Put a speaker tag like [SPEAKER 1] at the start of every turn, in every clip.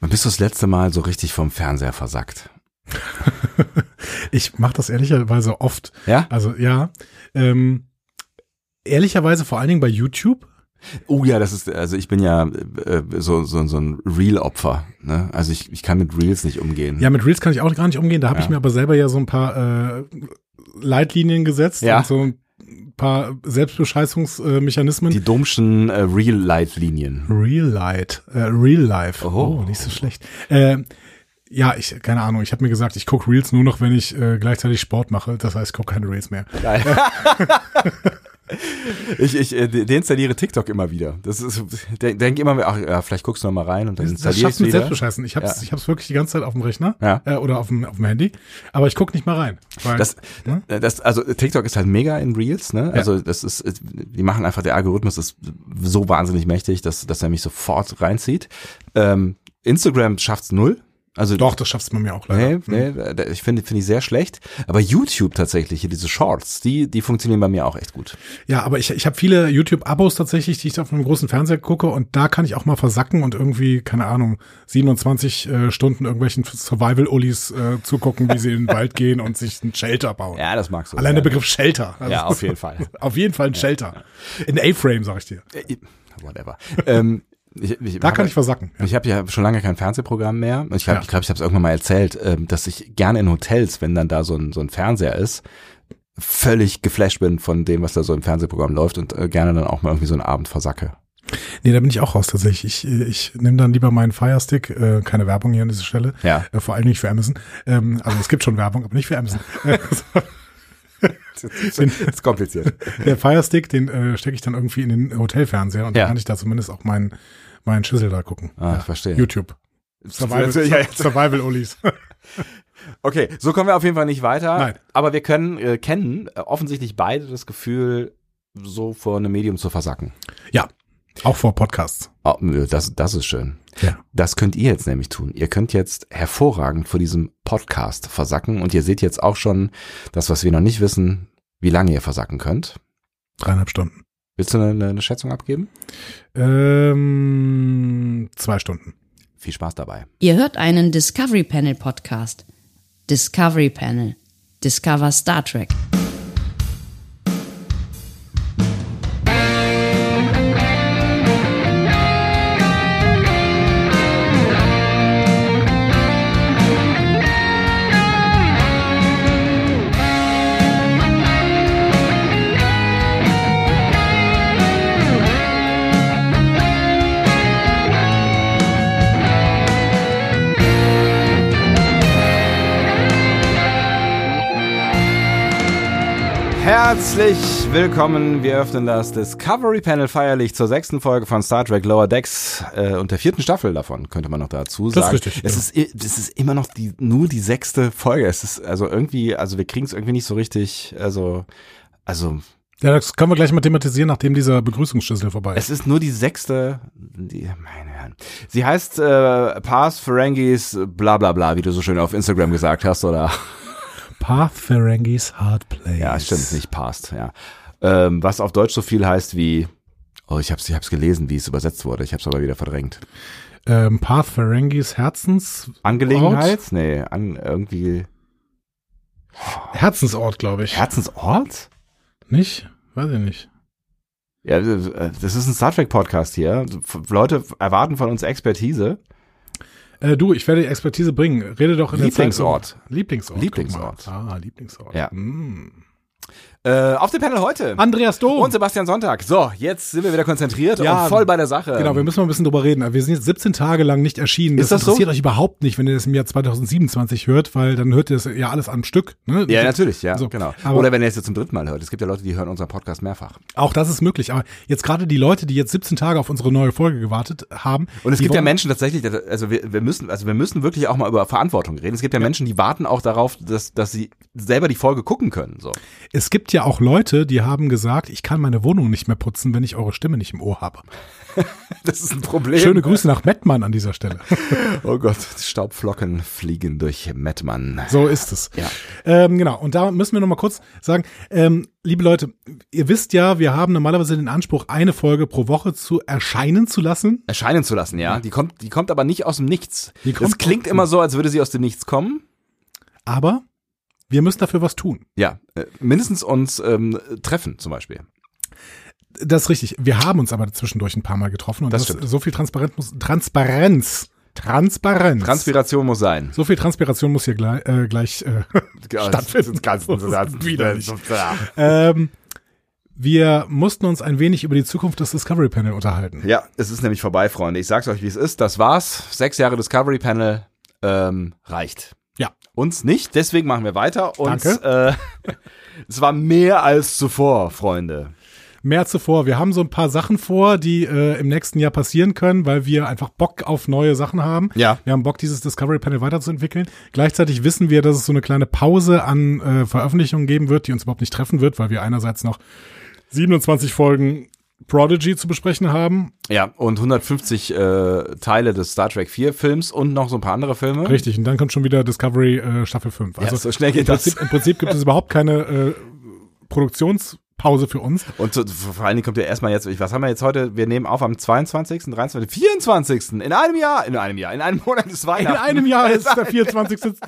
[SPEAKER 1] bist du das letzte Mal so richtig vom Fernseher versackt?
[SPEAKER 2] ich mache das ehrlicherweise oft.
[SPEAKER 1] Ja?
[SPEAKER 2] Also ja. Ähm, ehrlicherweise vor allen Dingen bei YouTube.
[SPEAKER 1] Oh ja, das ist, also ich bin ja äh, so, so, so ein Reel-Opfer. Ne? Also ich, ich kann mit Reels nicht umgehen.
[SPEAKER 2] Ja, mit Reels kann ich auch gar nicht umgehen. Da habe ich mir aber selber ja so ein paar äh, Leitlinien gesetzt
[SPEAKER 1] Ja.
[SPEAKER 2] und so ein paar Selbstbescheißungsmechanismen.
[SPEAKER 1] Die dummschen äh, Real-Leitlinien.
[SPEAKER 2] Real Light, äh, Real Life.
[SPEAKER 1] Oh.
[SPEAKER 2] Oh, nicht so schlecht. Äh, ja, ich, keine Ahnung, ich habe mir gesagt, ich gucke Reels nur noch, wenn ich äh, gleichzeitig Sport mache. Das heißt, ich gucke keine Reels mehr.
[SPEAKER 1] Ich, ich äh, deinstalliere TikTok immer wieder. Das ist, denk, denk immer, ach, ja, vielleicht guckst du noch mal rein und dann
[SPEAKER 2] Das,
[SPEAKER 1] installiere
[SPEAKER 2] das
[SPEAKER 1] ich
[SPEAKER 2] schafft mit
[SPEAKER 1] wieder.
[SPEAKER 2] Selbstbescheißen. Ich habe es
[SPEAKER 1] Ja.
[SPEAKER 2] ich hab's wirklich die ganze Zeit auf dem Rechner
[SPEAKER 1] Ja.
[SPEAKER 2] äh, oder auf dem, auf dem Handy, aber ich gucke nicht mal rein. Weil,
[SPEAKER 1] Das,
[SPEAKER 2] ne?
[SPEAKER 1] äh, das, also TikTok ist halt mega in Reels, ne? Also das ist, äh, die machen einfach, der Algorithmus ist so wahnsinnig mächtig, dass, dass er mich sofort reinzieht. Ähm, Instagram schafft's null. Also
[SPEAKER 2] Doch, das schafft es bei mir auch leider.
[SPEAKER 1] Nee, nee, da- ich finde finde ich sehr schlecht. Aber YouTube tatsächlich, hier diese Shorts, die, die funktionieren bei mir auch echt gut.
[SPEAKER 2] Ja, aber ich, ich habe viele YouTube-Abos tatsächlich, die ich auf meinem großen Fernseher gucke und da kann ich auch mal versacken und irgendwie, keine Ahnung, 27 äh, Stunden irgendwelchen Survival-Ullis äh, zugucken, wie sie in den Wald gehen und sich ein Shelter bauen.
[SPEAKER 1] Ja, das magst du.
[SPEAKER 2] Allein der
[SPEAKER 1] Ja.
[SPEAKER 2] Begriff Shelter. Also
[SPEAKER 1] Ja, auf jeden Fall.
[SPEAKER 2] Auf jeden Fall ein Shelter. Ein A-Frame, sag ich dir.
[SPEAKER 1] Äh, Whatever. ähm, ich, ich,
[SPEAKER 2] Da kann ich versacken. Ja.
[SPEAKER 1] Ich habe ja schon lange kein Fernsehprogramm mehr. Und ich glaube,
[SPEAKER 2] Ja.
[SPEAKER 1] ich, glaub, ich habe es irgendwann mal erzählt, ähm, dass ich gerne in Hotels, wenn dann da so ein, so ein Fernseher ist, völlig geflasht bin von dem, was da so im Fernsehprogramm läuft und äh, gerne dann auch mal irgendwie so einen Abend versacke.
[SPEAKER 2] Nee, da bin ich auch raus tatsächlich. Ich, äh, ich nehme dann lieber meinen Firestick, äh, keine Werbung hier an dieser Stelle.
[SPEAKER 1] Ja.
[SPEAKER 2] Äh, vor allem nicht für Amazon. Ähm, also es gibt schon Werbung, aber nicht für Amazon. Äh, so,
[SPEAKER 1] Das ist kompliziert.
[SPEAKER 2] der Firestick, den äh, stecke ich dann irgendwie in den Hotelfernseher und
[SPEAKER 1] Ja.
[SPEAKER 2] dann kann ich da zumindest auch meinen meinen Schüssel da gucken.
[SPEAKER 1] Ah, ich verstehe.
[SPEAKER 2] YouTube. Survival,
[SPEAKER 1] Ja, jetzt-
[SPEAKER 2] Survival Ulis.
[SPEAKER 1] Okay, so kommen wir auf jeden Fall nicht weiter.
[SPEAKER 2] Nein.
[SPEAKER 1] Aber wir können äh, kennen äh, offensichtlich beide das Gefühl, so vor einem Medium zu versacken.
[SPEAKER 2] ja. Auch vor Podcasts.
[SPEAKER 1] Oh, nö, das, das ist schön.
[SPEAKER 2] Ja.
[SPEAKER 1] Das könnt ihr jetzt nämlich tun. Ihr könnt jetzt hervorragend vor diesem Podcast versacken und ihr seht jetzt auch schon das, was wir noch nicht wissen, wie lange ihr versacken könnt.
[SPEAKER 2] Dreieinhalb Stunden.
[SPEAKER 1] Willst du eine, eine Schätzung abgeben?
[SPEAKER 2] Ähm, zwei Stunden.
[SPEAKER 1] Viel Spaß dabei.
[SPEAKER 3] Ihr hört einen Discovery Panel Podcast. Discovery Panel. Discover Star Trek.
[SPEAKER 1] Herzlich willkommen. Wir öffnen das Discovery Panel feierlich zur sechsten Folge von Star Trek Lower Decks äh, und der vierten Staffel davon, könnte man noch dazu
[SPEAKER 2] Das ist
[SPEAKER 1] sagen.
[SPEAKER 2] richtig,
[SPEAKER 1] es,
[SPEAKER 2] ja.
[SPEAKER 1] ist, i- es ist immer noch die, nur die sechste Folge. Es ist also irgendwie, also wir kriegen es irgendwie nicht so richtig, also, also
[SPEAKER 2] Ja, das können wir gleich mal thematisieren, nachdem dieser Begrüßungsschlüssel vorbei ist.
[SPEAKER 1] Es ist nur die sechste, die, meine Herren. Sie heißt äh, Pass Ferengis, bla bla bla, wie du so schön auf Instagram gesagt hast, oder?
[SPEAKER 2] Path Ferengis Hard Place.
[SPEAKER 1] Ja, stimmt, nicht Past, ja. Ähm, was auf Deutsch so viel heißt wie, oh, ich hab's, ich hab's gelesen, wie es übersetzt wurde, ich hab's aber wieder verdrängt.
[SPEAKER 2] Ähm, Path Ferengis Herzens
[SPEAKER 1] Angelegenheit? Nee, an, irgendwie
[SPEAKER 2] Herzensort, glaube ich.
[SPEAKER 1] Herzensort?
[SPEAKER 2] nicht? Weiß ich nicht.
[SPEAKER 1] Ja, äh, das ist ein Star Trek Podcast hier. F- Leute erwarten von uns Expertise.
[SPEAKER 2] Äh, du, ich werde die Expertise bringen. Rede doch in
[SPEAKER 1] Lieblingsort.
[SPEAKER 2] der Zeit. Lieblingsort.
[SPEAKER 1] Lieblingsort.
[SPEAKER 2] guck mal. Ah, Lieblingsort.
[SPEAKER 1] Ja. Hm.
[SPEAKER 2] Mm.
[SPEAKER 1] Äh, auf dem Panel heute.
[SPEAKER 2] Andreas Dom.
[SPEAKER 1] Und Sebastian Sonntag. So, jetzt sind wir wieder konzentriert
[SPEAKER 2] Ja.
[SPEAKER 1] und voll bei der Sache.
[SPEAKER 2] genau, wir müssen mal ein bisschen drüber reden. Wir sind jetzt 17 Tage lang nicht erschienen.
[SPEAKER 1] Ist das so?
[SPEAKER 2] interessiert euch überhaupt nicht, wenn ihr das im Jahr 2027 hört, weil dann hört ihr das ja alles am Stück. Ne?
[SPEAKER 1] Ja, natürlich, ja,
[SPEAKER 2] So,
[SPEAKER 1] genau.
[SPEAKER 2] aber-
[SPEAKER 1] Oder wenn ihr es jetzt zum dritten Mal hört. Es gibt ja Leute, die hören unseren Podcast mehrfach.
[SPEAKER 2] Auch das ist möglich, aber jetzt gerade die Leute, die jetzt 17 Tage auf unsere neue Folge gewartet haben.
[SPEAKER 1] Und es
[SPEAKER 2] die
[SPEAKER 1] gibt ja
[SPEAKER 2] wollen-
[SPEAKER 1] Menschen tatsächlich, also wir, wir müssen, also wir müssen wirklich auch mal über Verantwortung reden. Es gibt ja, Menschen, die warten auch darauf, dass, dass sie selber die Folge gucken können. So.
[SPEAKER 2] Es gibt ja auch Leute, die haben gesagt, ich kann meine Wohnung nicht mehr putzen, wenn ich eure Stimme nicht im Ohr habe.
[SPEAKER 1] Das ist ein Problem.
[SPEAKER 2] Schöne Grüße nach Mettmann an dieser Stelle.
[SPEAKER 1] Oh Gott, Staubflocken fliegen durch Mettmann.
[SPEAKER 2] So ist es.
[SPEAKER 1] Ja.
[SPEAKER 2] Ähm, genau, und da müssen wir nochmal kurz sagen, ähm, liebe Leute, ihr wisst ja, wir haben normalerweise den Anspruch, eine Folge pro Woche zu erscheinen zu lassen.
[SPEAKER 1] Erscheinen zu lassen, ja. Die kommt, die kommt aber nicht aus dem Nichts.
[SPEAKER 2] Die kommt-
[SPEAKER 1] das klingt immer so, als würde sie aus dem Nichts kommen.
[SPEAKER 2] Aber wir müssen dafür was tun.
[SPEAKER 1] Ja, äh, mindestens uns ähm, treffen zum Beispiel.
[SPEAKER 2] Das ist richtig. Wir haben uns aber zwischendurch ein paar Mal getroffen und
[SPEAKER 1] Das
[SPEAKER 2] das
[SPEAKER 1] stimmt.
[SPEAKER 2] so viel Transparenz muss, Transparenz. Transparenz.
[SPEAKER 1] Transpiration muss sein.
[SPEAKER 2] so viel Transpiration muss hier gleich, äh, gleich äh, stattfinden.
[SPEAKER 1] Ganz, ganz, ganz
[SPEAKER 2] widerlich. Ähm, wir mussten uns ein wenig über die Zukunft des Discovery Panel unterhalten.
[SPEAKER 1] Ja, es ist nämlich vorbei, Freunde. Ich sag's euch, wie es ist. Das war's. Sechs Jahre Discovery Panel ähm, reicht.
[SPEAKER 2] Ja.
[SPEAKER 1] Uns nicht, deswegen machen wir weiter. Und
[SPEAKER 2] Danke.
[SPEAKER 1] Äh, es war mehr als zuvor, Freunde.
[SPEAKER 2] Mehr zuvor. Wir haben so ein paar Sachen vor, die äh, im nächsten Jahr passieren können, weil wir einfach Bock auf neue Sachen haben.
[SPEAKER 1] Ja.
[SPEAKER 2] Wir haben Bock, dieses Discovery Panel weiterzuentwickeln. Gleichzeitig wissen wir, dass es so eine kleine Pause an äh, Veröffentlichungen geben wird, die uns überhaupt nicht treffen wird, weil wir einerseits noch 27 Folgen Prodigy zu besprechen haben.
[SPEAKER 1] Ja, und 150 äh, Teile des Star Trek 4 Films und noch so ein paar andere Filme.
[SPEAKER 2] Richtig, und dann kommt schon wieder Discovery äh, Staffel 5. Also
[SPEAKER 1] so schnell geht
[SPEAKER 2] im Prinzip,
[SPEAKER 1] das.
[SPEAKER 2] Im Prinzip gibt es überhaupt keine äh, Produktionspause für uns.
[SPEAKER 1] Und so, vor allen Dingen kommt ja erstmal jetzt, was haben wir jetzt heute? Wir nehmen auf am 22., 23., 24. In einem Jahr, in einem Jahr, in einem Monat ist
[SPEAKER 2] In
[SPEAKER 1] Weihnachten.
[SPEAKER 2] einem Jahr ist der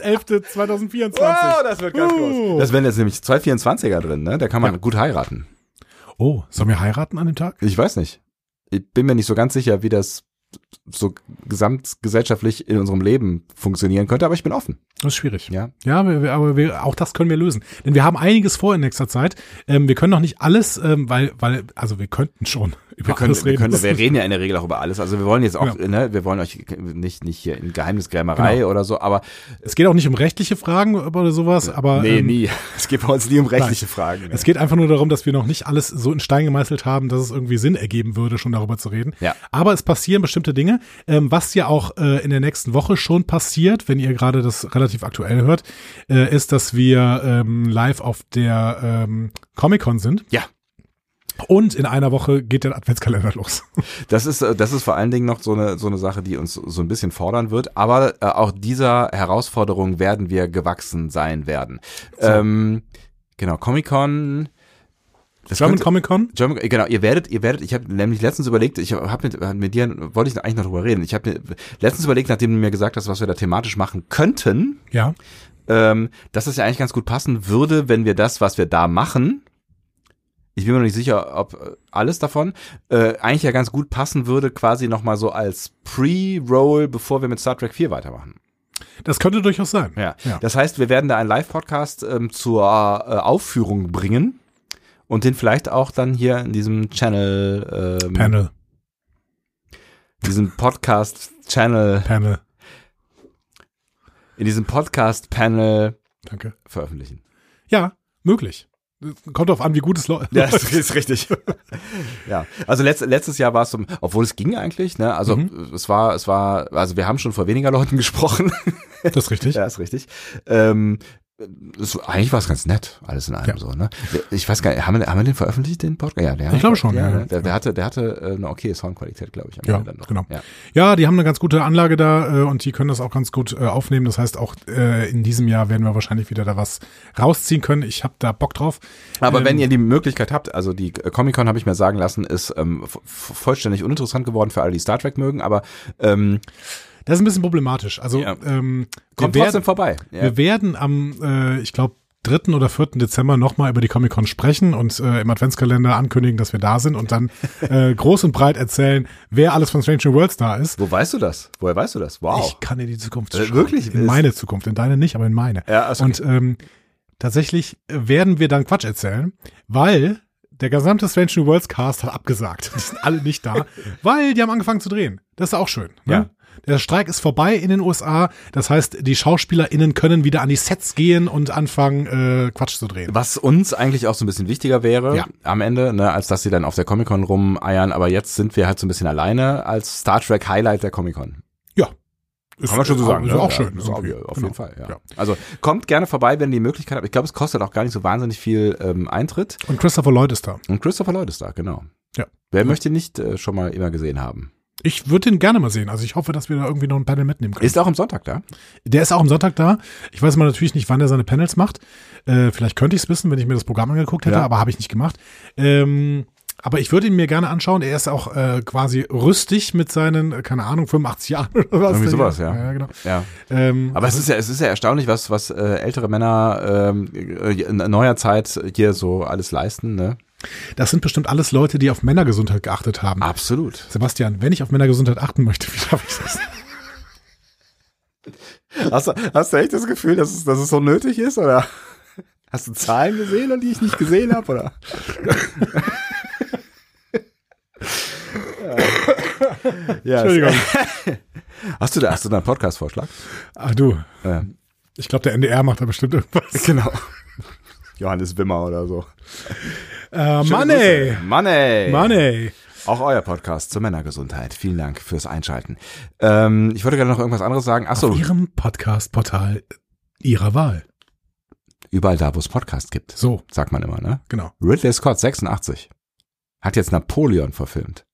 [SPEAKER 2] 24.11.2024.
[SPEAKER 1] Wow, das wird ganz groß.
[SPEAKER 2] Uh.
[SPEAKER 1] Das wären jetzt nämlich zwei 24er drin, ne? Da kann man gut heiraten.
[SPEAKER 2] Oh, sollen wir heiraten an dem Tag?
[SPEAKER 1] Ich weiß nicht. Ich bin mir nicht so ganz sicher, wie das so gesamtgesellschaftlich in unserem Leben funktionieren könnte, aber ich bin offen.
[SPEAKER 2] Das ist schwierig.
[SPEAKER 1] Ja.
[SPEAKER 2] Ja, wir, wir, aber wir, auch das können wir lösen. Denn wir haben einiges vor in nächster Zeit. Ähm, wir können noch nicht alles, ähm, weil, weil, also wir könnten schon über
[SPEAKER 1] Wir können,
[SPEAKER 2] alles
[SPEAKER 1] wir,
[SPEAKER 2] reden.
[SPEAKER 1] können, wir reden ja in der Regel auch über alles. Also wir wollen jetzt auch,
[SPEAKER 2] Ja.
[SPEAKER 1] ne, wir wollen euch nicht, nicht hier in Geheimniskrämerei
[SPEAKER 2] Genau.
[SPEAKER 1] oder so, aber
[SPEAKER 2] es geht auch nicht um rechtliche Fragen oder sowas, aber
[SPEAKER 1] nee,
[SPEAKER 2] ähm,
[SPEAKER 1] nie. Es geht bei uns nie um rechtliche Fragen.
[SPEAKER 2] es geht einfach nur darum, dass wir noch nicht alles so in Stein gemeißelt haben, dass es irgendwie Sinn ergeben würde, schon darüber zu reden.
[SPEAKER 1] Ja.
[SPEAKER 2] Aber es passieren bestimmte Dinge, ähm, was ja auch äh, in der nächsten Woche schon passiert, wenn ihr gerade das relativ aktuell hört, äh, ist, dass wir ähm, live auf der ähm, Comic-Con sind.
[SPEAKER 1] Ja.
[SPEAKER 2] Und in einer Woche geht der Adventskalender los.
[SPEAKER 1] Das ist, äh, das ist vor allen Dingen noch so eine, so eine Sache, die uns so ein bisschen fordern wird. Aber äh, auch dieser Herausforderung werden wir gewachsen sein werden. Ähm, genau, Comic-Con. Das
[SPEAKER 2] German
[SPEAKER 1] könnte-
[SPEAKER 2] Comic Con?
[SPEAKER 1] German, genau, ihr werdet, ihr werdet, ich habe nämlich letztens überlegt, ich habe mit, hab mit dir, wollte ich eigentlich noch drüber reden, ich habe letztens überlegt, nachdem du mir gesagt hast, was wir da thematisch machen könnten,
[SPEAKER 2] Ja.
[SPEAKER 1] ähm, dass das ja eigentlich ganz gut passen würde, wenn wir das, was wir da machen, ich bin mir noch nicht sicher, ob äh, alles davon, äh, eigentlich ja ganz gut passen würde, quasi nochmal so als Pre-Roll, bevor wir mit Star Trek 4 weitermachen.
[SPEAKER 2] Das könnte durchaus sein.
[SPEAKER 1] Ja.
[SPEAKER 2] Ja.
[SPEAKER 1] Das heißt, wir werden da einen Live-Podcast ähm, zur äh, Aufführung bringen. Und den vielleicht auch dann hier in diesem Channel, ähm,
[SPEAKER 2] Panel,
[SPEAKER 1] diesem Podcast-Channel,
[SPEAKER 2] Panel.
[SPEAKER 1] in diesem Podcast-Panel
[SPEAKER 2] Danke.
[SPEAKER 1] veröffentlichen.
[SPEAKER 2] Ja, möglich. Kommt drauf an, wie gut es läuft.
[SPEAKER 1] Ja, das ist richtig. ja, also letzt, letztes Jahr war es so, obwohl es ging eigentlich, ne? Also
[SPEAKER 2] Mhm.
[SPEAKER 1] es war, es war, also wir haben schon vor weniger Leuten gesprochen.
[SPEAKER 2] Das ist richtig.
[SPEAKER 1] ja, ist richtig. Ähm, es, eigentlich war es ganz nett, alles in allem
[SPEAKER 2] Ja.
[SPEAKER 1] so, ne? Ich weiß gar nicht, haben wir, haben wir den veröffentlicht, den Podcast? Ja, der
[SPEAKER 2] Ich glaube schon,
[SPEAKER 1] ja.
[SPEAKER 2] ja,
[SPEAKER 1] ne?
[SPEAKER 2] ja.
[SPEAKER 1] Der, der hatte, der hatte äh, eine okay Soundqualität, glaube ich. am
[SPEAKER 2] Ja,
[SPEAKER 1] Ende dann noch.
[SPEAKER 2] genau.
[SPEAKER 1] Ja.
[SPEAKER 2] Ja, die haben eine ganz gute Anlage da äh, und die können das auch ganz gut äh, aufnehmen. Das heißt, auch äh, in diesem Jahr werden wir wahrscheinlich wieder da was rausziehen können. Ich habe da Bock drauf.
[SPEAKER 1] Aber
[SPEAKER 2] Ähm,
[SPEAKER 1] wenn ihr die Möglichkeit habt, also die Comic-Con habe ich mir sagen lassen, ist ähm, v- vollständig uninteressant geworden für alle, die Star Trek mögen, aber ähm,
[SPEAKER 2] Das ist ein bisschen problematisch. Also
[SPEAKER 1] Ja.
[SPEAKER 2] ähm,
[SPEAKER 1] kommt
[SPEAKER 2] wir
[SPEAKER 1] trotzdem
[SPEAKER 2] werden,
[SPEAKER 1] vorbei. Ja.
[SPEAKER 2] wir werden am, äh, ich glaube, 3. oder 4. Dezember nochmal über die Comic-Con sprechen und äh, im Adventskalender ankündigen, dass wir da sind und dann äh, groß und breit erzählen, wer alles von Strange New Worlds da ist.
[SPEAKER 1] Wo weißt du das? Woher weißt du das? Wow.
[SPEAKER 2] Ich kann in die Zukunft
[SPEAKER 1] Äh,
[SPEAKER 2] schauen.
[SPEAKER 1] wirklich?
[SPEAKER 2] In
[SPEAKER 1] Ist-
[SPEAKER 2] meine Zukunft, in deine nicht, aber in meine.
[SPEAKER 1] Ja, also
[SPEAKER 2] Und ähm, tatsächlich äh, werden wir dann Quatsch erzählen, weil der gesamte Strange New Worlds Cast hat abgesagt. Die sind alle nicht da, weil die haben angefangen zu drehen. Das ist auch schön. Ne?
[SPEAKER 1] Ja.
[SPEAKER 2] Der Streik ist vorbei in den USA. Das heißt, die SchauspielerInnen können wieder an die Sets gehen und anfangen, äh, Quatsch zu drehen.
[SPEAKER 1] was uns eigentlich auch so ein bisschen wichtiger wäre
[SPEAKER 2] Ja.
[SPEAKER 1] am Ende, ne, als dass sie dann auf der Comic-Con rumeiern, aber jetzt sind wir halt so ein bisschen alleine als Star Trek Highlight der Comic-Con.
[SPEAKER 2] Ja, Ist,
[SPEAKER 1] Kann man schon so
[SPEAKER 2] ist
[SPEAKER 1] sagen.
[SPEAKER 2] Ist
[SPEAKER 1] ne? ja,
[SPEAKER 2] auch schön.
[SPEAKER 1] Ist auch, auf
[SPEAKER 2] irgendwie. Genau.
[SPEAKER 1] jeden Fall, ja.
[SPEAKER 2] Ja.
[SPEAKER 1] Also kommt gerne vorbei, wenn ihr die Möglichkeit habt. Ich glaube, es kostet auch gar nicht so wahnsinnig viel ähm, Eintritt.
[SPEAKER 2] Und Christopher Lloyd ist da.
[SPEAKER 1] Und Christopher Lloyd ist da, genau.
[SPEAKER 2] Ja.
[SPEAKER 1] Wer möchte nicht äh, schon mal immer gesehen haben?
[SPEAKER 2] Ich würde ihn gerne mal sehen. Also ich hoffe, dass wir da irgendwie noch ein Panel mitnehmen können.
[SPEAKER 1] Ist auch am Sonntag da.
[SPEAKER 2] Der ist auch am Sonntag da. Ich weiß mal natürlich nicht, wann er seine Panels macht. Äh, vielleicht könnte ich es wissen, wenn ich mir das Programm angeguckt hätte,
[SPEAKER 1] Ja.
[SPEAKER 2] aber habe ich nicht gemacht. Ähm, aber ich würde ihn mir gerne anschauen. Er ist auch äh, quasi rüstig mit seinen, äh, keine Ahnung, 85 Jahren oder was.
[SPEAKER 1] Irgendwie sowas, ja.
[SPEAKER 2] ja genau.
[SPEAKER 1] Ja.
[SPEAKER 2] Ähm,
[SPEAKER 1] Aber es ist ja, es ist ja erstaunlich, was, was äh, ältere Männer ähm, äh, in neuer Zeit hier so alles leisten. Ne?
[SPEAKER 2] das sind bestimmt alles Leute, die auf Männergesundheit geachtet haben.
[SPEAKER 1] Absolut.
[SPEAKER 2] Sebastian, wenn ich auf Männergesundheit achten möchte, wie schaffe ich das?
[SPEAKER 1] Hast du, hast du echt das Gefühl, dass es, dass es so nötig ist? Oder hast du Zahlen gesehen, die ich nicht gesehen habe? Oder? ja. Ja,
[SPEAKER 2] Entschuldigung.
[SPEAKER 1] hast du da, hast du da einen Podcast-Vorschlag?
[SPEAKER 2] Ah, du.
[SPEAKER 1] Ja.
[SPEAKER 2] Ich glaube, der NDR macht da bestimmt irgendwas.
[SPEAKER 1] Genau. Johannes Wimmer oder so.
[SPEAKER 2] Äh, Money!
[SPEAKER 1] Money!
[SPEAKER 2] Money!
[SPEAKER 1] Auch euer Podcast zur Männergesundheit. Vielen Dank fürs Einschalten. Ähm, ich wollte gerade noch irgendwas anderes sagen. Achso,
[SPEAKER 2] Auf Ihrem Podcast-Portal Ihrer Wahl.
[SPEAKER 1] überall da, wo es Podcasts gibt,
[SPEAKER 2] So,
[SPEAKER 1] sagt man immer, ne?
[SPEAKER 2] genau.
[SPEAKER 1] Ridley Scott, 86. Hat jetzt Napoleon verfilmt.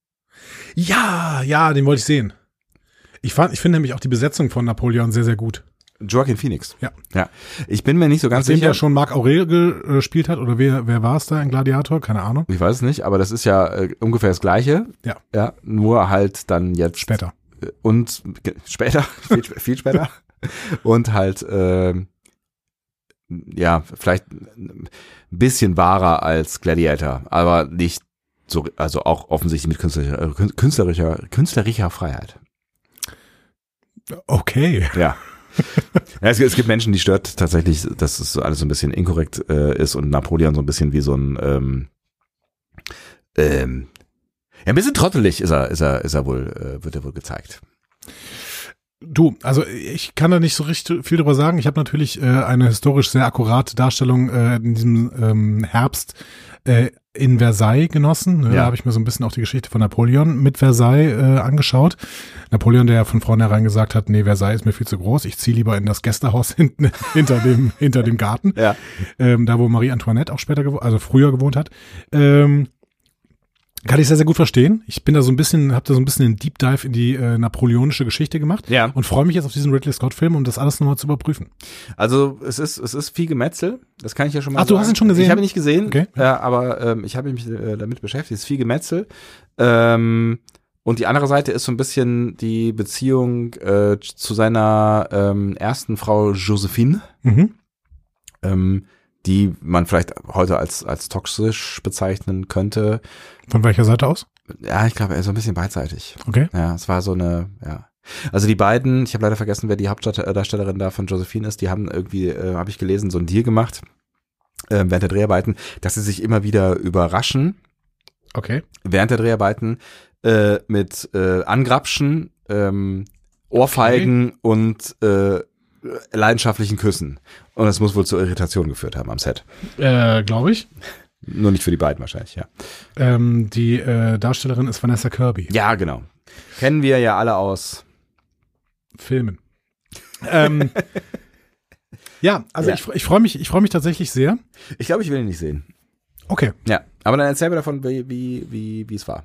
[SPEAKER 2] Ja, ja, den wollte ich sehen. Ich, fand, ich finde nämlich auch die Besetzung von Napoleon sehr, sehr gut.
[SPEAKER 1] Joaquin Phoenix.
[SPEAKER 2] Ja.
[SPEAKER 1] Ja. Ich bin mir nicht so ganz
[SPEAKER 2] Nachdem
[SPEAKER 1] sicher.
[SPEAKER 2] der schon Marc Aurel ge- äh, gespielt hat oder wer, wer war es da in Gladiator? Keine Ahnung.
[SPEAKER 1] ich weiß es nicht, aber das ist ja äh, ungefähr das Gleiche.
[SPEAKER 2] Ja.
[SPEAKER 1] Ja, nur halt dann jetzt
[SPEAKER 2] Später.
[SPEAKER 1] und ge- später, viel, sp- viel später. und halt, ähm, ja, vielleicht ein bisschen wahrer als Gladiator, aber nicht so, also auch offensichtlich mit künstlerischer, äh, kün- künstlerischer, künstlerischer Freiheit.
[SPEAKER 2] Okay.
[SPEAKER 1] Ja. ja es, gibt- es gibt Menschen, die stört tatsächlich, dass es so alles so ein bisschen inkorrekt äh, ist und Napoleon so ein bisschen wie so ein, ähm, ähm, ja, ein bisschen trottelig ist er, ist er, ist er wohl, äh, wird er wohl gezeigt.
[SPEAKER 2] Du, also ich kann da nicht so richtig viel drüber sagen. Ich habe natürlich äh, eine historisch sehr akkurate Darstellung äh, in diesem ähm, Herbst äh, in Versailles genossen. Ne?
[SPEAKER 1] Ja.
[SPEAKER 2] Da habe ich mir so ein bisschen auch die Geschichte von Napoleon mit Versailles äh, angeschaut. Napoleon, der ja von vornherein gesagt hat, nee, Versailles ist mir viel zu groß. Ich ziehe lieber in das Gästehaus hinten hinter dem hinter dem Garten,
[SPEAKER 1] Ja.
[SPEAKER 2] ähm, da wo Marie Antoinette auch später, gewo- also früher gewohnt hat. Ähm, kann ich sehr, sehr gut verstehen. Ich bin da so ein bisschen, habe da so ein bisschen einen Deep Dive in die äh, napoleonische Geschichte gemacht
[SPEAKER 1] Ja.
[SPEAKER 2] und freue mich jetzt auf diesen Ridley Scott-Film, um das alles nochmal zu überprüfen.
[SPEAKER 1] Also es ist es ist viel Gemetzel, das kann ich ja schon mal
[SPEAKER 2] Ach, du hast ihn schon gesehen?
[SPEAKER 1] Ich habe ihn nicht gesehen,
[SPEAKER 2] Okay.
[SPEAKER 1] äh, aber ähm, ich habe mich äh, damit beschäftigt. Es ist viel Gemetzel. Ähm, und die andere Seite ist so ein bisschen die Beziehung äh, zu seiner ähm, ersten Frau Josephine,
[SPEAKER 2] Mhm.
[SPEAKER 1] ähm, die man vielleicht heute als als toxisch bezeichnen könnte.
[SPEAKER 2] Von welcher Seite aus?
[SPEAKER 1] Ja, ich glaube, er ist so ein bisschen beidseitig.
[SPEAKER 2] Okay.
[SPEAKER 1] Ja, es war so eine, ja. Also die beiden, ich habe leider vergessen, wer die Hauptdarstellerin da von Josephine ist, die haben irgendwie, äh, habe ich gelesen, so einen Deal gemacht äh, während der Dreharbeiten, dass sie sich immer wieder überraschen
[SPEAKER 2] Okay.
[SPEAKER 1] während der Dreharbeiten äh, mit äh, Angrapschen, ähm, Ohrfeigen und äh, leidenschaftlichen Küssen. Und das muss wohl zu Irritationen geführt haben am Set.
[SPEAKER 2] Äh, Glaube ich.
[SPEAKER 1] Nur nicht für die beiden wahrscheinlich, ja.
[SPEAKER 2] Ähm, die äh, Darstellerin ist Vanessa Kirby.
[SPEAKER 1] Ja, genau. Kennen wir ja alle aus.
[SPEAKER 2] Filmen. ähm, ja, also
[SPEAKER 1] Ja.
[SPEAKER 2] ich, ich freue mich, ich freue mich tatsächlich sehr.
[SPEAKER 1] Ich glaube, ich will ihn nicht sehen.
[SPEAKER 2] Okay,
[SPEAKER 1] Ja, aber dann erzähl mir davon, wie, wie, wie, wie es war.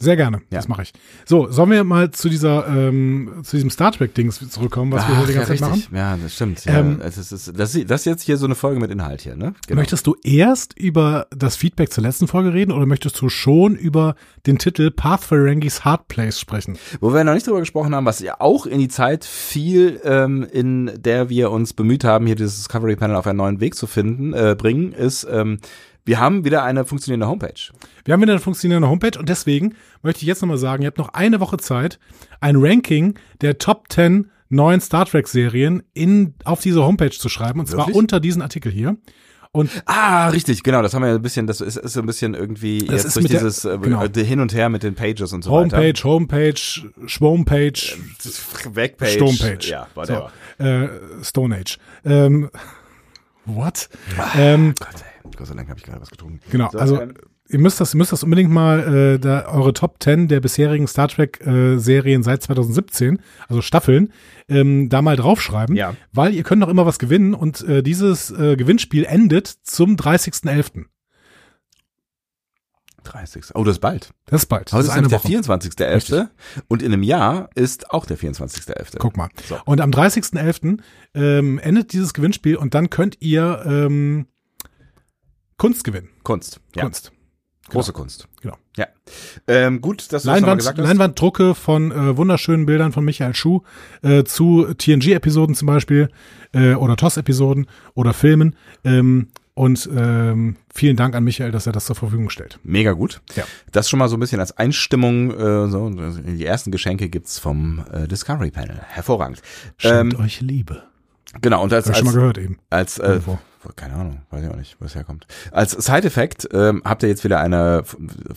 [SPEAKER 2] sehr gerne.
[SPEAKER 1] Ja.
[SPEAKER 2] Das mache ich. So, sollen wir mal zu dieser, ähm, zu diesem Star Trek Dings zurückkommen, was wir hier die ganze Zeit machen?
[SPEAKER 1] richtig. Ja, das stimmt. Ja,
[SPEAKER 2] Ähm,
[SPEAKER 1] es ist, es ist, das, ist- das ist jetzt hier so eine Folge mit Inhalt hier, ne?
[SPEAKER 2] Möchtest du erst über das Feedback zur letzten Folge reden oder möchtest du schon über den Titel Path Ferengis Hard Place sprechen?
[SPEAKER 1] Wo wir noch nicht drüber gesprochen haben, was ja auch in die Zeit fiel, ähm, in der wir uns bemüht haben, hier dieses Discovery Panel auf einen neuen Weg zu finden, äh, bringen, ist, ähm, wir haben wieder eine funktionierende Homepage.
[SPEAKER 2] Wir haben wieder eine funktionierende Homepage und deswegen möchte ich jetzt nochmal sagen, ihr habt noch eine Woche Zeit, ein Ranking der Top 10 neuen Star Trek Serien in, auf diese Homepage zu schreiben und zwar
[SPEAKER 1] Wirklich?
[SPEAKER 2] unter diesen Artikel hier. Und
[SPEAKER 1] Ah, richtig, genau. Das haben wir ja ein bisschen, das ist, ist so ein bisschen irgendwie
[SPEAKER 2] Das
[SPEAKER 1] jetzt
[SPEAKER 2] ist
[SPEAKER 1] durch
[SPEAKER 2] mit der-
[SPEAKER 1] dieses äh,
[SPEAKER 2] genau.
[SPEAKER 1] äh, Hin und Her mit den Pages und so
[SPEAKER 2] Homepage,
[SPEAKER 1] weiter.
[SPEAKER 2] Homepage, Schwompage,
[SPEAKER 1] Äh, Backpage.
[SPEAKER 2] Sturmpage.
[SPEAKER 1] Ja, whatever.
[SPEAKER 2] so, äh, Stone Age. Ähm, what? Ähm,
[SPEAKER 1] Ah, Gott, ey, Gott sei Dank habe ich gerade was getrunken.
[SPEAKER 2] Genau,
[SPEAKER 1] So,
[SPEAKER 2] also
[SPEAKER 1] ähm,
[SPEAKER 2] ihr müsst das, ihr müsst das unbedingt mal äh, da eure Top 10 der bisherigen Star Trek äh, Serien seit 2017, also Staffeln, ähm, da mal draufschreiben,
[SPEAKER 1] Ja.
[SPEAKER 2] weil ihr könnt noch immer was gewinnen und äh, dieses äh, Gewinnspiel endet zum 30.11.
[SPEAKER 1] 30. Oh, das ist bald.
[SPEAKER 2] Das ist bald.
[SPEAKER 1] Heute ist,
[SPEAKER 2] eine
[SPEAKER 1] nämlich
[SPEAKER 2] Woche.
[SPEAKER 1] der 24.11. Und in einem Jahr ist auch der 24.11.
[SPEAKER 2] Guck mal.
[SPEAKER 1] So.
[SPEAKER 2] Und am 30.11. Ähm, endet dieses Gewinnspiel und dann könnt ihr ähm, Kunst gewinnen.
[SPEAKER 1] Kunst. Ja.
[SPEAKER 2] Kunst.
[SPEAKER 1] Große Kunst.
[SPEAKER 2] Genau.
[SPEAKER 1] Ja. Ähm, gut, dass du das nochmal
[SPEAKER 2] Leinwand,
[SPEAKER 1] gesagt hast.
[SPEAKER 2] Leinwanddrucke von äh, wunderschönen Bildern von Michael Schuh äh, zu TNG-Episoden zum Beispiel äh, oder TOS-Episoden oder Filmen. Ähm, und ähm, vielen Dank an Michael, dass er das zur Verfügung stellt.
[SPEAKER 1] Mega gut.
[SPEAKER 2] Ja.
[SPEAKER 1] Das schon mal so ein bisschen als Einstimmung. Äh, so, die ersten Geschenke gibt's vom äh, Discovery Panel. Hervorragend.
[SPEAKER 2] Schenkt
[SPEAKER 1] Ähm,
[SPEAKER 2] euch Liebe.
[SPEAKER 1] genau, und als,
[SPEAKER 2] Hab ich schon mal
[SPEAKER 1] als,
[SPEAKER 2] gehört eben.
[SPEAKER 1] als äh,
[SPEAKER 2] Irgendwo.
[SPEAKER 1] keine Ahnung, weiß ich auch nicht, wo es herkommt. Als Side-Effekt ähm, habt ihr jetzt wieder eine, f-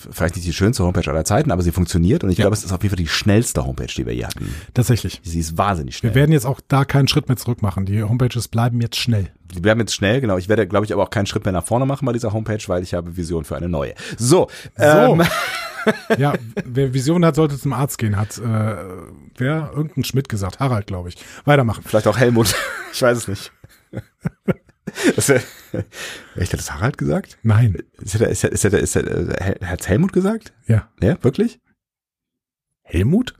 [SPEAKER 1] vielleicht nicht die schönste Homepage aller Zeiten, aber sie funktioniert und ich glaube, es ist auf jeden Fall die schnellste Homepage, die wir je hatten.
[SPEAKER 2] Tatsächlich.
[SPEAKER 1] Sie ist wahnsinnig
[SPEAKER 2] Wir
[SPEAKER 1] schnell.
[SPEAKER 2] werden jetzt auch da keinen Schritt mehr zurück machen. Die Homepages bleiben jetzt schnell.
[SPEAKER 1] Wir werden jetzt schnell, genau. Ich werde, glaube ich, aber auch keinen Schritt mehr nach vorne machen bei dieser Homepage, weil ich habe Vision für eine neue. So, Ähm,
[SPEAKER 2] ja, wer Vision hat, sollte zum Arzt gehen, hat äh, wer irgendein Schmidt gesagt. Harald, glaube ich. Weitermachen.
[SPEAKER 1] vielleicht auch Helmut. Ich weiß es nicht. Das, äh, echt, hat das Harald gesagt?
[SPEAKER 2] Nein.
[SPEAKER 1] Ist er, ist er, ist er, ist er, äh, hat's Helmut gesagt?
[SPEAKER 2] Ja.
[SPEAKER 1] Ja, wirklich?
[SPEAKER 2] Helmut?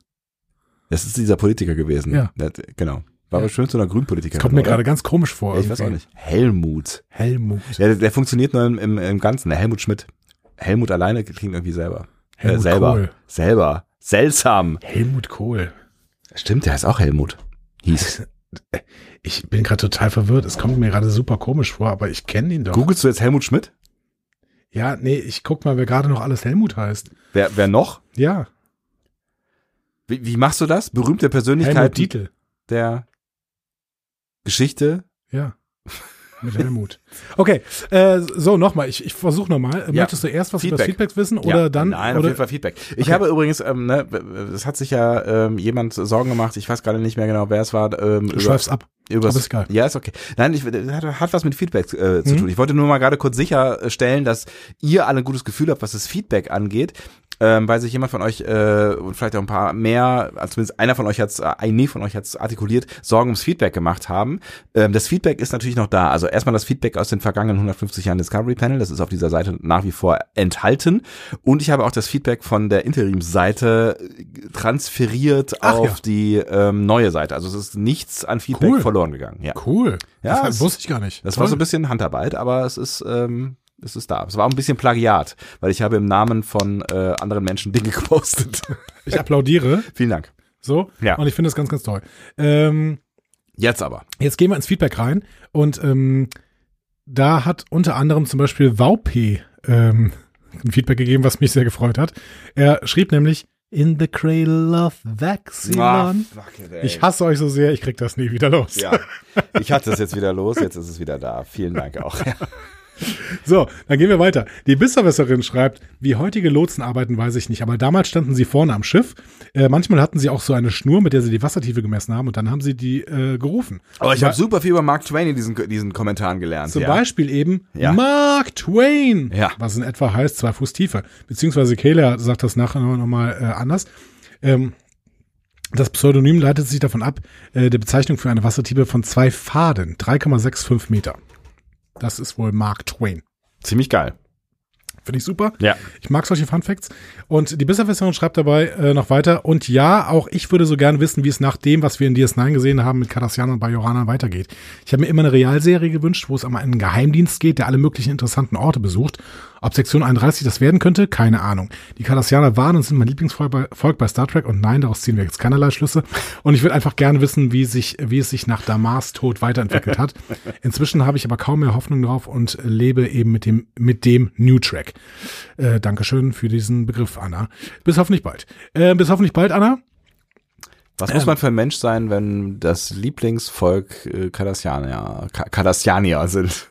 [SPEAKER 1] Das ist dieser Politiker gewesen.
[SPEAKER 2] Ja.
[SPEAKER 1] Das, genau. War aber schön zu einer Grünpolitiker.
[SPEAKER 2] Das kommt mir gerade ganz komisch vor.
[SPEAKER 1] Ich weiß auch
[SPEAKER 2] irgendwie.
[SPEAKER 1] nicht. Helmut.
[SPEAKER 2] Helmut.
[SPEAKER 1] Ja, der, der funktioniert nur im, im, im Ganzen. Der Helmut Schmidt. Helmut alleine klingt irgendwie selber. Äh,
[SPEAKER 2] Helmut
[SPEAKER 1] selber.
[SPEAKER 2] Kohl.
[SPEAKER 1] Selber. Seltsam.
[SPEAKER 2] Helmut Kohl.
[SPEAKER 1] Stimmt, der heißt auch Helmut. Hieß.
[SPEAKER 2] Ich bin gerade total verwirrt. Es kommt mir gerade super komisch vor, aber ich kenne ihn doch.
[SPEAKER 1] Googlest du jetzt Helmut Schmidt?
[SPEAKER 2] Ja, nee, ich guck mal, wer gerade noch alles Helmut heißt.
[SPEAKER 1] Wer, wer noch?
[SPEAKER 2] Ja,
[SPEAKER 1] Wie, wie machst du das? Berühmte
[SPEAKER 2] Helmut
[SPEAKER 1] Persönlichkeit
[SPEAKER 2] Dietl.
[SPEAKER 1] der Geschichte.
[SPEAKER 2] Ja. Mit Helmut. Okay, äh, so nochmal, ich, ich versuche nochmal.
[SPEAKER 1] Ja.
[SPEAKER 2] Möchtest du erst was über
[SPEAKER 1] Feedback.
[SPEAKER 2] Feedback wissen oder
[SPEAKER 1] Ja.
[SPEAKER 2] dann?
[SPEAKER 1] Nein, auf
[SPEAKER 2] oder,
[SPEAKER 1] jeden Fall Feedback. Ich habe übrigens, ähm, ne, es hat sich ja ähm, jemand Sorgen gemacht, ich weiß gerade nicht mehr genau, wer es war. Ähm,
[SPEAKER 2] Du schweifst ab.
[SPEAKER 1] Übers,
[SPEAKER 2] Aber ist egal. Mhm.
[SPEAKER 1] Ja, ist okay. Nein, ich, das hat, hat was mit Feedback äh, zu tun. Ich wollte nur mal gerade kurz sicherstellen, dass ihr alle ein gutes Gefühl habt, was das Feedback angeht. Ähm, weil sich jemand von euch äh, und vielleicht auch ein paar mehr, also zumindest einer von euch hat's, äh, eine von euch hat's artikuliert, Sorgen ums Feedback gemacht haben. Ähm, das Feedback ist natürlich noch da. Also erstmal das Feedback aus den vergangenen 150 Jahren Discovery Panel, das ist auf dieser Seite nach wie vor enthalten. Und ich habe auch das Feedback von der Interimsseite transferiert
[SPEAKER 2] Ach ja.
[SPEAKER 1] auf die ähm, neue Seite. Also es ist nichts an Feedback
[SPEAKER 2] Cool.
[SPEAKER 1] verloren gegangen. Ja.
[SPEAKER 2] Cool.
[SPEAKER 1] Ja,
[SPEAKER 2] das,
[SPEAKER 1] es-
[SPEAKER 2] wusste ich gar nicht.
[SPEAKER 1] Das
[SPEAKER 2] Toll.
[SPEAKER 1] war so ein bisschen Handarbeit, aber es ist, ähm, es ist da. Es war auch ein bisschen Plagiat, weil ich habe im Namen von äh, anderen Menschen Dinge gepostet.
[SPEAKER 2] Ich applaudiere.
[SPEAKER 1] Vielen Dank.
[SPEAKER 2] So.
[SPEAKER 1] Ja.
[SPEAKER 2] Und ich finde das ganz, ganz toll. Ähm,
[SPEAKER 1] Jetzt aber.
[SPEAKER 2] Jetzt gehen wir ins Feedback rein und ähm, da hat unter anderem zum Beispiel Waupe ähm, ein Feedback gegeben, was mich sehr gefreut hat. Er schrieb nämlich In the Cradle of Vaxilon.
[SPEAKER 1] Ah, fuck it, ey.
[SPEAKER 2] ich hasse euch so sehr, ich krieg das nie wieder los.
[SPEAKER 1] ja, ich hatte es jetzt wieder los, jetzt ist es wieder da. Vielen Dank auch. Ja.
[SPEAKER 2] So, dann gehen wir weiter. Die Bisserwisserin schreibt, wie heutige Lotsen arbeiten, weiß ich nicht, aber damals standen sie vorne am Schiff. Äh, manchmal hatten sie auch so eine Schnur, mit der sie die Wassertiefe gemessen haben und dann haben sie die äh, gerufen.
[SPEAKER 1] Aber ich habe super viel über Mark Twain in diesen, diesen Kommentaren gelernt.
[SPEAKER 2] Zum
[SPEAKER 1] ja.
[SPEAKER 2] Beispiel eben
[SPEAKER 1] Ja.
[SPEAKER 2] Mark Twain,
[SPEAKER 1] Ja.
[SPEAKER 2] was in etwa heißt zwei Fuß tiefer. Beziehungsweise Kehler sagt das nachher nochmal äh, anders. Ähm, das Pseudonym leitet sich davon ab, äh, der Bezeichnung für eine Wassertiefe von zwei Faden, 3,65 Meter. Das ist wohl Mark Twain.
[SPEAKER 1] Ziemlich geil.
[SPEAKER 2] Finde ich super.
[SPEAKER 1] Ja.
[SPEAKER 2] Ich mag solche Fun Facts. Und die Besserwisserin schreibt dabei äh, noch weiter. Und ja, auch ich würde so gerne wissen, wie es nach dem, was wir in DS9 gesehen haben, mit Cardassian und Bajoranern weitergeht. Ich habe mir immer eine Realserie gewünscht, wo es um einen Geheimdienst geht, der alle möglichen interessanten Orte besucht. Ob Sektion 31 das werden könnte? Keine Ahnung. Die Cardassianer waren und sind mein Lieblingsvolk bei, Volk bei Star Trek und nein, daraus ziehen wir jetzt keinerlei Schlüsse. Und ich würde einfach gerne wissen, wie, sich, wie es sich nach Damars Tod weiterentwickelt hat. Inzwischen habe ich aber kaum mehr Hoffnung drauf und lebe eben mit dem, mit dem New Track. Äh, Dankeschön für diesen Begriff, Anna. Bis hoffentlich bald. Äh, bis hoffentlich bald, Anna.
[SPEAKER 1] Was muss man für ein Mensch sein, wenn das Lieblingsvolk äh, Kardassianier, Ka- Kardassianier sind?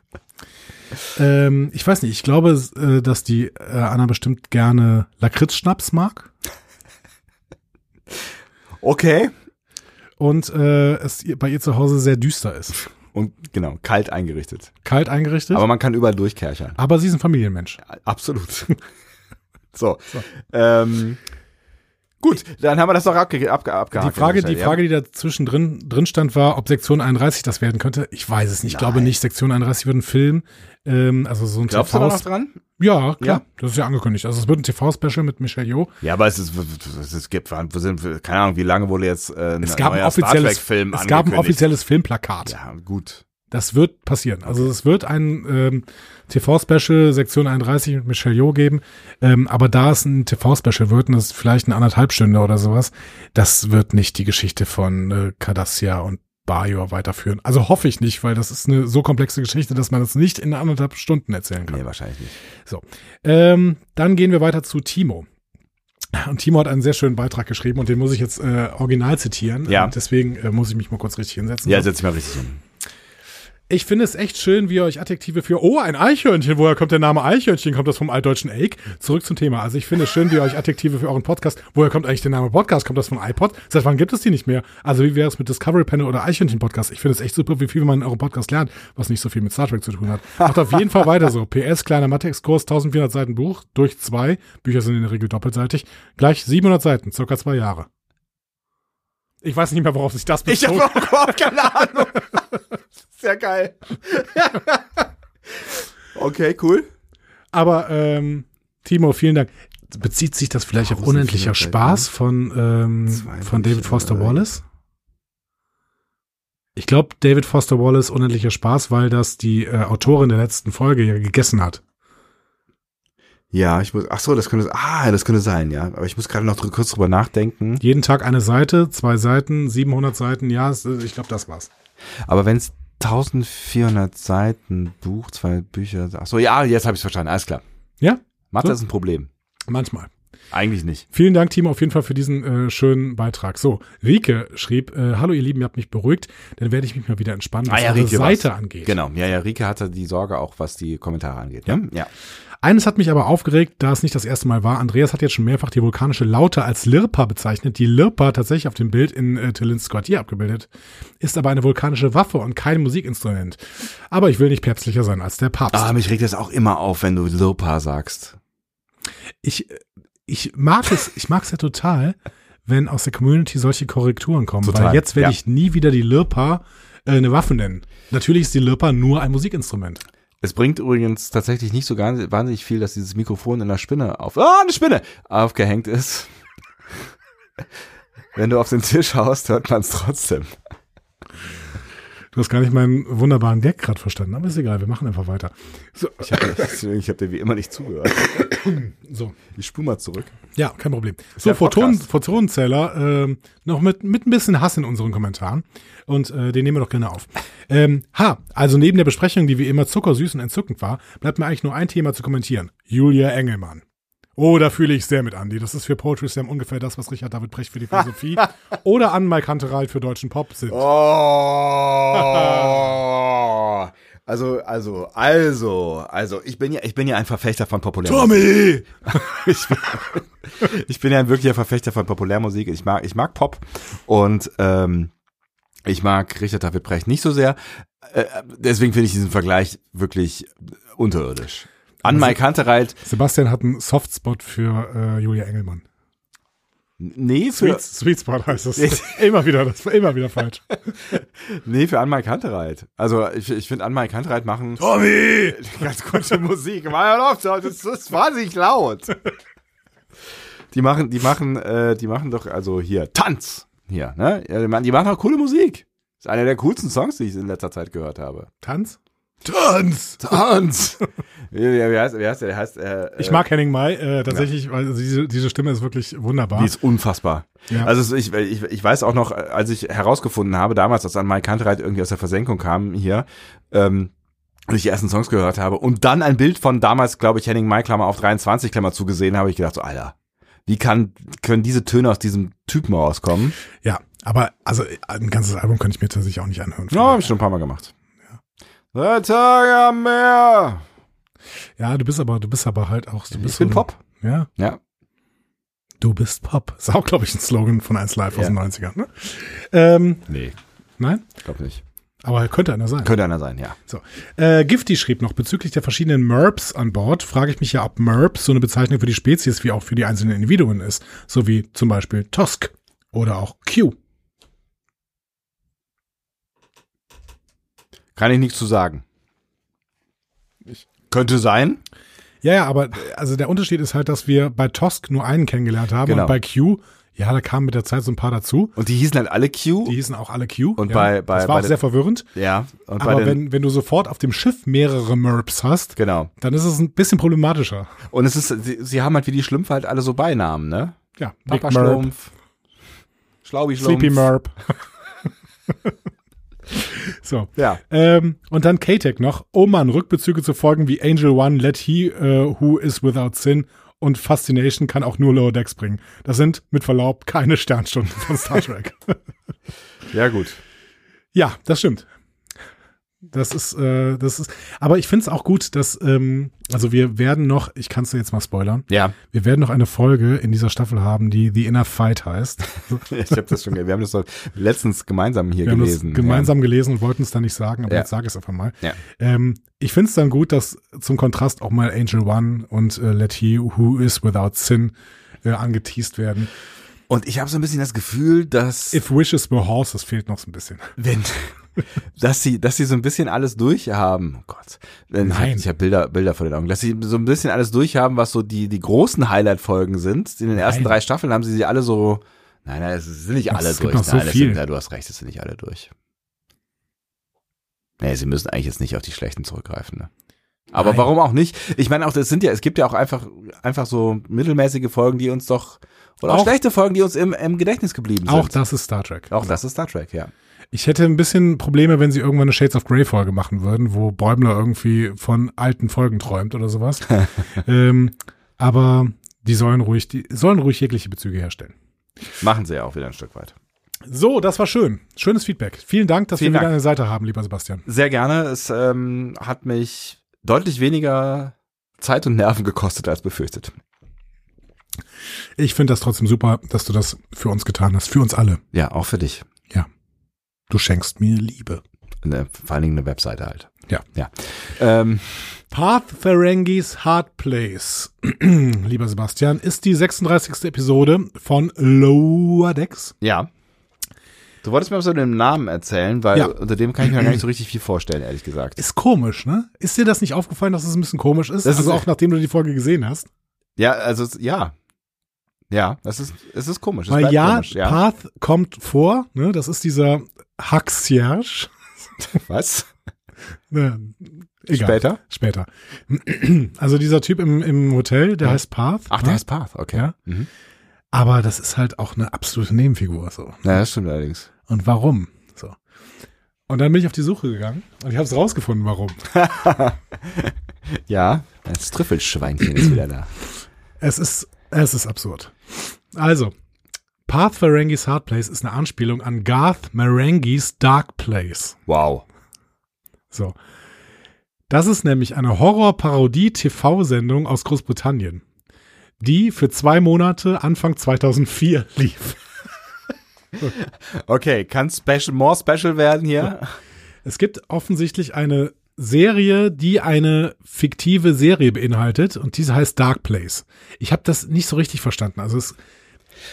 [SPEAKER 2] Ähm, ich weiß nicht, ich glaube, s- äh, dass die äh, Anna bestimmt gerne Lakritz-Schnaps mag.
[SPEAKER 1] Okay.
[SPEAKER 2] Und äh, es ihr- bei ihr zu Hause sehr düster ist.
[SPEAKER 1] Und genau, kalt eingerichtet.
[SPEAKER 2] Kalt eingerichtet.
[SPEAKER 1] Aber man kann überall durchkerchern.
[SPEAKER 2] Aber sie ist ein Familienmensch.
[SPEAKER 1] Absolut. so. Ähm, gut, dann haben wir das doch abge abge abgehakt.
[SPEAKER 2] Die Frage,
[SPEAKER 1] an der
[SPEAKER 2] die
[SPEAKER 1] Stelle,
[SPEAKER 2] Frage, die da zwischendrin drin stand, war, ob Sektion 31 das werden könnte. Ich weiß es nicht. Ich glaube
[SPEAKER 1] Nein.
[SPEAKER 2] nicht. Sektion 31 wird ein Film. Ähm, also so ein
[SPEAKER 1] Ja. Glaubst du da noch dran?
[SPEAKER 2] Ja, klar.
[SPEAKER 1] Ja?
[SPEAKER 2] Das ist ja angekündigt. Also es wird ein TV-Special mit Michelle Yeoh.
[SPEAKER 1] Ja, aber es, ist, es gibt, wir sind, keine Ahnung, wie lange wurde jetzt äh, ein
[SPEAKER 2] Es gab ein
[SPEAKER 1] neuer Star
[SPEAKER 2] offizielles,
[SPEAKER 1] Trek-Film
[SPEAKER 2] es gab ein
[SPEAKER 1] angekündigt?
[SPEAKER 2] offizielles Filmplakat.
[SPEAKER 1] Ja, gut.
[SPEAKER 2] Das wird passieren. Also es wird ein ähm, TV-Special Sektion 31 mit Michelle Yeoh geben. Ähm, aber da es ein TV-Special wird und es vielleicht eine anderthalb Stunde oder sowas, das wird nicht die Geschichte von äh, Cardassia und Bajor weiterführen. Also hoffe ich nicht, weil das ist eine so komplexe Geschichte, dass man das nicht in anderthalb Stunden erzählen kann.
[SPEAKER 1] Nee, wahrscheinlich nicht.
[SPEAKER 2] Ähm, dann gehen wir weiter zu Timo. Und Timo hat einen sehr schönen Beitrag geschrieben und den muss ich jetzt äh, original zitieren.
[SPEAKER 1] Ja.
[SPEAKER 2] Und deswegen äh, muss ich mich mal kurz richtig hinsetzen.
[SPEAKER 1] Ja, setz dich mal richtig hin.
[SPEAKER 2] Ich finde es echt schön, wie ihr euch Adjektive für Oh, ein Eichhörnchen, woher kommt der Name Eichhörnchen? Kommt das vom altdeutschen Eik? Zurück zum Thema. Also ich finde es schön, wie ihr euch Adjektive für euren Podcast, woher kommt eigentlich der Name Podcast? Kommt das vom iPod? Seit wann gibt es die nicht mehr? Also wie wäre es mit Discovery Panel oder Eichhörnchen Podcast? Ich finde es echt super, wie viel man in eurem Podcast lernt, was nicht so viel mit Star Trek zu tun hat. Macht auf jeden Fall weiter so. PS, kleiner Mathe-Exkurs, 1400 Seiten Buch, durch zwei, Bücher sind in der Regel doppelseitig, gleich 700 Seiten, circa zwei Jahre. Ich weiß nicht mehr, worauf sich das bezog.
[SPEAKER 1] Ich habe überhaupt keine Ahnung. Sehr geil. okay, cool.
[SPEAKER 2] Aber ähm, Timo, vielen Dank. Bezieht sich das vielleicht auf
[SPEAKER 1] Tausend
[SPEAKER 2] unendlicher
[SPEAKER 1] Seiten.
[SPEAKER 2] Spaß von, ähm,
[SPEAKER 1] Zwei
[SPEAKER 2] von David
[SPEAKER 1] Bücher.
[SPEAKER 2] Foster Wallace? Ich glaube, David Foster Wallace, unendlicher Spaß, weil das die äh, Autorin der letzten Folge ja gegessen hat.
[SPEAKER 1] Ja, ich muss. Ach so, das könnte. Ah, das könnte sein, ja. Aber ich muss gerade noch dr kurz drüber nachdenken.
[SPEAKER 2] Jeden Tag eine Seite, zwei Seiten, 700 Seiten, ja, es- äh, ich glaube, das war's.
[SPEAKER 1] Aber wenn es 1400 Seiten Buch, zwei Bücher. Ach so, ja, jetzt habe ich verstanden. Alles klar.
[SPEAKER 2] Ja,
[SPEAKER 1] Mathe
[SPEAKER 2] So.
[SPEAKER 1] ist ein Problem.
[SPEAKER 2] manchmal.
[SPEAKER 1] Eigentlich nicht.
[SPEAKER 2] Vielen Dank, Timo, auf jeden Fall für diesen äh, schönen Beitrag. So, Rike schrieb, äh, hallo ihr Lieben, ihr habt mich beruhigt, dann werde ich mich mal wieder entspannen,
[SPEAKER 1] Ah
[SPEAKER 2] was eure
[SPEAKER 1] Rike war's.
[SPEAKER 2] Seite angeht.
[SPEAKER 1] Genau. Ja, ja, Rike hatte die Sorge auch, was die Kommentare angeht. Ja. ja.
[SPEAKER 2] Eines hat mich aber aufgeregt, da es nicht das erste Mal war. Andreas hat jetzt schon mehrfach die vulkanische Laute als Lirpa bezeichnet. Die Lirpa tatsächlich auf dem Bild in äh, Tillins Quartier abgebildet, ist aber eine vulkanische Waffe und kein Musikinstrument. Aber ich will nicht päpstlicher sein als der Papst.
[SPEAKER 1] Ah, mich regt das auch immer auf, wenn du Lirpa sagst.
[SPEAKER 2] Ich, ich mag es, ich mag es ja total, wenn aus der Community solche Korrekturen kommen.
[SPEAKER 1] Total,
[SPEAKER 2] Weil jetzt werde
[SPEAKER 1] ja.
[SPEAKER 2] ich nie wieder die Lirpa äh, eine Waffe nennen. Natürlich ist die Lirpa nur ein Musikinstrument.
[SPEAKER 1] Es bringt übrigens tatsächlich nicht so ganz- wahnsinnig viel, dass dieses Mikrofon in der Spinne auf, ah, eine Spinne aufgehängt ist. Wenn du auf den Tisch haust, hört man es trotzdem.
[SPEAKER 2] Du hast gar nicht meinen wunderbaren Gag gerade verstanden, aber ist egal, wir machen einfach weiter. So,
[SPEAKER 1] Ich habe ich hab dir wie immer nicht zugehört.
[SPEAKER 2] so.
[SPEAKER 1] Ich spule mal zurück.
[SPEAKER 2] Ja, kein Problem. So,
[SPEAKER 1] der
[SPEAKER 2] Photon,
[SPEAKER 1] Podcast.
[SPEAKER 2] Photonenzähler, ähm, noch mit, mit ein bisschen Hass in unseren Kommentaren. Und äh, den nehmen wir doch gerne auf. Ähm, ha, also neben der Besprechung, die wie immer zuckersüß und entzückend war, bleibt mir eigentlich nur ein Thema zu kommentieren. Julia Engelmann. Oh, da fühle ich sehr mit Andi. Das ist für Poetry Slam ungefähr das, was Richard David Brecht für die Philosophie oder Anne-Mai Kantereit für deutschen Pop sind.
[SPEAKER 1] Oh. Also, also, also, also, ich bin ja, ich bin ja ein Verfechter von Populärmusik.
[SPEAKER 2] Tommy!
[SPEAKER 1] Ich bin, ich bin ja ein wirklicher Verfechter von Populärmusik. Ich mag, ich mag Pop und ähm, ich mag Richard David Brecht nicht so sehr. Äh, deswegen finde ich diesen Vergleich wirklich unterirdisch. An
[SPEAKER 2] Also
[SPEAKER 1] Mike Hunterreit,
[SPEAKER 2] Sebastian hat einen Softspot für äh, Julia Engelmann.
[SPEAKER 1] nee, für,
[SPEAKER 2] Sweet, Sweet Spot heißt es. immer wieder, das war immer wieder falsch.
[SPEAKER 1] nee, für An Mike Hunterreit. Also, ich, ich finde An Mike Hunterreit machen
[SPEAKER 2] Tommy!
[SPEAKER 1] ganz gute Musik. Mach mal auf, das ist, das ist wahnsinnig laut. Die machen, die machen, äh, die machen doch also hier Tanz hier. Ne? Ja, die machen- Die machen auch coole Musik. Ist einer der coolsten Songs, die ich in letzter Zeit gehört habe.
[SPEAKER 2] Tanz? Tanz!
[SPEAKER 1] Tanz. ja, wie heißt, wie heißt der? Der heißt. Äh,
[SPEAKER 2] Ich mag Henning Mai äh, tatsächlich, weil diese, diese Stimme ist wirklich
[SPEAKER 1] Die
[SPEAKER 2] wunderbar.
[SPEAKER 1] ist unfassbar.
[SPEAKER 2] Ja.
[SPEAKER 1] Also es- ich, ich, ich weiß auch noch, als ich herausgefunden habe, damals, als an Mike Kantereit irgendwie aus der Versenkung kam hier, ähm, und ich die ersten Songs gehört habe und dann ein Bild von damals, glaube ich, Henning Mai, Klammer auf 23, Klammer zu gesehen, habe ich gedacht, so, Alter, wie kann, können diese Töne aus diesem Typen rauskommen?
[SPEAKER 2] ja, aber also äh, ein ganzes Album könnte ich mir tatsächlich auch nicht anhören.
[SPEAKER 1] Ja, habe ich schon ein paar Mal gemacht. Drei Tage am Meer.
[SPEAKER 2] Ja, du bist aber, du bist aber halt auch, du bist
[SPEAKER 1] Ich bin
[SPEAKER 2] so-
[SPEAKER 1] Pop.
[SPEAKER 2] Ja,
[SPEAKER 1] Ja.
[SPEAKER 2] du bist Pop. Ist auch, glaube ich, ein Slogan von 1 Live aus
[SPEAKER 1] Ja.
[SPEAKER 2] den 90ern. Ne? Ähm,
[SPEAKER 1] Nee,
[SPEAKER 2] nein,
[SPEAKER 1] glaube nicht.
[SPEAKER 2] Aber könnte einer sein.
[SPEAKER 1] Könnte einer sein, ja.
[SPEAKER 2] So. Äh, Gifty schrieb noch, bezüglich der verschiedenen Merps an Bord, frage ich mich ja, ob Merps so eine Bezeichnung für die Spezies wie auch für die einzelnen Individuen ist. So wie zum Beispiel Tusk oder auch Q.
[SPEAKER 1] Kann ich nichts zu sagen.
[SPEAKER 2] Ich-
[SPEAKER 1] Könnte sein.
[SPEAKER 2] Ja, ja, aber äh, also der Unterschied ist halt, dass wir bei Tosk nur einen kennengelernt haben
[SPEAKER 1] Genau.
[SPEAKER 2] und bei Q, ja, da kamen mit der Zeit so ein paar dazu.
[SPEAKER 1] Und die hießen halt alle Q.
[SPEAKER 2] Die hießen auch alle Q.
[SPEAKER 1] Und
[SPEAKER 2] ja.
[SPEAKER 1] bei- bei-
[SPEAKER 2] das
[SPEAKER 1] bei
[SPEAKER 2] war auch
[SPEAKER 1] den-
[SPEAKER 2] sehr verwirrend.
[SPEAKER 1] ja. Und bei
[SPEAKER 2] Aber
[SPEAKER 1] den,
[SPEAKER 2] wenn, wenn du sofort auf dem Schiff mehrere Merps hast,
[SPEAKER 1] genau.
[SPEAKER 2] dann ist es ein bisschen problematischer.
[SPEAKER 1] Und es ist, sie, sie haben halt wie die Schlümpfe halt alle so Beinamen, ne?
[SPEAKER 2] Ja, Big
[SPEAKER 1] Papa
[SPEAKER 2] Merp,
[SPEAKER 1] Schlumpf. Schlaubi Schlumpf.
[SPEAKER 2] Sleepy Merp. so.
[SPEAKER 1] Ja.
[SPEAKER 2] Ähm, und dann K-Tech noch. Oh man, Rückbezüge zu Folgen wie Angel One, Let He äh, Who Is Without Sin und Fascination kann auch nur Lower Decks bringen. Das sind, mit Verlaub, keine Sternstunden von Star Trek.
[SPEAKER 1] Ja, gut.
[SPEAKER 2] ja, das stimmt. Das ist, äh, das ist, aber ich finde es auch gut, dass, ähm, also wir werden noch, ich kann es dir jetzt mal spoilern,
[SPEAKER 1] Ja.
[SPEAKER 2] wir werden noch eine Folge in dieser Staffel haben, die The Inner Fight heißt.
[SPEAKER 1] Ich habe das schon, ge- wir haben das doch letztens gemeinsam hier
[SPEAKER 2] Wir haben
[SPEAKER 1] gelesen.
[SPEAKER 2] das gemeinsam gelesen und wollten es dann nicht sagen, aber
[SPEAKER 1] Ja.
[SPEAKER 2] jetzt sage ich es einfach mal.
[SPEAKER 1] Ja.
[SPEAKER 2] Ähm, ich finde es dann gut, dass zum Kontrast auch mal Angel One und äh, Let He Who Is Without Sin äh, angeteased werden.
[SPEAKER 1] Ja. Und ich habe so ein bisschen das Gefühl, dass
[SPEAKER 2] If Wishes Were Horses fehlt noch so ein bisschen.
[SPEAKER 1] wenn dass sie dass sie so ein bisschen alles durchhaben. Oh Gott. Wenn-
[SPEAKER 2] Nein.
[SPEAKER 1] Ich habe Bilder Bilder vor den Augen, dass sie so ein bisschen alles durchhaben, was so die die großen Highlight Folgen sind. In den ersten
[SPEAKER 2] Nein.
[SPEAKER 1] drei Staffeln haben sie sie alle so Nein, nein, es sind nicht
[SPEAKER 2] Es
[SPEAKER 1] alle
[SPEAKER 2] gibt
[SPEAKER 1] durch.
[SPEAKER 2] noch so
[SPEAKER 1] nein, es
[SPEAKER 2] viel.
[SPEAKER 1] Sind, ja, du hast recht, es sind nicht alle durch. Nee, sie müssen eigentlich jetzt nicht auf die schlechten zurückgreifen, ne? Aber
[SPEAKER 2] Nein.
[SPEAKER 1] warum auch nicht? Ich meine auch, das sind ja, es gibt ja auch einfach, einfach so mittelmäßige Folgen, die uns doch, oder auch,
[SPEAKER 2] Auch-
[SPEAKER 1] schlechte Folgen, die uns im, im Gedächtnis geblieben sind.
[SPEAKER 2] Auch das ist Star Trek.
[SPEAKER 1] auch das ist Star Trek, ja.
[SPEAKER 2] Ich hätte ein bisschen Probleme, wenn sie irgendwann eine Shades of Grey Folge machen würden, wo Bäumler irgendwie von alten Folgen träumt oder sowas. ähm, aber die sollen ruhig, die sollen ruhig jegliche Bezüge herstellen.
[SPEAKER 1] Machen sie ja auch wieder ein Stück weit.
[SPEAKER 2] So, das war schön. Schönes Feedback. Vielen Dank, dass
[SPEAKER 1] Vielen
[SPEAKER 2] wir wieder
[SPEAKER 1] Dank.
[SPEAKER 2] eine Seite haben, lieber Sebastian.
[SPEAKER 1] Sehr gerne. Es ähm, hat mich deutlich weniger Zeit und Nerven gekostet als befürchtet.
[SPEAKER 2] Ich finde das trotzdem super, dass du das für uns getan hast, für uns alle.
[SPEAKER 1] Ja, auch für dich.
[SPEAKER 2] Du schenkst mir Liebe.
[SPEAKER 1] Ne, vor allen Dingen eine Webseite halt.
[SPEAKER 2] Ja.
[SPEAKER 1] Ja. Ähm,
[SPEAKER 2] Path Ferengis Hard Place, lieber Sebastian, ist die 36. Episode von Lower Decks.
[SPEAKER 1] ja. Du wolltest mir was über den Namen erzählen, weil
[SPEAKER 2] Ja.
[SPEAKER 1] unter dem kann ich mir gar nicht so richtig viel vorstellen, ehrlich gesagt.
[SPEAKER 2] Ist komisch, ne? Ist dir das nicht aufgefallen, dass es ein bisschen komisch ist?
[SPEAKER 1] Das ist-
[SPEAKER 2] also auch nachdem du die Folge gesehen hast.
[SPEAKER 1] Ja, also es- ja. Ja, das ist, es ist komisch. Es
[SPEAKER 2] Weil
[SPEAKER 1] bleibt
[SPEAKER 2] ja,
[SPEAKER 1] komisch, ja.
[SPEAKER 2] Path kommt vor, ne? Das ist dieser Haxiage.
[SPEAKER 1] Was?
[SPEAKER 2] Ne, egal.
[SPEAKER 1] Später?
[SPEAKER 2] Später. Also dieser Typ im, im Hotel, der
[SPEAKER 1] Ja.
[SPEAKER 2] heißt Path.
[SPEAKER 1] Ach, der
[SPEAKER 2] ne?
[SPEAKER 1] heißt Path, okay.
[SPEAKER 2] Ja.
[SPEAKER 1] Mhm.
[SPEAKER 2] Aber das ist halt auch eine absolute Nebenfigur so.
[SPEAKER 1] Ja, das stimmt allerdings.
[SPEAKER 2] Und warum? So. Und dann bin ich auf die Suche gegangen und ich habe es rausgefunden, warum.
[SPEAKER 1] Ja, das Trüffelschweinchen ist wieder da.
[SPEAKER 2] Es ist, es ist absurd. Also, Path Ferengis Hard Place ist eine Anspielung an Garth Marengis Dark Place.
[SPEAKER 1] Wow.
[SPEAKER 2] So. Das ist nämlich eine Horror-Parodie-TV-Sendung aus Großbritannien, die für zwei Monate Anfang 2004 lief.
[SPEAKER 1] Okay, kann special, more special werden hier?
[SPEAKER 2] Es gibt offensichtlich eine Serie, die eine fiktive Serie beinhaltet und diese heißt Dark Place. Ich habe das nicht so richtig verstanden. Also es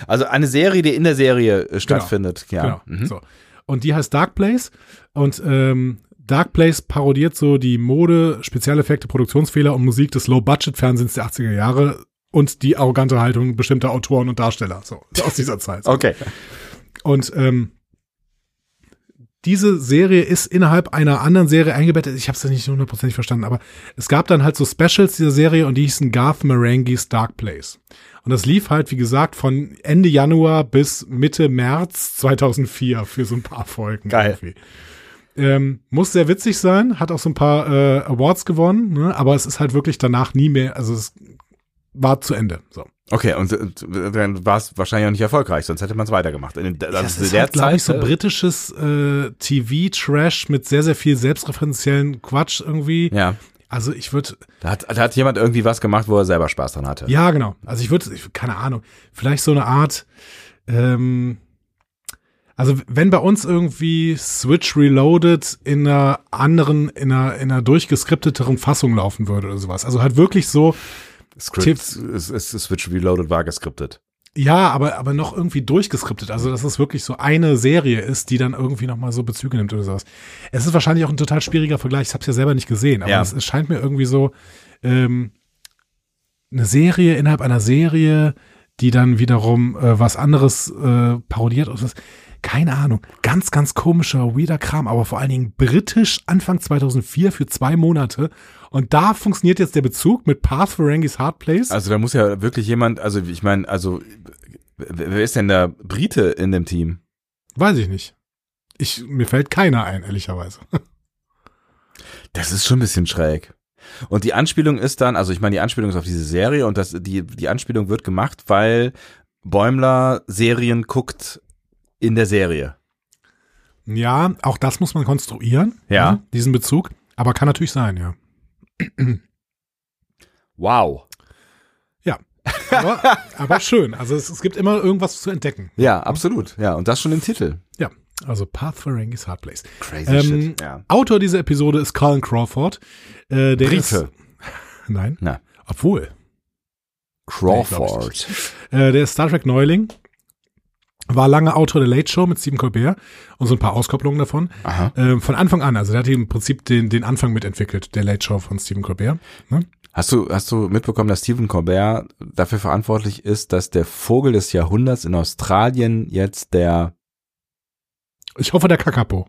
[SPEAKER 1] Also eine Serie, die in der Serie äh, stattfindet,
[SPEAKER 2] genau
[SPEAKER 1] ja. Mhm.
[SPEAKER 2] so und die heißt Dark Place und ähm, Dark Place parodiert so die Mode, Spezialeffekte, Produktionsfehler und Musik des Low-Budget-Fernsehens der 80er Jahre und die arrogante Haltung bestimmter Autoren und Darsteller so aus dieser Zeit.
[SPEAKER 1] Okay.
[SPEAKER 2] Und ähm, diese Serie ist innerhalb einer anderen Serie eingebettet. Ich habe es nicht hundertprozentig verstanden, aber es gab dann halt so Specials dieser Serie und die hießen Garth Marenghi's Dark Place. Und das lief halt, wie gesagt, von Ende Januar bis Mitte März 2004 für so ein paar Folgen.
[SPEAKER 1] Geil.
[SPEAKER 2] irgendwie. Ähm, muss sehr witzig sein, hat auch so ein paar äh, Awards gewonnen, ne? aber es ist halt wirklich danach nie mehr, also es war zu Ende. So.
[SPEAKER 1] Okay, und äh, dann war es wahrscheinlich auch nicht erfolgreich, sonst hätte man es weitergemacht. In, also
[SPEAKER 2] das
[SPEAKER 1] zu
[SPEAKER 2] ist
[SPEAKER 1] der
[SPEAKER 2] halt, glaube ich, so
[SPEAKER 1] Zeit, äh,
[SPEAKER 2] britisches äh, TV-Trash mit sehr, sehr viel selbstreferenziellen Quatsch irgendwie.
[SPEAKER 1] Ja,
[SPEAKER 2] Also ich würde,
[SPEAKER 1] da hat, da hat jemand irgendwie was gemacht, wo er selber Spaß dran hatte.
[SPEAKER 2] ja genau, also ich würde, keine Ahnung, vielleicht so eine Art, ähm, Also wenn bei uns irgendwie Switch Reloaded in einer anderen, in einer, in einer durchgeskripteteren Fassung laufen würde oder sowas. Also halt wirklich so,
[SPEAKER 4] Scripts, es ist, Switch Reloaded war geskriptet.
[SPEAKER 2] ja, aber, aber noch irgendwie durchgeskriptet. Also dass es wirklich so eine Serie ist, die dann irgendwie nochmal so Bezüge nimmt oder sowas. Es ist wahrscheinlich auch ein total schwieriger Vergleich. Ich habe es ja selber nicht gesehen, aber
[SPEAKER 1] Ja.
[SPEAKER 2] es, es scheint mir irgendwie so ähm, eine Serie innerhalb einer Serie, die dann wiederum äh, was anderes äh, parodiert. Und das, keine Ahnung. Ganz, ganz komischer, weirder Kram, aber vor allen Dingen britisch Anfang 2004 für zwei Monate. Und da funktioniert jetzt der Bezug mit Path Ferengis Hard Place.
[SPEAKER 1] Also da muss ja wirklich jemand, also ich meine, also wer wer ist denn der Brite in dem Team?
[SPEAKER 2] Weiß ich nicht. Ich, mir fällt keiner ein, ehrlicherweise.
[SPEAKER 1] Das ist schon ein bisschen schräg. Und die Anspielung ist dann, also ich meine, die Anspielung ist auf diese Serie und das, die, die Anspielung wird gemacht, weil Bäumler Serien guckt in der Serie.
[SPEAKER 2] Ja, auch das muss man konstruieren.
[SPEAKER 1] Ja.
[SPEAKER 2] ne, Diesen Bezug. Aber kann natürlich sein, ja.
[SPEAKER 1] Wow.
[SPEAKER 2] Aber, aber schön. Also es, es gibt immer irgendwas zu entdecken.
[SPEAKER 1] Ja, absolut. Ja, und das schon im Titel.
[SPEAKER 2] Ja. Also Path Ferengis Hard Place.
[SPEAKER 1] Crazy
[SPEAKER 2] Ähm,
[SPEAKER 1] shit. Ja.
[SPEAKER 2] Autor dieser Episode ist Colin Crawford. Äh, der
[SPEAKER 1] Brite.
[SPEAKER 2] Ist, nein.
[SPEAKER 1] Na.
[SPEAKER 2] Obwohl. Nee, glaub
[SPEAKER 1] Crawford.
[SPEAKER 2] Äh, der ist Star Trek Neuling. War lange Autor der Late Show mit Stephen Colbert und so ein paar Auskopplungen davon.
[SPEAKER 1] Aha.
[SPEAKER 2] Ähm, von Anfang an, also der hat im Prinzip den, den Anfang mitentwickelt, der Late Show von Stephen Colbert. Ne?
[SPEAKER 1] Hast du, hast du mitbekommen, dass Stephen Colbert dafür verantwortlich ist, dass der Vogel des Jahrhunderts in Australien jetzt der
[SPEAKER 2] Ich hoffe, der Kakapo.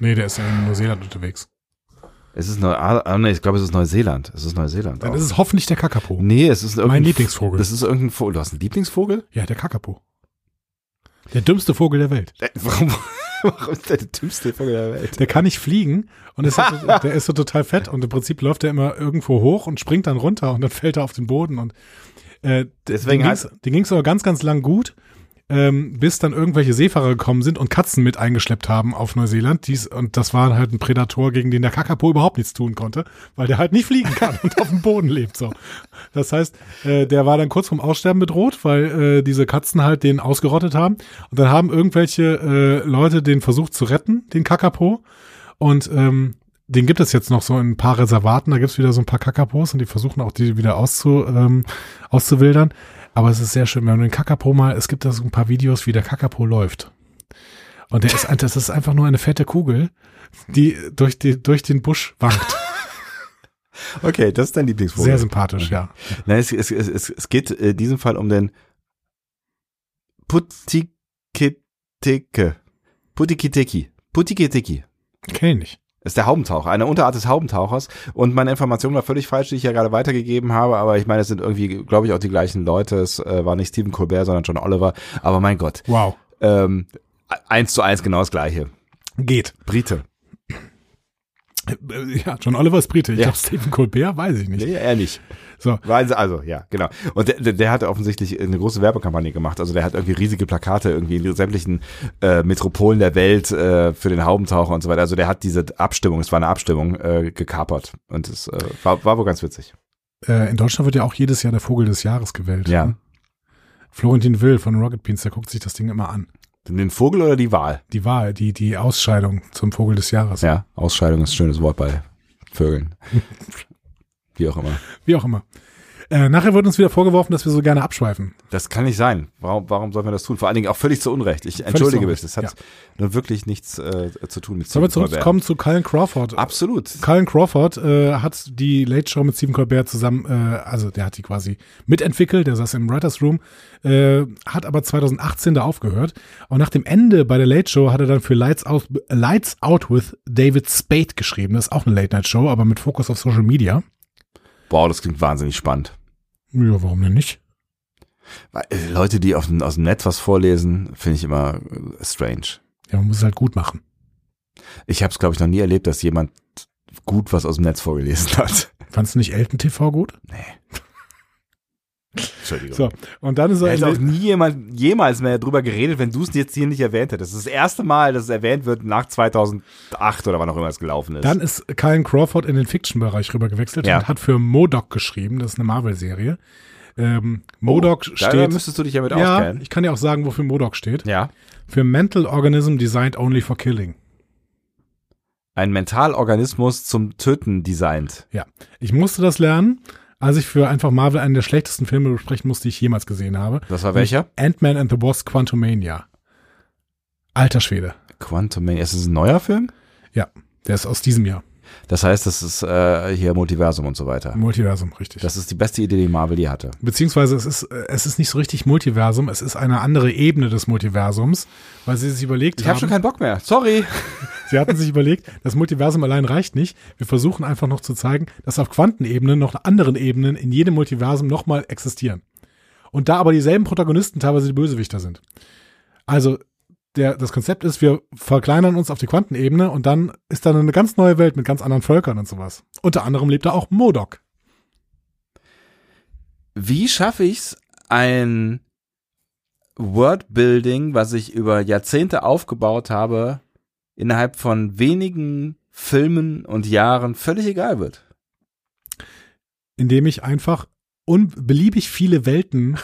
[SPEAKER 2] Nee, der ist in Neuseeland unterwegs.
[SPEAKER 1] Es ist Neu ah, ah, nee, ich glaube, es ist Neuseeland. Es ist Neuseeland.
[SPEAKER 2] Dann
[SPEAKER 1] auch.
[SPEAKER 2] ist es hoffentlich der Kakapo.
[SPEAKER 1] nee, es ist irgendein
[SPEAKER 2] Mein Lieblingsvogel.
[SPEAKER 1] Das ist irgendein Vogel. Du hast einen Lieblingsvogel?
[SPEAKER 2] Ja, der Kakapo. Der dümmste Vogel der Welt.
[SPEAKER 1] Äh, Warum, warum ist der der dümmste Vogel der Welt?
[SPEAKER 2] Der kann nicht fliegen und ist so, der ist so total fett und im Prinzip läuft er immer irgendwo hoch und springt dann runter und dann fällt er auf den Boden und äh,
[SPEAKER 1] Deswegen
[SPEAKER 2] den ging's- den ging's aber ganz, ganz lang gut, ähm, bis dann irgendwelche Seefahrer gekommen sind und Katzen mit eingeschleppt haben auf Neuseeland. Dies, und das war halt ein Predator, gegen den der Kakapo überhaupt nichts tun konnte, weil der halt nicht fliegen kann und auf dem Boden lebt. So. Das heißt, äh, der war dann kurz vom Aussterben bedroht, weil äh, diese Katzen halt den ausgerottet haben. Und dann haben irgendwelche äh, Leute den versucht zu retten, den Kakapo. Und ähm, den gibt es jetzt noch so in ein paar Reservaten. Da gibt's wieder so ein paar Kakapos und die versuchen auch, die wieder auszu, ähm, auszuwildern. Aber es ist sehr schön, wenn man den Kakapo mal, es gibt da so ein paar Videos, wie der Kakapo läuft. Und der ist, ein- das ist einfach nur eine fette Kugel, die durch, die, durch den Busch wankt.
[SPEAKER 1] Okay, das ist dein Lieblingsvogel.
[SPEAKER 2] Sehr sympathisch, ja.
[SPEAKER 1] Nein, es, es, es, es, es geht in diesem Fall um den Putikiteke. Putikiteki. Putikiteki.
[SPEAKER 2] Kenn ich nicht.
[SPEAKER 1] Ist der Haubentaucher, eine Unterart des Haubentauchers. Und meine Information war völlig falsch, die ich ja gerade weitergegeben habe. Aber ich meine, es sind irgendwie, glaube ich, auch die gleichen Leute. Es äh, war nicht Stephen Colbert, sondern John Oliver. Aber mein Gott.
[SPEAKER 2] Wow.
[SPEAKER 1] Ähm, eins zu eins genau das gleiche.
[SPEAKER 2] Geht.
[SPEAKER 1] Brite.
[SPEAKER 2] Äh, Ja, John Oliver ist Brite. Ich
[SPEAKER 1] Ja.
[SPEAKER 2] glaube, Stephen Colbert, weiß ich nicht.
[SPEAKER 1] Nee, er nicht.
[SPEAKER 2] So.
[SPEAKER 1] Weil sie- Also, ja, genau. Und der- der, der hat offensichtlich eine große Werbekampagne gemacht. Also der hat irgendwie riesige Plakate irgendwie in sämtlichen äh, Metropolen der Welt äh, für den Haubentaucher und so weiter. Also der hat diese Abstimmung, es war eine Abstimmung, äh, gekapert. Und es äh, war, war wohl ganz witzig.
[SPEAKER 2] Äh, in Deutschland wird ja auch jedes Jahr der Vogel des Jahres gewählt.
[SPEAKER 1] Ja.
[SPEAKER 2] ne? Florentin Will von Rocket Beans, der guckt sich das Ding immer an.
[SPEAKER 1] Den Vogel oder die Wahl?
[SPEAKER 2] Die Wahl, die, die Ausscheidung zum Vogel des Jahres.
[SPEAKER 1] Ja, Ausscheidung ist ein schönes Wort bei Vögeln. Wie auch immer.
[SPEAKER 2] Wie auch immer. Äh, nachher wird uns wieder vorgeworfen, dass wir so gerne abschweifen.
[SPEAKER 1] Das kann nicht sein. Warum, warum sollen wir das tun? Vor allen Dingen auch völlig zu Unrecht. Ich entschuldige
[SPEAKER 2] zu
[SPEAKER 1] bitte.
[SPEAKER 2] Unrecht,
[SPEAKER 1] Das hat
[SPEAKER 2] ja.
[SPEAKER 1] nun wirklich nichts äh, zu tun mit
[SPEAKER 2] Sollen wir
[SPEAKER 1] Stephen
[SPEAKER 2] zurückkommen zu Colin Crawford?
[SPEAKER 1] Absolut.
[SPEAKER 2] Colin Crawford äh, hat die Late Show mit Stephen Colbert zusammen, äh, also der hat die quasi mitentwickelt, der saß im Writers Room, äh, hat aber 2018 da aufgehört und nach dem Ende bei der Late Show hat er dann für Lights Out, Lights Out with David Spade geschrieben. Das ist auch eine Late Night Show, aber mit Fokus auf Social Media.
[SPEAKER 1] Wow, das klingt wahnsinnig spannend.
[SPEAKER 2] Ja, warum denn nicht?
[SPEAKER 1] Weil, äh, Leute, die auf, dem- aus dem Netz was vorlesen, finde ich immer äh, strange.
[SPEAKER 2] Ja, man muss es halt gut machen.
[SPEAKER 1] Ich habe es, glaube ich, noch nie erlebt, dass jemand gut was aus dem Netz vorgelesen hat.
[SPEAKER 2] Fandst du nicht Elton TV gut?
[SPEAKER 1] Entschuldigung.
[SPEAKER 2] So, und dann ist
[SPEAKER 1] Da
[SPEAKER 2] er
[SPEAKER 1] hätte auch
[SPEAKER 2] in,
[SPEAKER 1] nie jemand jemals mehr drüber geredet, wenn du es jetzt hier nicht erwähnt hättest. Das ist das erste Mal, dass es erwähnt wird nach 2008 oder wann auch immer es gelaufen ist.
[SPEAKER 2] dann ist Colin Crawford in den Fiction-Bereich rübergewechselt
[SPEAKER 1] Ja.
[SPEAKER 2] und hat für Modoc geschrieben, das ist eine Marvel-Serie. Ähm, Modoc
[SPEAKER 1] Oh, Da
[SPEAKER 2] steht.
[SPEAKER 1] müsstest du dich ja mit
[SPEAKER 2] Ja,
[SPEAKER 1] auskennen.
[SPEAKER 2] ich kann dir auch sagen, wofür Modoc steht.
[SPEAKER 1] Ja.
[SPEAKER 2] Für Mental Organism Designed Only for Killing.
[SPEAKER 1] Ein Mentalorganismus zum Töten designt.
[SPEAKER 2] Ja, ich musste das lernen, als ich für einfach Marvel einen der schlechtesten Filme besprechen musste, die ich jemals gesehen habe.
[SPEAKER 1] Das war welcher?
[SPEAKER 2] Ant-Man and the Wasp Quantumania. Alter Schwede.
[SPEAKER 1] Quantum Mania. Ist das ein neuer Film?
[SPEAKER 2] Ja, der ist aus diesem Jahr.
[SPEAKER 1] Das heißt, das ist äh, hier Multiversum und so weiter.
[SPEAKER 2] Multiversum, richtig.
[SPEAKER 1] Das ist die beste Idee, die Marvel je hatte.
[SPEAKER 2] Beziehungsweise es ist, äh, es ist nicht so richtig Multiversum, es ist eine andere Ebene des Multiversums, weil sie sich überlegt
[SPEAKER 1] Ich
[SPEAKER 2] haben,
[SPEAKER 1] habe schon keinen Bock mehr. Sorry.
[SPEAKER 2] sie hatten sich überlegt, das Multiversum allein reicht nicht. Wir versuchen einfach noch zu zeigen, dass auf Quantenebene noch anderen Ebenen in jedem Multiversum nochmal existieren. Und da aber dieselben Protagonisten teilweise die Bösewichter sind. Also der, das Konzept ist, wir verkleinern uns auf die Quantenebene und dann ist dann eine ganz neue Welt mit ganz anderen Völkern und sowas. Unter anderem lebt da auch Modok.
[SPEAKER 1] Wie schaffe ich's, ein Wordbuilding, was ich über Jahrzehnte aufgebaut habe, innerhalb von wenigen Filmen und Jahren völlig egal wird?
[SPEAKER 2] indem ich einfach un beliebig viele Welten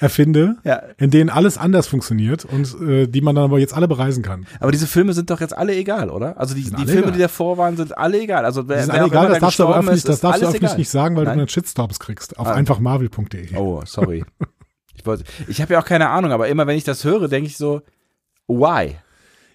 [SPEAKER 2] erfinde,
[SPEAKER 1] Ja,
[SPEAKER 2] in denen alles anders funktioniert und äh, die man dann aber jetzt alle bereisen kann.
[SPEAKER 1] aber diese Filme sind doch jetzt alle egal, oder? Also die,
[SPEAKER 2] Sind
[SPEAKER 1] die
[SPEAKER 2] alle
[SPEAKER 1] Filme,
[SPEAKER 2] egal.
[SPEAKER 1] die davor waren, sind alle egal. Also wer,
[SPEAKER 2] Das ist
[SPEAKER 1] wer
[SPEAKER 2] alle
[SPEAKER 1] auch
[SPEAKER 2] egal,
[SPEAKER 1] immer
[SPEAKER 2] das
[SPEAKER 1] da
[SPEAKER 2] darfst du aber
[SPEAKER 1] gestorben
[SPEAKER 2] öffentlich,
[SPEAKER 1] ist,
[SPEAKER 2] das
[SPEAKER 1] ist
[SPEAKER 2] darfst du
[SPEAKER 1] alles
[SPEAKER 2] öffentlich
[SPEAKER 1] egal.
[SPEAKER 2] nicht sagen, weil
[SPEAKER 1] Nein.
[SPEAKER 2] du dann Shitstorms kriegst auf
[SPEAKER 1] Ah.
[SPEAKER 2] einfachmarvel.de.
[SPEAKER 1] Oh, sorry. Ich, wollte, ich habe ja auch keine Ahnung, aber immer wenn ich das höre, denke ich so, why?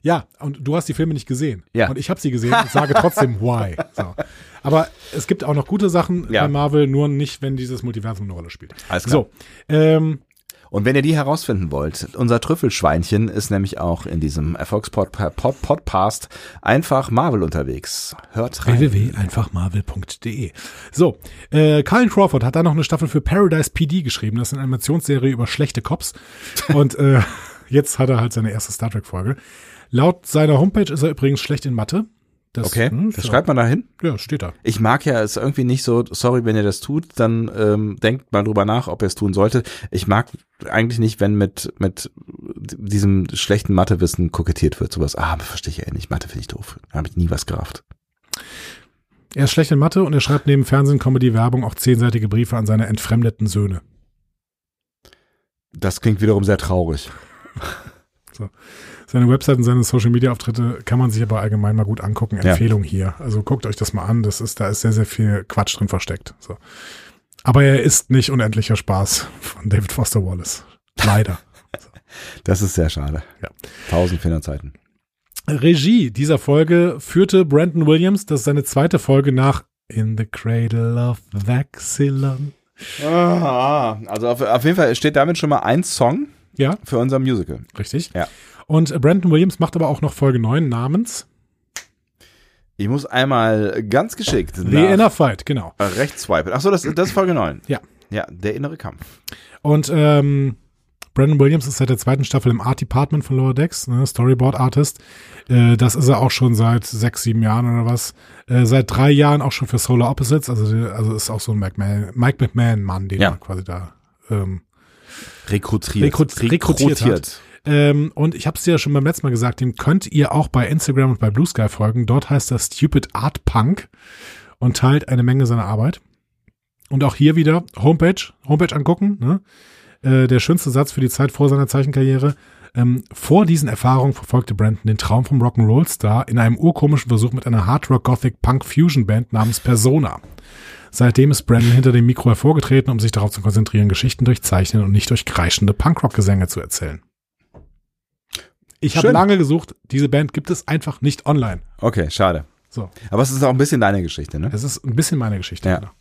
[SPEAKER 2] Ja, und du hast die Filme nicht gesehen.
[SPEAKER 1] Ja.
[SPEAKER 2] Und ich habe sie gesehen und sage trotzdem why. So. Aber es gibt auch noch gute Sachen
[SPEAKER 1] Ja.
[SPEAKER 2] bei Marvel, nur nicht, wenn dieses Multiversum eine Rolle spielt.
[SPEAKER 1] Alles klar.
[SPEAKER 2] So, ähm,
[SPEAKER 1] Und wenn ihr die herausfinden wollt, unser Trüffelschweinchen ist nämlich auch in diesem Erfolgspodcast einfach Marvel unterwegs. Hört rein.
[SPEAKER 2] www.einfachmarvel.de. So, äh, Colin Crawford hat da noch eine Staffel für Paradise PD geschrieben. Das ist eine Animationsserie über schlechte Cops. Und äh, jetzt hat er halt seine erste Star Trek-Folge. Laut seiner Homepage ist er übrigens schlecht in Mathe. Das,
[SPEAKER 1] Okay,
[SPEAKER 2] hm,
[SPEAKER 1] das
[SPEAKER 2] so.
[SPEAKER 1] schreibt man da hin.
[SPEAKER 2] Ja, steht da.
[SPEAKER 1] Ich mag ja es irgendwie nicht so, sorry, wenn ihr das tut, dann ähm, denkt mal drüber nach, ob ihr es tun solltet. Ich mag eigentlich nicht, wenn mit, mit diesem schlechten Mathewissen kokettiert wird. Sowas, ah, verstehe ich ja eh nicht. Mathe finde ich doof. Da habe ich nie was gerafft.
[SPEAKER 2] Er ist schlecht in Mathe und er schreibt neben Fernsehen, Comedy, Werbung auch zehnseitige Briefe an seine entfremdeten Söhne.
[SPEAKER 1] Das klingt wiederum sehr traurig.
[SPEAKER 2] Seine Website und seine Social Media Auftritte kann man sich aber allgemein mal gut angucken.
[SPEAKER 1] Ja.
[SPEAKER 2] Empfehlung hier. Also guckt euch das mal an. Das ist, da ist sehr, sehr viel Quatsch drin versteckt. So. Aber er ist nicht unendlicher Spaß von David Foster Wallace. Leider.
[SPEAKER 1] Das ist sehr schade.
[SPEAKER 2] Ja.
[SPEAKER 1] Tausend Fehlerzeiten.
[SPEAKER 2] Regie dieser Folge führte Brandon Williams. Das ist seine zweite Folge nach In the Cradle of Vaxillon.
[SPEAKER 1] Ah, also auf, auf jeden Fall steht damit schon mal ein Song
[SPEAKER 2] Ja,
[SPEAKER 1] für unser Musical.
[SPEAKER 2] richtig.
[SPEAKER 1] Ja.
[SPEAKER 2] Und äh, Brandon Williams macht aber auch noch Folge 9 namens
[SPEAKER 1] Ich muss einmal ganz geschickt
[SPEAKER 2] The
[SPEAKER 1] nach
[SPEAKER 2] Inner Fight, genau.
[SPEAKER 1] rechts swipen. Achso, das, das ist Folge 9.
[SPEAKER 2] Ja.
[SPEAKER 1] Ja, der innere Kampf.
[SPEAKER 2] Und ähm, Brandon Williams ist seit der zweiten Staffel im Art Department von Lower Decks, ne, Storyboard Artist. Äh, das ist er auch schon seit sechs, sieben Jahren oder was. Äh, seit drei Jahren auch schon für Solar Opposites. Also, der- also ist auch so ein McMahon, Mike McMahon-Mann, den
[SPEAKER 1] Ja.
[SPEAKER 2] er quasi da. Ähm,
[SPEAKER 1] Rekrutiert.
[SPEAKER 2] Rekrut- rekrutiert hat. ähm, und ich habe es dir ja schon beim letzten Mal gesagt, dem könnt ihr auch bei Instagram und bei Blue Sky folgen. Dort heißt er Stupid Art Punk und teilt eine Menge seiner Arbeit. Und auch hier wieder Homepage, Homepage angucken. Ne? Äh, der schönste Satz für die Zeit vor seiner Zeichenkarriere. Ähm, vor diesen Erfahrungen verfolgte Brandon den Traum vom Rock'n'Roll-Star in einem urkomischen Versuch mit einer Hard-Rock-Gothic-Punk-Fusion-Band namens Persona. Seitdem ist Brandon hinter dem Mikro hervorgetreten, um sich darauf zu konzentrieren, Geschichten durch Zeichnen und nicht durch kreischende Punkrock-Gesänge zu erzählen. Ich habe
[SPEAKER 1] Schön.
[SPEAKER 2] lange gesucht, diese Band gibt es einfach nicht online.
[SPEAKER 1] Okay, schade.
[SPEAKER 2] So,
[SPEAKER 1] Aber es ist auch ein bisschen deine Geschichte, ne?
[SPEAKER 2] es ist ein bisschen meine Geschichte.
[SPEAKER 1] Ja.
[SPEAKER 2] genau.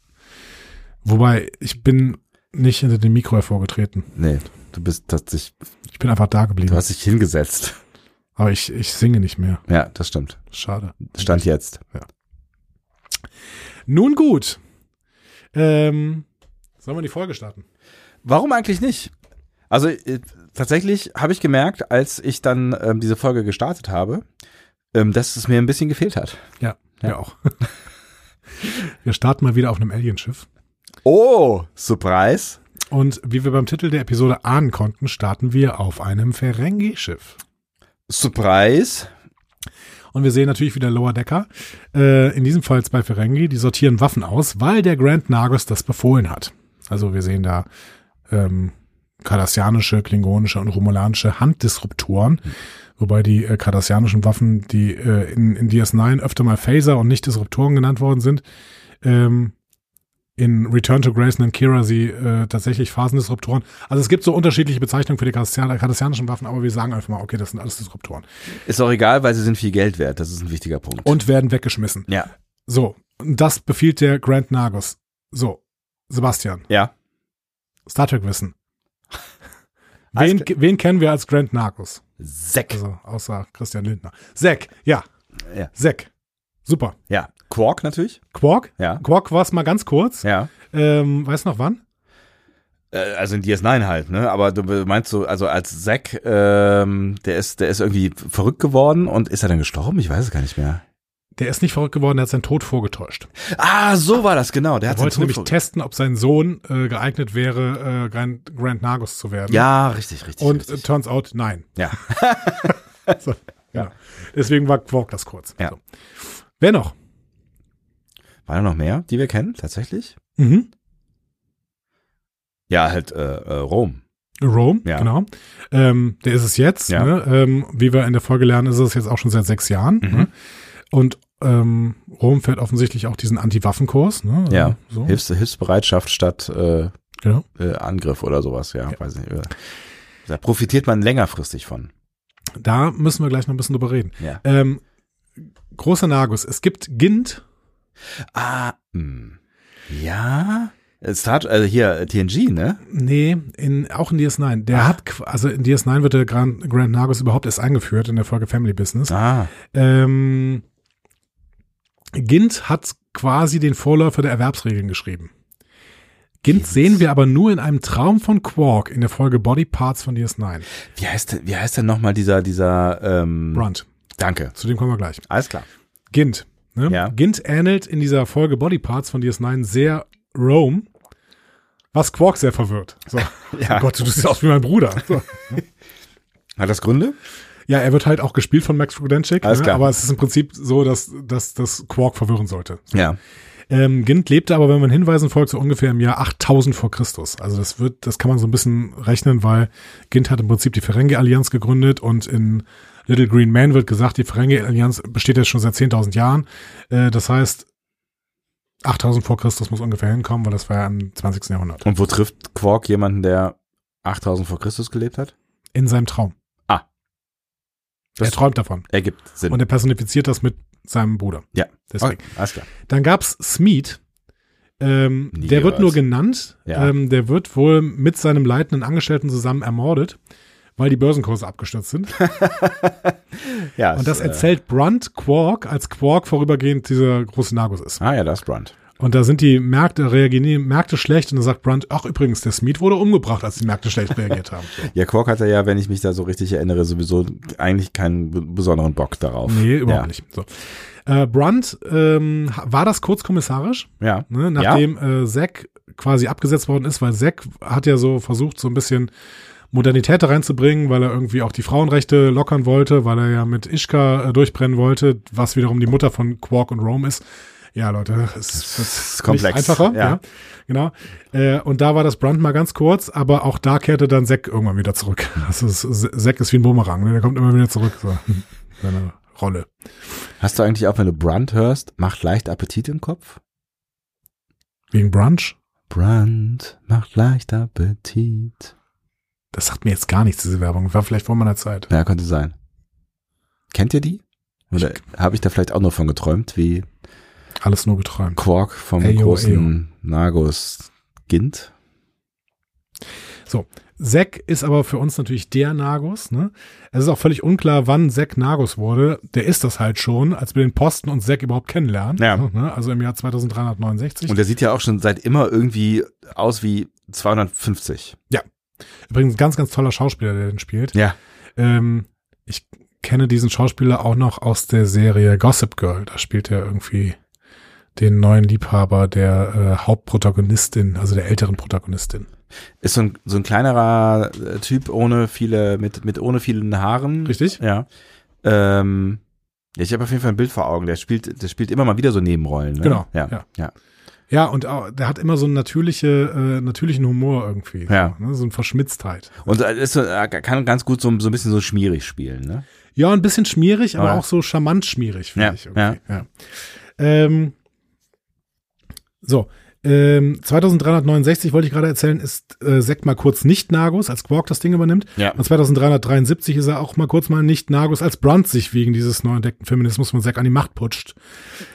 [SPEAKER 2] Wobei, ich bin nicht hinter dem Mikro hervorgetreten.
[SPEAKER 1] Nee, du bist tatsächlich,
[SPEAKER 2] Ich bin einfach da
[SPEAKER 1] du
[SPEAKER 2] geblieben.
[SPEAKER 1] hast dich hingesetzt.
[SPEAKER 2] Aber ich, ich singe nicht mehr.
[SPEAKER 1] Ja, das stimmt.
[SPEAKER 2] Schade.
[SPEAKER 1] Stand jetzt.
[SPEAKER 2] Nun gut. Ähm, sollen wir die Folge starten?
[SPEAKER 1] Warum eigentlich nicht? Also äh, tatsächlich habe ich gemerkt, als ich dann ähm, diese Folge gestartet habe, ähm, dass es mir ein bisschen gefehlt hat.
[SPEAKER 2] Ja,
[SPEAKER 1] Ja.
[SPEAKER 2] wir auch. wir starten mal wieder auf einem Alienschiff.
[SPEAKER 1] Oh, Surprise.
[SPEAKER 2] Und wie wir beim Titel der Episode ahnen konnten, starten wir auf einem Ferengi-Schiff.
[SPEAKER 1] Surprise.
[SPEAKER 2] Und wir sehen natürlich wieder Lower Decker, äh, in diesem Fall zwei Ferengi, die sortieren Waffen aus, weil der Grand Nagus das befohlen hat. Also wir sehen da ähm, kardassianische, klingonische und romulanische Handdisruptoren, wobei die äh, kardassianischen Waffen, die äh, in, in DS9 öfter mal Phaser und nicht Disruptoren genannt worden sind, ähm, in Return to Grace nennen Kira sie äh, tatsächlich Phasendisruptoren. Also es gibt so unterschiedliche Bezeichnungen für die kardassian- kardassianischen Waffen, aber wir sagen einfach mal, okay, das sind alles Disruptoren.
[SPEAKER 1] Ist auch egal, weil sie sind viel Geld wert. Das ist ein wichtiger Punkt.
[SPEAKER 2] Und werden weggeschmissen.
[SPEAKER 1] ja.
[SPEAKER 2] So, und das befiehlt der Grand Nagus. So, Sebastian,
[SPEAKER 1] Ja.
[SPEAKER 2] Star Trek Wissen.
[SPEAKER 1] Alles
[SPEAKER 2] Wen, wen kennen wir als Grand Nagus?
[SPEAKER 1] Sack.
[SPEAKER 2] Also außer Christian Lindner. Zack, ja.
[SPEAKER 1] Ja.
[SPEAKER 2] Zack. Super.
[SPEAKER 1] Ja. Quark natürlich.
[SPEAKER 2] Quark?
[SPEAKER 1] Ja.
[SPEAKER 2] Quark war es mal ganz kurz.
[SPEAKER 1] Ja.
[SPEAKER 2] Ähm, weiß noch wann?
[SPEAKER 1] Äh, Also in DS9 halt, ne? Aber du meinst so, also als Zack, ähm, der ist, der ist irgendwie verrückt geworden und ist er dann gestorben? Ich weiß es gar nicht mehr.
[SPEAKER 2] Der ist nicht verrückt geworden, der hat seinen Tod vorgetäuscht.
[SPEAKER 1] Ah, so war das, genau. Der
[SPEAKER 2] Er
[SPEAKER 1] hat seinen
[SPEAKER 2] wollte
[SPEAKER 1] Tod
[SPEAKER 2] nämlich
[SPEAKER 1] vor-
[SPEAKER 2] testen, ob sein Sohn äh, geeignet wäre, äh, Grand, Grand Nagus zu werden.
[SPEAKER 1] Ja, richtig, richtig.
[SPEAKER 2] Und äh,
[SPEAKER 1] richtig.
[SPEAKER 2] turns out, nein.
[SPEAKER 1] ja.
[SPEAKER 2] So, ja. Deswegen war Quark das kurz.
[SPEAKER 1] Ja.
[SPEAKER 2] So. Wer noch?
[SPEAKER 1] War da noch mehr, die wir kennen, tatsächlich?
[SPEAKER 2] Mhm.
[SPEAKER 1] Ja, halt äh, äh, Rom.
[SPEAKER 2] Rome,
[SPEAKER 1] Ja.
[SPEAKER 2] genau. Ähm, der ist es jetzt.
[SPEAKER 1] Ja.
[SPEAKER 2] Ne? Ähm, wie wir in der Folge lernen, ist es jetzt auch schon seit sechs Jahren.
[SPEAKER 1] Mhm.
[SPEAKER 2] Ne? Und ähm, Rom fährt offensichtlich auch diesen Anti-Waffen-Kurs. Ne? Also
[SPEAKER 1] Ja.
[SPEAKER 2] So.
[SPEAKER 1] Hilfs Hilfsbereitschaft statt äh,
[SPEAKER 2] Genau.
[SPEAKER 1] äh, Angriff oder sowas, ja, weiß nicht. äh, Da profitiert man längerfristig von.
[SPEAKER 2] Da müssen wir gleich noch ein bisschen drüber reden.
[SPEAKER 1] Ja.
[SPEAKER 2] Ähm, großer Nagus, es gibt Gint.
[SPEAKER 1] Ah, mh. ja. Äh, Star, also hier äh, TNG, ne?
[SPEAKER 2] Nee, in, auch in DS9. Der hat, qu- also in DS9 wird der Grand, Grand Nagus überhaupt erst eingeführt in der Folge Family Business.
[SPEAKER 1] Ah,
[SPEAKER 2] Ähm, Gint hat quasi den Vorläufer der Erwerbsregeln geschrieben. Gint sehen wir aber nur in einem Traum von Quark in der Folge Body Parts von DS9.
[SPEAKER 1] wie heißt denn- wie heißt denn nochmal dieser dieser ähm,
[SPEAKER 2] Brunt,
[SPEAKER 1] Danke.
[SPEAKER 2] zu dem kommen wir gleich.
[SPEAKER 1] Alles klar.
[SPEAKER 2] Gint. Ne?
[SPEAKER 1] Ja.
[SPEAKER 2] Gint ähnelt in dieser Folge Body Parts von DS9 sehr Rome, was Quark sehr verwirrt. So,
[SPEAKER 1] Ja.
[SPEAKER 2] oh Gott, du siehst aus wie mein Bruder. So.
[SPEAKER 1] Hat das Gründe?
[SPEAKER 2] Ja, er wird halt auch gespielt von Max Rudenschik,
[SPEAKER 1] Alles
[SPEAKER 2] ne?
[SPEAKER 1] klar.
[SPEAKER 2] aber es ist im Prinzip so, dass, dass das Quark verwirren sollte.
[SPEAKER 1] Ja.
[SPEAKER 2] Ähm, Gint lebte aber, wenn man Hinweisen folgt, so ungefähr im Jahr 8000 vor Christus. Also das wird, das kann man so ein bisschen rechnen, weil Gint hat im Prinzip die Ferengi-Allianz gegründet und in Little Green Man wird gesagt, die Ferengi-Allianz besteht jetzt schon seit 10.000 Jahren. Äh, das heißt, 8000 vor Christus muss ungefähr hinkommen, weil das war ja im 20. Jahrhundert.
[SPEAKER 1] Und wo trifft Quark jemanden, der 8000 vor Christus gelebt hat?
[SPEAKER 2] In seinem Traum.
[SPEAKER 1] Ah. Das-
[SPEAKER 2] er träumt davon.
[SPEAKER 1] Ergibt Sinn.
[SPEAKER 2] Und er personifiziert das mit seinem Bruder.
[SPEAKER 1] ja.
[SPEAKER 2] Deswegen.
[SPEAKER 1] Okay, alles klar.
[SPEAKER 2] Dann gab's Smeed. Ähm,
[SPEAKER 1] Nie
[SPEAKER 2] der wird
[SPEAKER 1] gehört.
[SPEAKER 2] nur genannt.
[SPEAKER 1] Ja.
[SPEAKER 2] Ähm, der wird wohl mit seinem leitenden Angestellten zusammen ermordet, weil die Börsenkurse abgestürzt sind.
[SPEAKER 1] Ja.
[SPEAKER 2] Und das
[SPEAKER 1] äh,
[SPEAKER 2] erzählt Brunt Quark, als Quark vorübergehend dieser große Nagus ist.
[SPEAKER 1] Ah ja, das ist Brunt.
[SPEAKER 2] Und da sind die Märkte, reagieren die Märkte schlecht und dann sagt Brunt, ach übrigens, der Smeed wurde umgebracht, als die Märkte schlecht reagiert haben. So.
[SPEAKER 1] Ja, Quark hatte ja, wenn ich mich da so richtig erinnere, sowieso eigentlich keinen b- besonderen Bock darauf.
[SPEAKER 2] Nee, überhaupt
[SPEAKER 1] ja.
[SPEAKER 2] nicht. So. Äh, Brunt ähm, war das kurz kommissarisch?
[SPEAKER 1] Ja.
[SPEAKER 2] Ne,
[SPEAKER 1] ja.
[SPEAKER 2] nachdem äh, Zack quasi abgesetzt worden ist, weil Zack hat ja so versucht, so ein bisschen Modernität da reinzubringen, weil er irgendwie auch die Frauenrechte lockern wollte, weil er ja mit Ishka äh, durchbrennen wollte, was wiederum die Mutter von Quark und Rome ist. Ja, Leute, es ist, es ist
[SPEAKER 1] komplex.
[SPEAKER 2] Nicht einfacher,
[SPEAKER 1] Ja.
[SPEAKER 2] ja. genau. Äh, und da war das Brand mal ganz kurz, aber auch da kehrte dann Zack irgendwann wieder zurück. Das ist, Zack ist wie ein Bumerang, ne? der kommt immer wieder zurück. So. Seine Rolle.
[SPEAKER 1] Hast du eigentlich auch, wenn du Brunt hörst, macht leicht Appetit im Kopf?
[SPEAKER 2] Wegen Brunch?
[SPEAKER 1] Brunt macht leicht Appetit.
[SPEAKER 2] Das sagt mir jetzt gar nichts, diese Werbung. War vielleicht vor meiner Zeit.
[SPEAKER 1] Ja, könnte sein. Kennt ihr die? Oder habe ich da vielleicht auch noch von geträumt, wie
[SPEAKER 2] Alles nur geträumt.
[SPEAKER 1] Quark vom
[SPEAKER 2] Eyo,
[SPEAKER 1] großen Nagus Gint?
[SPEAKER 2] Zack ist aber für uns natürlich der Nagus. Ne? Es ist auch völlig unklar, wann Zack Nagus wurde. Der ist das halt schon, als wir den Posten und Zack überhaupt kennenlernen.
[SPEAKER 1] Ja.
[SPEAKER 2] So, ne? Also im Jahr 2369.
[SPEAKER 1] Und der sieht ja auch schon seit immer irgendwie aus wie 250.
[SPEAKER 2] Übrigens ein ganz, ganz toller Schauspieler, der den spielt.
[SPEAKER 1] Ja.
[SPEAKER 2] Ähm, ich kenne diesen Schauspieler auch noch aus der Serie Gossip Girl. Da spielt er irgendwie den neuen Liebhaber der äh, Hauptprotagonistin, also der älteren Protagonistin.
[SPEAKER 1] Ist so ein, so ein kleinerer äh, Typ ohne viele, mit, mit ohne vielen Haaren.
[SPEAKER 2] Richtig?
[SPEAKER 1] Ja. Ähm, ja, ich habe auf jeden Fall ein Bild vor Augen. Der spielt, der spielt immer mal wieder so Nebenrollen. Ne?
[SPEAKER 2] Genau.
[SPEAKER 1] Ja.
[SPEAKER 2] Ja.
[SPEAKER 1] ja.
[SPEAKER 2] Ja, und au- der hat immer so einen natürliche, äh, natürlichen Humor irgendwie.
[SPEAKER 1] Ja.
[SPEAKER 2] So, ne? so eine Verschmitztheit.
[SPEAKER 1] Und er ist so, er kann ganz gut so, so ein bisschen so schmierig spielen, ne?
[SPEAKER 2] Ja, ein bisschen schmierig, aber
[SPEAKER 1] Ja.
[SPEAKER 2] auch so charmant schmierig, finde
[SPEAKER 1] Ja,
[SPEAKER 2] ich. Irgendwie. Ja. Ähm, so, ähm, 2369 wollte ich gerade erzählen, ist äh, Sekt mal kurz nicht Nagus, als Quark das Ding übernimmt.
[SPEAKER 1] Ja.
[SPEAKER 2] Und 2373 ist er auch mal kurz mal nicht Nagus, als Brunt sich wegen dieses neu entdeckten Feminismus von Sekt an die Macht putscht.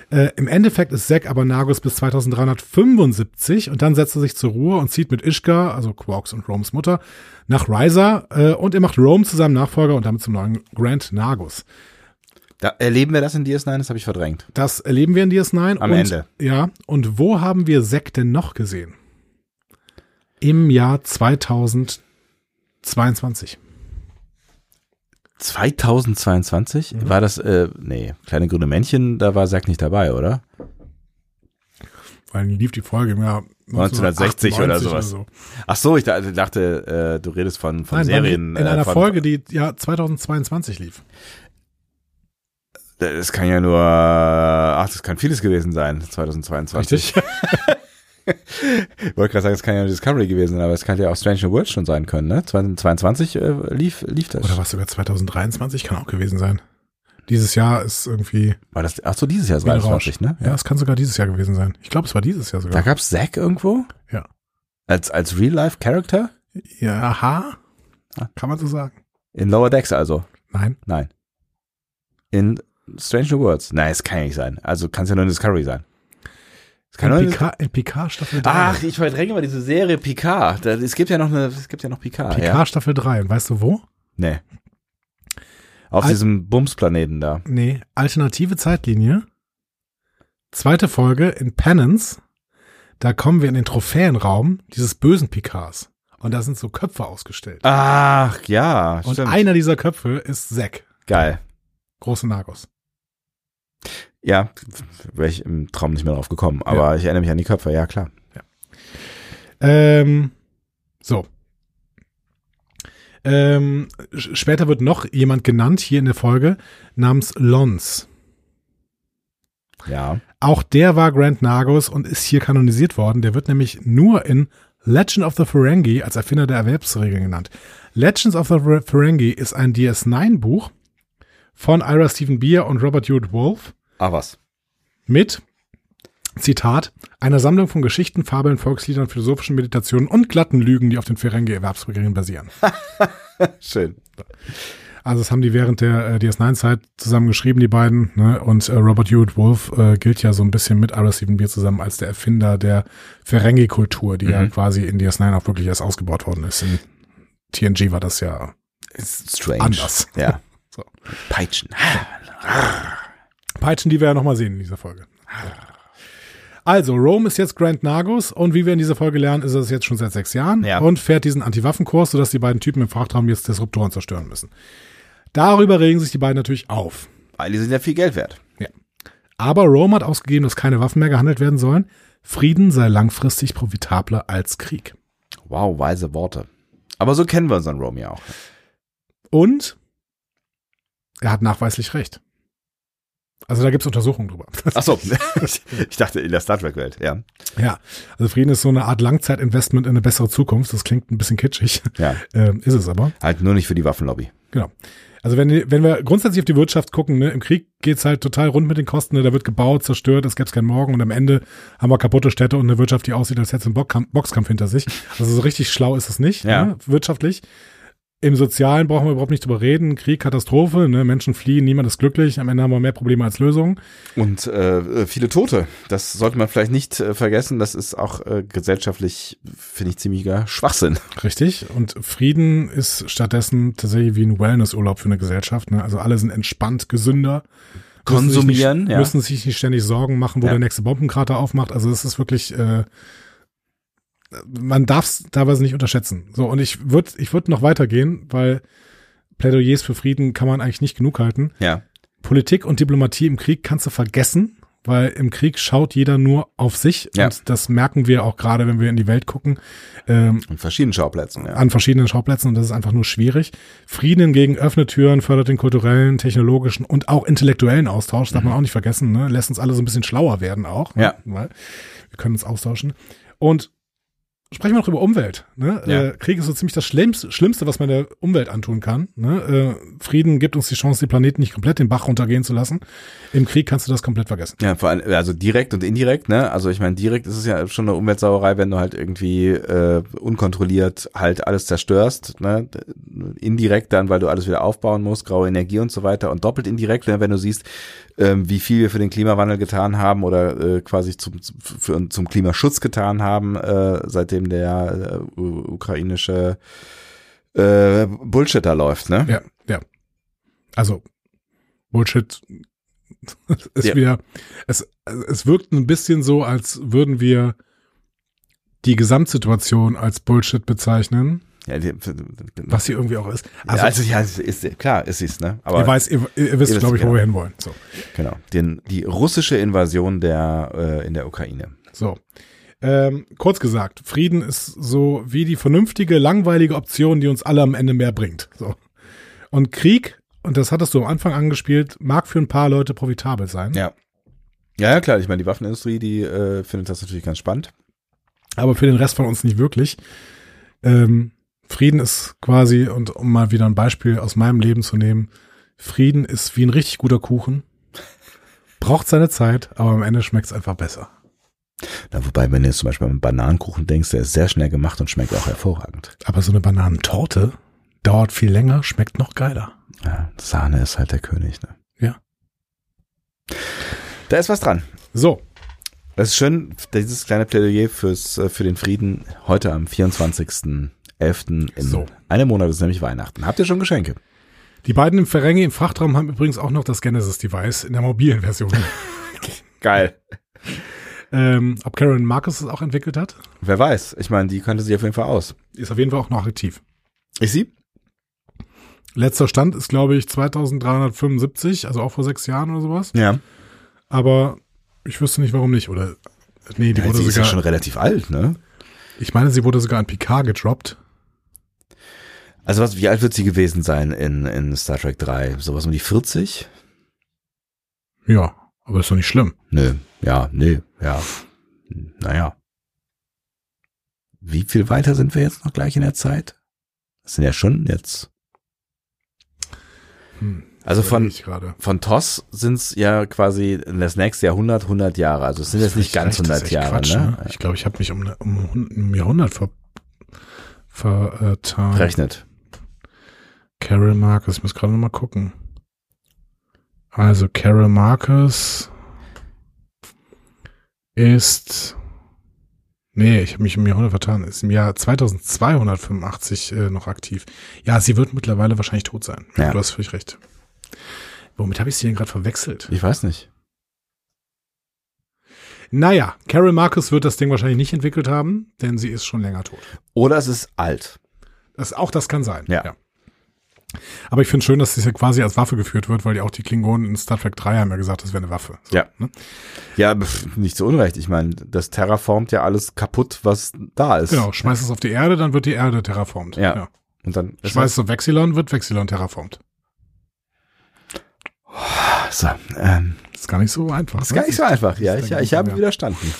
[SPEAKER 2] Äh, Im Endeffekt ist Zack aber Nagus bis 2375 und dann setzt er sich zur Ruhe und zieht mit Ishka, also Quarks und Roms Mutter, nach Risa äh, und er macht Rome zu seinem Nachfolger und damit zum neuen Grand Nagus.
[SPEAKER 1] Da erleben wir das in DS9, das habe ich verdrängt.
[SPEAKER 2] Das erleben wir in DS9.
[SPEAKER 1] Am
[SPEAKER 2] und,
[SPEAKER 1] Ende.
[SPEAKER 2] Ja, und wo haben wir Zack denn noch gesehen? Im Jahr 2022.
[SPEAKER 1] 2022
[SPEAKER 2] Mhm.
[SPEAKER 1] war das, äh, nee, kleine grüne Männchen, da war Zack nicht dabei, oder?
[SPEAKER 2] Weil lief die Folge im Jahr
[SPEAKER 1] 1960 oder
[SPEAKER 2] 1998
[SPEAKER 1] sowas. Ach so, ich da- dachte, äh, du redest von, von
[SPEAKER 2] Nein,
[SPEAKER 1] Serien.
[SPEAKER 2] in
[SPEAKER 1] äh,
[SPEAKER 2] einer
[SPEAKER 1] von,
[SPEAKER 2] Folge, die ja 2022 lief.
[SPEAKER 1] Das kann ja nur, ach, das kann vieles gewesen sein, 2022.
[SPEAKER 2] Richtig?
[SPEAKER 1] Ich wollte gerade sagen, es kann ja nur Discovery gewesen sein, aber es kann ja auch Strange New Worlds schon sein können, ne? 2022 äh, lief, lief das.
[SPEAKER 2] Oder was sogar 2023 kann auch gewesen sein. Dieses Jahr ist irgendwie.
[SPEAKER 1] War das, ach so, dieses Jahr ist
[SPEAKER 2] Bin
[SPEAKER 1] 23, ne?
[SPEAKER 2] Ja, es kann sogar dieses Jahr gewesen sein. Ich glaube, es war dieses Jahr
[SPEAKER 1] Da
[SPEAKER 2] sogar.
[SPEAKER 1] gab's Zack irgendwo?
[SPEAKER 2] Ja.
[SPEAKER 1] Als, als Real-Life-Character?
[SPEAKER 2] Ja, aha.
[SPEAKER 1] Ah.
[SPEAKER 2] Kann man so sagen.
[SPEAKER 1] In Lower Decks also?
[SPEAKER 2] Nein.
[SPEAKER 1] Nein. In Strange New Worlds? Nein, es kann ja nicht sein. Also kann es ja nur in Discovery sein. Es kann nur
[SPEAKER 2] In
[SPEAKER 1] in
[SPEAKER 2] Picard, in Picard Staffel 3.
[SPEAKER 1] Ach, ich verdränge mal diese Serie Picard. Da, es gibt ja noch eine, es gibt ja noch Picard.
[SPEAKER 2] Picard
[SPEAKER 1] Ja.
[SPEAKER 2] Staffel 3. Und weißt du wo?
[SPEAKER 1] Nee. Auf
[SPEAKER 2] Al-
[SPEAKER 1] diesem Bumsplaneten da.
[SPEAKER 2] Nee, alternative Zeitlinie. Zweite Folge in Penance. Da kommen wir in den Trophäenraum dieses bösen Picards. Und da sind so Köpfe ausgestellt.
[SPEAKER 1] Ach, ja,
[SPEAKER 2] Und
[SPEAKER 1] Ah, stimmt.
[SPEAKER 2] einer dieser Köpfe ist Zack.
[SPEAKER 1] Geil.
[SPEAKER 2] Große Nagos.
[SPEAKER 1] Ja, wäre ich im Traum nicht mehr drauf gekommen, aber ich erinnere mich an die Köpfe, ja klar.
[SPEAKER 2] Ähm, so. Ähm, sch- später wird noch jemand genannt hier in der Folge namens Lons.
[SPEAKER 1] Ja.
[SPEAKER 2] Auch der war Grand Nagus und ist hier kanonisiert worden. Der wird nämlich nur in Legend of the Ferengi als Erfinder der Erwerbsregeln genannt. Legends of the Fer- Ferengi ist ein DS9-Buch von Ira Stephen Beer und Robert Hugh Wolf
[SPEAKER 1] Ah, was.
[SPEAKER 2] mit, Zitat, einer Sammlung von Geschichten, Fabeln, Volksliedern, philosophischen Meditationen und glatten Lügen, die auf den Ferengi-Erwerbsregeln basieren.
[SPEAKER 1] Schön.
[SPEAKER 2] Also das haben die während der äh, DS9-Zeit zusammen geschrieben, die beiden. Ne? Und äh, Robert Hewitt Wolf äh, gilt ja so ein bisschen mit Ira Stephen Beer zusammen als der Erfinder der Ferengi-Kultur, die
[SPEAKER 1] Mhm.
[SPEAKER 2] ja quasi in DS9 auch wirklich erst ausgebaut worden ist. In TNG war das ja
[SPEAKER 1] Ist strange.
[SPEAKER 2] anders.
[SPEAKER 1] Ja.
[SPEAKER 2] So.
[SPEAKER 1] Peitschen.
[SPEAKER 2] Peitschen, die wir ja nochmal sehen in dieser Folge. Also, Rome ist jetzt Grand Nagus und wie wir in dieser Folge lernen, ist er es jetzt schon seit sechs Jahren
[SPEAKER 1] Ja.
[SPEAKER 2] und fährt diesen Antiwaffenkurs, sodass die beiden Typen im Frachtraum jetzt Disruptoren zerstören müssen. Darüber regen sich die beiden natürlich auf.
[SPEAKER 1] Weil die sind ja viel Geld wert.
[SPEAKER 2] Aber Rome hat ausgegeben, dass keine Waffen mehr gehandelt werden sollen. Frieden sei langfristig profitabler als Krieg.
[SPEAKER 1] Wow, weise Worte. Aber so kennen wir unseren Romeo auch.
[SPEAKER 2] Und er hat nachweislich recht. Also da gibt's Untersuchungen drüber.
[SPEAKER 1] Ach so, ich, ich dachte in der Star Trek Welt, ja.
[SPEAKER 2] ja, also Frieden ist so eine Art Langzeitinvestment in eine bessere Zukunft. Das klingt ein bisschen kitschig,
[SPEAKER 1] Ja,
[SPEAKER 2] ähm, ist es aber.
[SPEAKER 1] halt nur nicht für die Waffenlobby.
[SPEAKER 2] Genau. Also wenn, wenn wir grundsätzlich auf die Wirtschaft gucken, ne, im Krieg geht's halt total rund mit den Kosten. Ne, da wird gebaut, zerstört, es gäb's keinen Morgen. Und am Ende haben wir kaputte Städte und eine Wirtschaft, die aussieht, als hätte sie einen Bockkampf- Boxkampf hinter sich. Also so richtig schlau ist es nicht,
[SPEAKER 1] Ja.
[SPEAKER 2] ne, wirtschaftlich. Im Sozialen brauchen wir überhaupt nicht drüber reden. Krieg, Katastrophe, ne, Menschen fliehen, niemand ist glücklich. Am Ende haben wir mehr Probleme als Lösungen.
[SPEAKER 1] Und äh, viele Tote, das sollte man vielleicht nicht äh, vergessen, das ist auch äh, gesellschaftlich, finde ich, ziemlicher Schwachsinn.
[SPEAKER 2] Richtig. Und Frieden ist stattdessen tatsächlich wie ein Wellnessurlaub für eine Gesellschaft. Ne? Also alle sind entspannt, gesünder.
[SPEAKER 1] Konsumieren,
[SPEAKER 2] müssen sich nicht,
[SPEAKER 1] ja.
[SPEAKER 2] Müssen sich nicht ständig Sorgen machen, wo
[SPEAKER 1] Ja.
[SPEAKER 2] der nächste Bombenkrater aufmacht. Also es ist wirklich, äh, man darf es teilweise nicht unterschätzen. So, und ich würde ich würd noch weitergehen, weil Plädoyers für Frieden kann man eigentlich nicht genug halten.
[SPEAKER 1] Ja.
[SPEAKER 2] Politik und Diplomatie im Krieg kannst du vergessen. weil im Krieg schaut jeder nur auf sich
[SPEAKER 1] Ja.
[SPEAKER 2] und das merken wir auch gerade, wenn wir in die Welt gucken, ähm,
[SPEAKER 1] An verschiedenen Schauplätzen, ja.
[SPEAKER 2] an verschiedenen Schauplätzen und das ist einfach nur schwierig. Frieden hingegen öffnet Türen, fördert den kulturellen, technologischen und auch intellektuellen Austausch, darf man auch nicht vergessen, ne? lässt uns alle so ein bisschen schlauer werden auch, ne?
[SPEAKER 1] Mhm. Ja.
[SPEAKER 2] weil wir können uns austauschen. Und sprechen wir noch über Umwelt. Ne?
[SPEAKER 1] Ja.
[SPEAKER 2] Äh, Krieg ist so ziemlich das Schlimmste, Schlimmste, was man der Umwelt antun kann. Ne? Äh, Frieden gibt uns die Chance, den Planeten nicht komplett den Bach runtergehen zu lassen. Im Krieg kannst du das komplett vergessen.
[SPEAKER 1] Ja, vor allem, also direkt und indirekt, ne? Also ich meine, direkt ist es ja schon eine Umweltsauerei, wenn du halt irgendwie äh, unkontrolliert halt alles zerstörst, ne? Indirekt dann, weil du alles wieder aufbauen musst, graue Energie und so weiter. Und doppelt indirekt, ne, wenn du siehst, ähm, wie viel wir für den Klimawandel getan haben oder äh, quasi zum, zum- für, zum Klimaschutz getan haben, äh, seitdem der äh, u- ukrainische äh, Bullshit da läuft, ne?
[SPEAKER 2] Ja, ja. Also, Bullshit ist
[SPEAKER 1] Ja.
[SPEAKER 2] wieder, es, es wirkt ein bisschen so, als würden wir die Gesamtsituation als Bullshit bezeichnen,
[SPEAKER 1] Ja, die,
[SPEAKER 2] was sie irgendwie auch ist.
[SPEAKER 1] also,
[SPEAKER 2] Also,
[SPEAKER 1] ja, es ist, klar, es ist, ne?
[SPEAKER 2] ihr, weiß, ihr, ihr wisst,
[SPEAKER 1] wisst,
[SPEAKER 2] glaube ich, wo
[SPEAKER 1] genau.
[SPEAKER 2] wir hinwollen. So.
[SPEAKER 1] Genau, den, die russische Invasion der äh, in der Ukraine.
[SPEAKER 2] So. Ähm, kurz gesagt, Frieden ist so wie die vernünftige, langweilige Option, die uns alle am Ende mehr bringt. So. Und Krieg, und das hattest du am Anfang angespielt, mag für ein paar Leute profitabel sein.
[SPEAKER 1] Ja. Ja, ja, klar, ich meine, die Waffenindustrie, die äh, findet das natürlich ganz spannend.
[SPEAKER 2] aber für den Rest von uns nicht wirklich. Ähm, Frieden ist quasi, und um mal wieder ein Beispiel aus meinem Leben zu nehmen, Frieden ist wie ein richtig guter Kuchen. Braucht seine Zeit, aber am Ende schmeckt's einfach besser.
[SPEAKER 1] Na, wobei, wenn du jetzt zum Beispiel an einen Bananenkuchen denkst, der ist sehr schnell gemacht und schmeckt auch hervorragend.
[SPEAKER 2] Aber so eine Bananentorte dauert viel länger, schmeckt noch geiler.
[SPEAKER 1] Ja, Sahne ist halt der König, ne?
[SPEAKER 2] Ja.
[SPEAKER 1] Da ist was dran.
[SPEAKER 2] So,
[SPEAKER 1] Das ist schön, dieses kleine Plädoyer fürs, äh, für den Frieden heute am 24.11. in
[SPEAKER 2] So.
[SPEAKER 1] einem Monat ist nämlich Weihnachten. Habt ihr schon Geschenke?
[SPEAKER 2] die beiden im Ferränge im Frachtraum haben übrigens auch noch das Genesis-Device in der mobilen Version.
[SPEAKER 1] Geil.
[SPEAKER 2] ähm, ob Karen Marcus das auch entwickelt hat,
[SPEAKER 1] Wer weiß. Ich meine, die kannte sich auf jeden Fall aus.
[SPEAKER 2] ist auf jeden Fall auch noch aktiv.
[SPEAKER 1] Ich sie?
[SPEAKER 2] Letzter Stand ist, glaube ich, 2375, also auch vor sechs Jahren oder sowas.
[SPEAKER 1] Ja.
[SPEAKER 2] Aber ich wüsste nicht, warum nicht. Oder nee, die
[SPEAKER 1] ja
[SPEAKER 2] wurde
[SPEAKER 1] sie ist ja
[SPEAKER 2] sogar.
[SPEAKER 1] schon relativ alt, ne?
[SPEAKER 2] ich meine, sie wurde sogar an PK gedroppt.
[SPEAKER 1] Also was, wie alt wird sie gewesen sein in, in Star Trek 3? Sowas um die 40?
[SPEAKER 2] Ja, aber ist doch nicht schlimm.
[SPEAKER 1] Nö, ja, nee, ja. Naja. Wie viel weiter sind wir jetzt noch gleich in der Zeit? Das sind ja schon jetzt.
[SPEAKER 2] Hm,
[SPEAKER 1] Also
[SPEAKER 2] das
[SPEAKER 1] von-
[SPEAKER 2] überlege Ich gerade.
[SPEAKER 1] Von TOS sind's ja quasi in das nächste Jahrhundert 100 Jahre. Also es sind jetzt nicht
[SPEAKER 2] Vielleicht
[SPEAKER 1] ganz
[SPEAKER 2] reicht das
[SPEAKER 1] 100
[SPEAKER 2] echt
[SPEAKER 1] Jahre,
[SPEAKER 2] Quatsch,
[SPEAKER 1] ne?
[SPEAKER 2] Ich glaube, ich habe mich um, ne- um, hun- um Jahrhundert ver,
[SPEAKER 1] ne?
[SPEAKER 2] vertan.
[SPEAKER 1] Rechnet.
[SPEAKER 2] Carol Marcus, ich muss gerade noch mal gucken. Also Carol Marcus ist Nee, ich habe mich im Jahrhundert vertan. Ist im Jahr 2285 äh, noch aktiv. Ja, sie wird mittlerweile wahrscheinlich tot sein.
[SPEAKER 1] Ja.
[SPEAKER 2] Du hast völlig recht. Womit habe ich sie denn gerade verwechselt?
[SPEAKER 1] Ich weiß nicht.
[SPEAKER 2] Naja, Carol Marcus wird das Ding wahrscheinlich nicht entwickelt haben, denn sie ist schon länger tot.
[SPEAKER 1] Oder es ist alt.
[SPEAKER 2] Das, auch das kann sein.
[SPEAKER 1] Ja.
[SPEAKER 2] Aber ich finde schön, dass das ja quasi als Waffe geführt wird, weil ja auch die Klingonen in Star Trek 3 haben ja gesagt, das wäre eine Waffe. So,
[SPEAKER 1] Ja.
[SPEAKER 2] Ne?
[SPEAKER 1] Ja, pf, nicht zu Unrecht. Ich meine, das terraformt ja alles kaputt, was da ist.
[SPEAKER 2] Genau, schmeißt es auf die Erde, dann wird die Erde terraformt.
[SPEAKER 1] Ja. Und dann ist
[SPEAKER 2] Schmeißt es auf Vexilon, wird Vexilon terraformt.
[SPEAKER 1] das- so, ähm,
[SPEAKER 2] ist gar nicht so einfach.
[SPEAKER 1] Das ist gar nicht so einfach. Ja, ich, ich habe
[SPEAKER 2] Ja.
[SPEAKER 1] widerstanden.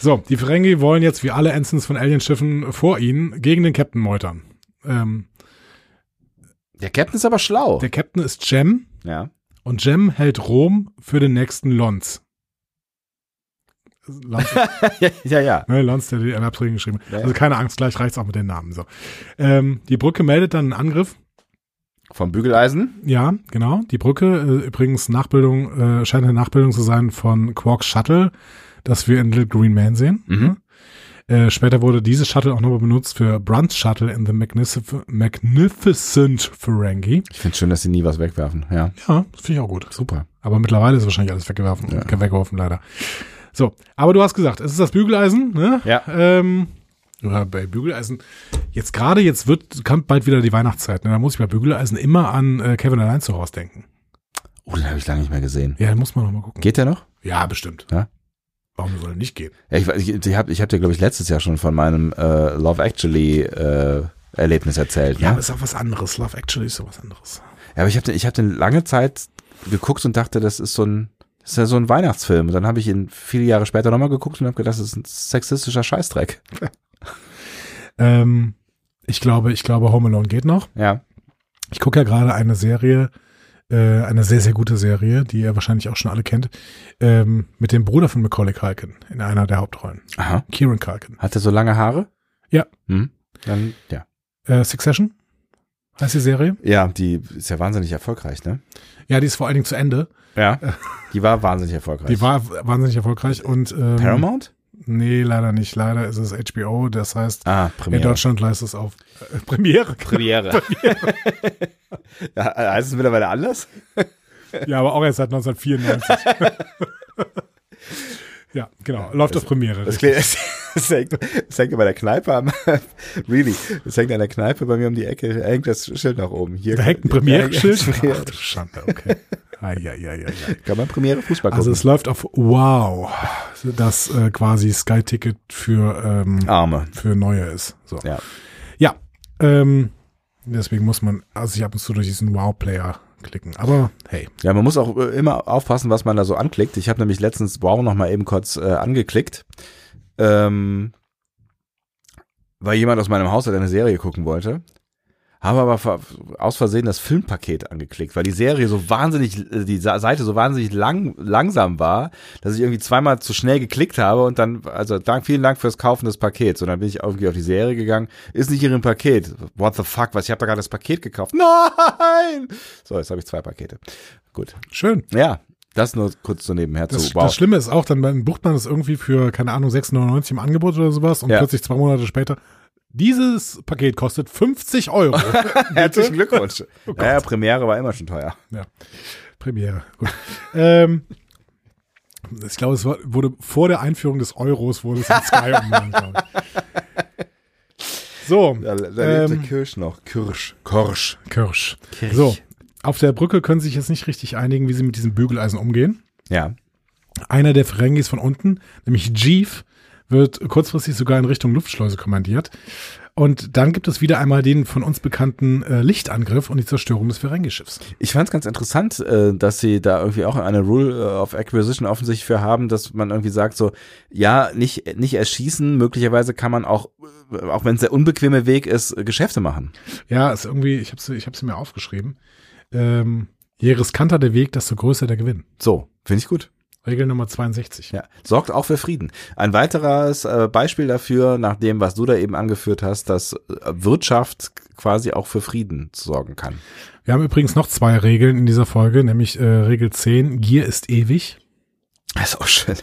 [SPEAKER 2] So, die Ferengi wollen jetzt wie alle Ensigns von Alienschiffen vor ihnen gegen den Captain meutern. Ähm,
[SPEAKER 1] Der Captain ist aber schlau.
[SPEAKER 2] der Captain ist Jem
[SPEAKER 1] Ja.
[SPEAKER 2] und Jem hält Rom für den nächsten Lons. Lons
[SPEAKER 1] ja, ja.
[SPEAKER 2] Ne, Lanz, der die Erwerbsregeln geschrieben hat.
[SPEAKER 1] Ja, ja.
[SPEAKER 2] Also keine Angst, gleich reicht's auch mit den Namen. So. Ähm, die Brücke meldet dann einen Angriff.
[SPEAKER 1] Vom Bügeleisen.
[SPEAKER 2] Ja, genau. Die Brücke, äh, übrigens Nachbildung, äh, scheint eine Nachbildung zu sein von Quarks Shuttle, das wir in Little Green Man sehen.
[SPEAKER 1] Mhm.
[SPEAKER 2] Äh, später wurde dieses Shuttle auch nochmal benutzt für Brunt's Shuttle in The Magnific Magnificent Ferengi.
[SPEAKER 1] Ich finde schön, dass sie nie was wegwerfen. Ja.
[SPEAKER 2] Ja, das finde ich auch gut.
[SPEAKER 1] Super.
[SPEAKER 2] Aber mittlerweile ist wahrscheinlich alles weggeworfen,
[SPEAKER 1] Ja.
[SPEAKER 2] weggeworfen leider. So, aber du hast gesagt, es ist das Bügeleisen, ne?
[SPEAKER 1] Ja.
[SPEAKER 2] Ähm, ja, bei Bügeleisen. Jetzt gerade, jetzt wird, kommt bald wieder die Weihnachtszeit. Ne? Da muss ich bei Bügeleisen immer an äh, Kevin allein zu Hause denken.
[SPEAKER 1] Oh, den habe ich lange nicht mehr gesehen.
[SPEAKER 2] Ja, muss man nochmal gucken.
[SPEAKER 1] Geht der noch?
[SPEAKER 2] Ja, bestimmt.
[SPEAKER 1] Ja?
[SPEAKER 2] Warum soll er nicht gehen?
[SPEAKER 1] Ja, ich weiß, ich, ich habe ich hab dir, glaube ich, letztes Jahr schon von meinem äh, Love Actually äh, Erlebnis erzählt.
[SPEAKER 2] Ja,
[SPEAKER 1] ne?
[SPEAKER 2] aber ist auch was anderes. Love Actually ist sowas anderes.
[SPEAKER 1] Ja, aber ich habe den, ich hab den lange Zeit geguckt und dachte, das ist so ein, das ist ja so ein Weihnachtsfilm. Und dann habe ich ihn viele Jahre später nochmal geguckt und habe gedacht, das ist ein sexistischer Scheißdreck.
[SPEAKER 2] Ähm, ich glaube, ich glaube, Home Alone geht noch.
[SPEAKER 1] Ja.
[SPEAKER 2] Ich gucke ja gerade eine Serie, äh, eine sehr, sehr gute Serie, die ihr wahrscheinlich auch schon alle kennt, ähm, mit dem Bruder von Macaulay Culkin in einer der Hauptrollen.
[SPEAKER 1] Aha.
[SPEAKER 2] Kieran Culkin.
[SPEAKER 1] Hat er so lange Haare?
[SPEAKER 2] Ja.
[SPEAKER 1] Hm? Dann, ja.
[SPEAKER 2] Äh, Succession heißt die Serie.
[SPEAKER 1] Ja, die ist ja wahnsinnig erfolgreich, ne?
[SPEAKER 2] Ja, die ist vor allen Dingen zu Ende.
[SPEAKER 1] Ja. Die war wahnsinnig erfolgreich.
[SPEAKER 2] Die war wahnsinnig erfolgreich und ähm,
[SPEAKER 1] Paramount?
[SPEAKER 2] Nee, leider nicht. Leider ist es HBO. Das heißt,
[SPEAKER 1] Ah, Premiere.
[SPEAKER 2] in Deutschland leistet es auf äh, Premiere.
[SPEAKER 1] Premiere. ja, heißt es mittlerweile anders?
[SPEAKER 2] Ja, aber auch erst seit 1994. ja, genau. Läuft auf Premiere.
[SPEAKER 1] Das,
[SPEAKER 2] richtig.
[SPEAKER 1] klingt, es, es, hängt, es hängt bei der Kneipe am, really, es hängt an der Kneipe bei mir um die Ecke, hängt das Schild nach oben. Hier,
[SPEAKER 2] Da hängt ein
[SPEAKER 1] Da
[SPEAKER 2] Premiere-Schild.
[SPEAKER 1] hängt ein
[SPEAKER 2] Ach du Schande, okay. Eieieiei.
[SPEAKER 1] Kann man Premiere Fußball gucken?
[SPEAKER 2] Also es läuft auf Wow, das äh, quasi Sky-Ticket für, ähm,
[SPEAKER 1] Arme.
[SPEAKER 2] für Neue ist. So.
[SPEAKER 1] Ah. Ja.
[SPEAKER 2] Ja, ähm, deswegen muss man also sich ab und zu durch diesen Wow-Player klicken. Aber hey,
[SPEAKER 1] ja, man muss auch äh, immer aufpassen, was man da so anklickt. Ich habe nämlich letztens Wow noch mal eben kurz äh, angeklickt, ähm, weil jemand aus meinem Haushalt eine Serie gucken wollte. Habe aber ver aus Versehen das Filmpaket angeklickt, weil die Serie so wahnsinnig, äh, die Sa- Seite so wahnsinnig lang, langsam war, dass ich irgendwie zweimal zu schnell geklickt habe und dann, also dank, vielen Dank fürs Kaufen des Pakets. Und dann bin ich irgendwie auf die Serie gegangen, ist nicht ihrem Paket. What the fuck, was, ich habe da gerade das Paket gekauft. Nein! So, jetzt habe ich zwei Pakete. Gut.
[SPEAKER 2] schön.
[SPEAKER 1] Ja, das nur kurz so nebenher
[SPEAKER 2] Das,
[SPEAKER 1] zu. Wow.
[SPEAKER 2] das Schlimme ist auch, dann dann bucht man das irgendwie für, keine Ahnung, 6,99 im Angebot oder sowas und
[SPEAKER 1] Ja.
[SPEAKER 2] plötzlich zwei Monate später, dieses Paket kostet 50 Euro.
[SPEAKER 1] Herzlichen Glückwunsch. naja, Premiere war immer schon teuer.
[SPEAKER 2] Ja. Premiere. Gut. ähm, ich glaube, es war- wurde vor der Einführung des Euros wurde es in Sky umbenannt. glaube ich. So,
[SPEAKER 1] Da, da
[SPEAKER 2] ähm,
[SPEAKER 1] lebte Kirsch noch. Kirsch. Korsch.
[SPEAKER 2] Kirsch. So, auf der Brücke können sie sich jetzt nicht richtig einigen, wie sie mit diesem Bügeleisen umgehen.
[SPEAKER 1] Ja.
[SPEAKER 2] Einer der Ferengis von unten, nämlich Jeef, wird kurzfristig sogar in Richtung Luftschleuse kommandiert. Und dann gibt es wieder einmal den von uns bekannten äh, Lichtangriff und die Zerstörung des Ferengi-Schiffs.
[SPEAKER 1] Ich fand es ganz interessant, äh, dass sie da irgendwie auch eine Rule äh, of Acquisition offensichtlich für haben, dass man irgendwie sagt so, ja, nicht, nicht erschießen, möglicherweise kann man auch, äh, auch wenn es der unbequeme Weg ist, äh, Geschäfte machen.
[SPEAKER 2] Ja, ist irgendwie, ich habe sie, ich hab sie mir aufgeschrieben. Ähm, je riskanter der Weg, desto größer der Gewinn.
[SPEAKER 1] So, finde ich gut.
[SPEAKER 2] Regel Nummer 62.
[SPEAKER 1] Ja, sorgt auch für Frieden. Ein weiteres äh, Beispiel dafür, nach dem, was du da eben angeführt hast, dass äh, Wirtschaft quasi auch für Frieden sorgen kann.
[SPEAKER 2] Wir haben übrigens noch zwei Regeln in dieser Folge, nämlich äh, Regel 10, Gier ist ewig.
[SPEAKER 1] Das ist auch schön.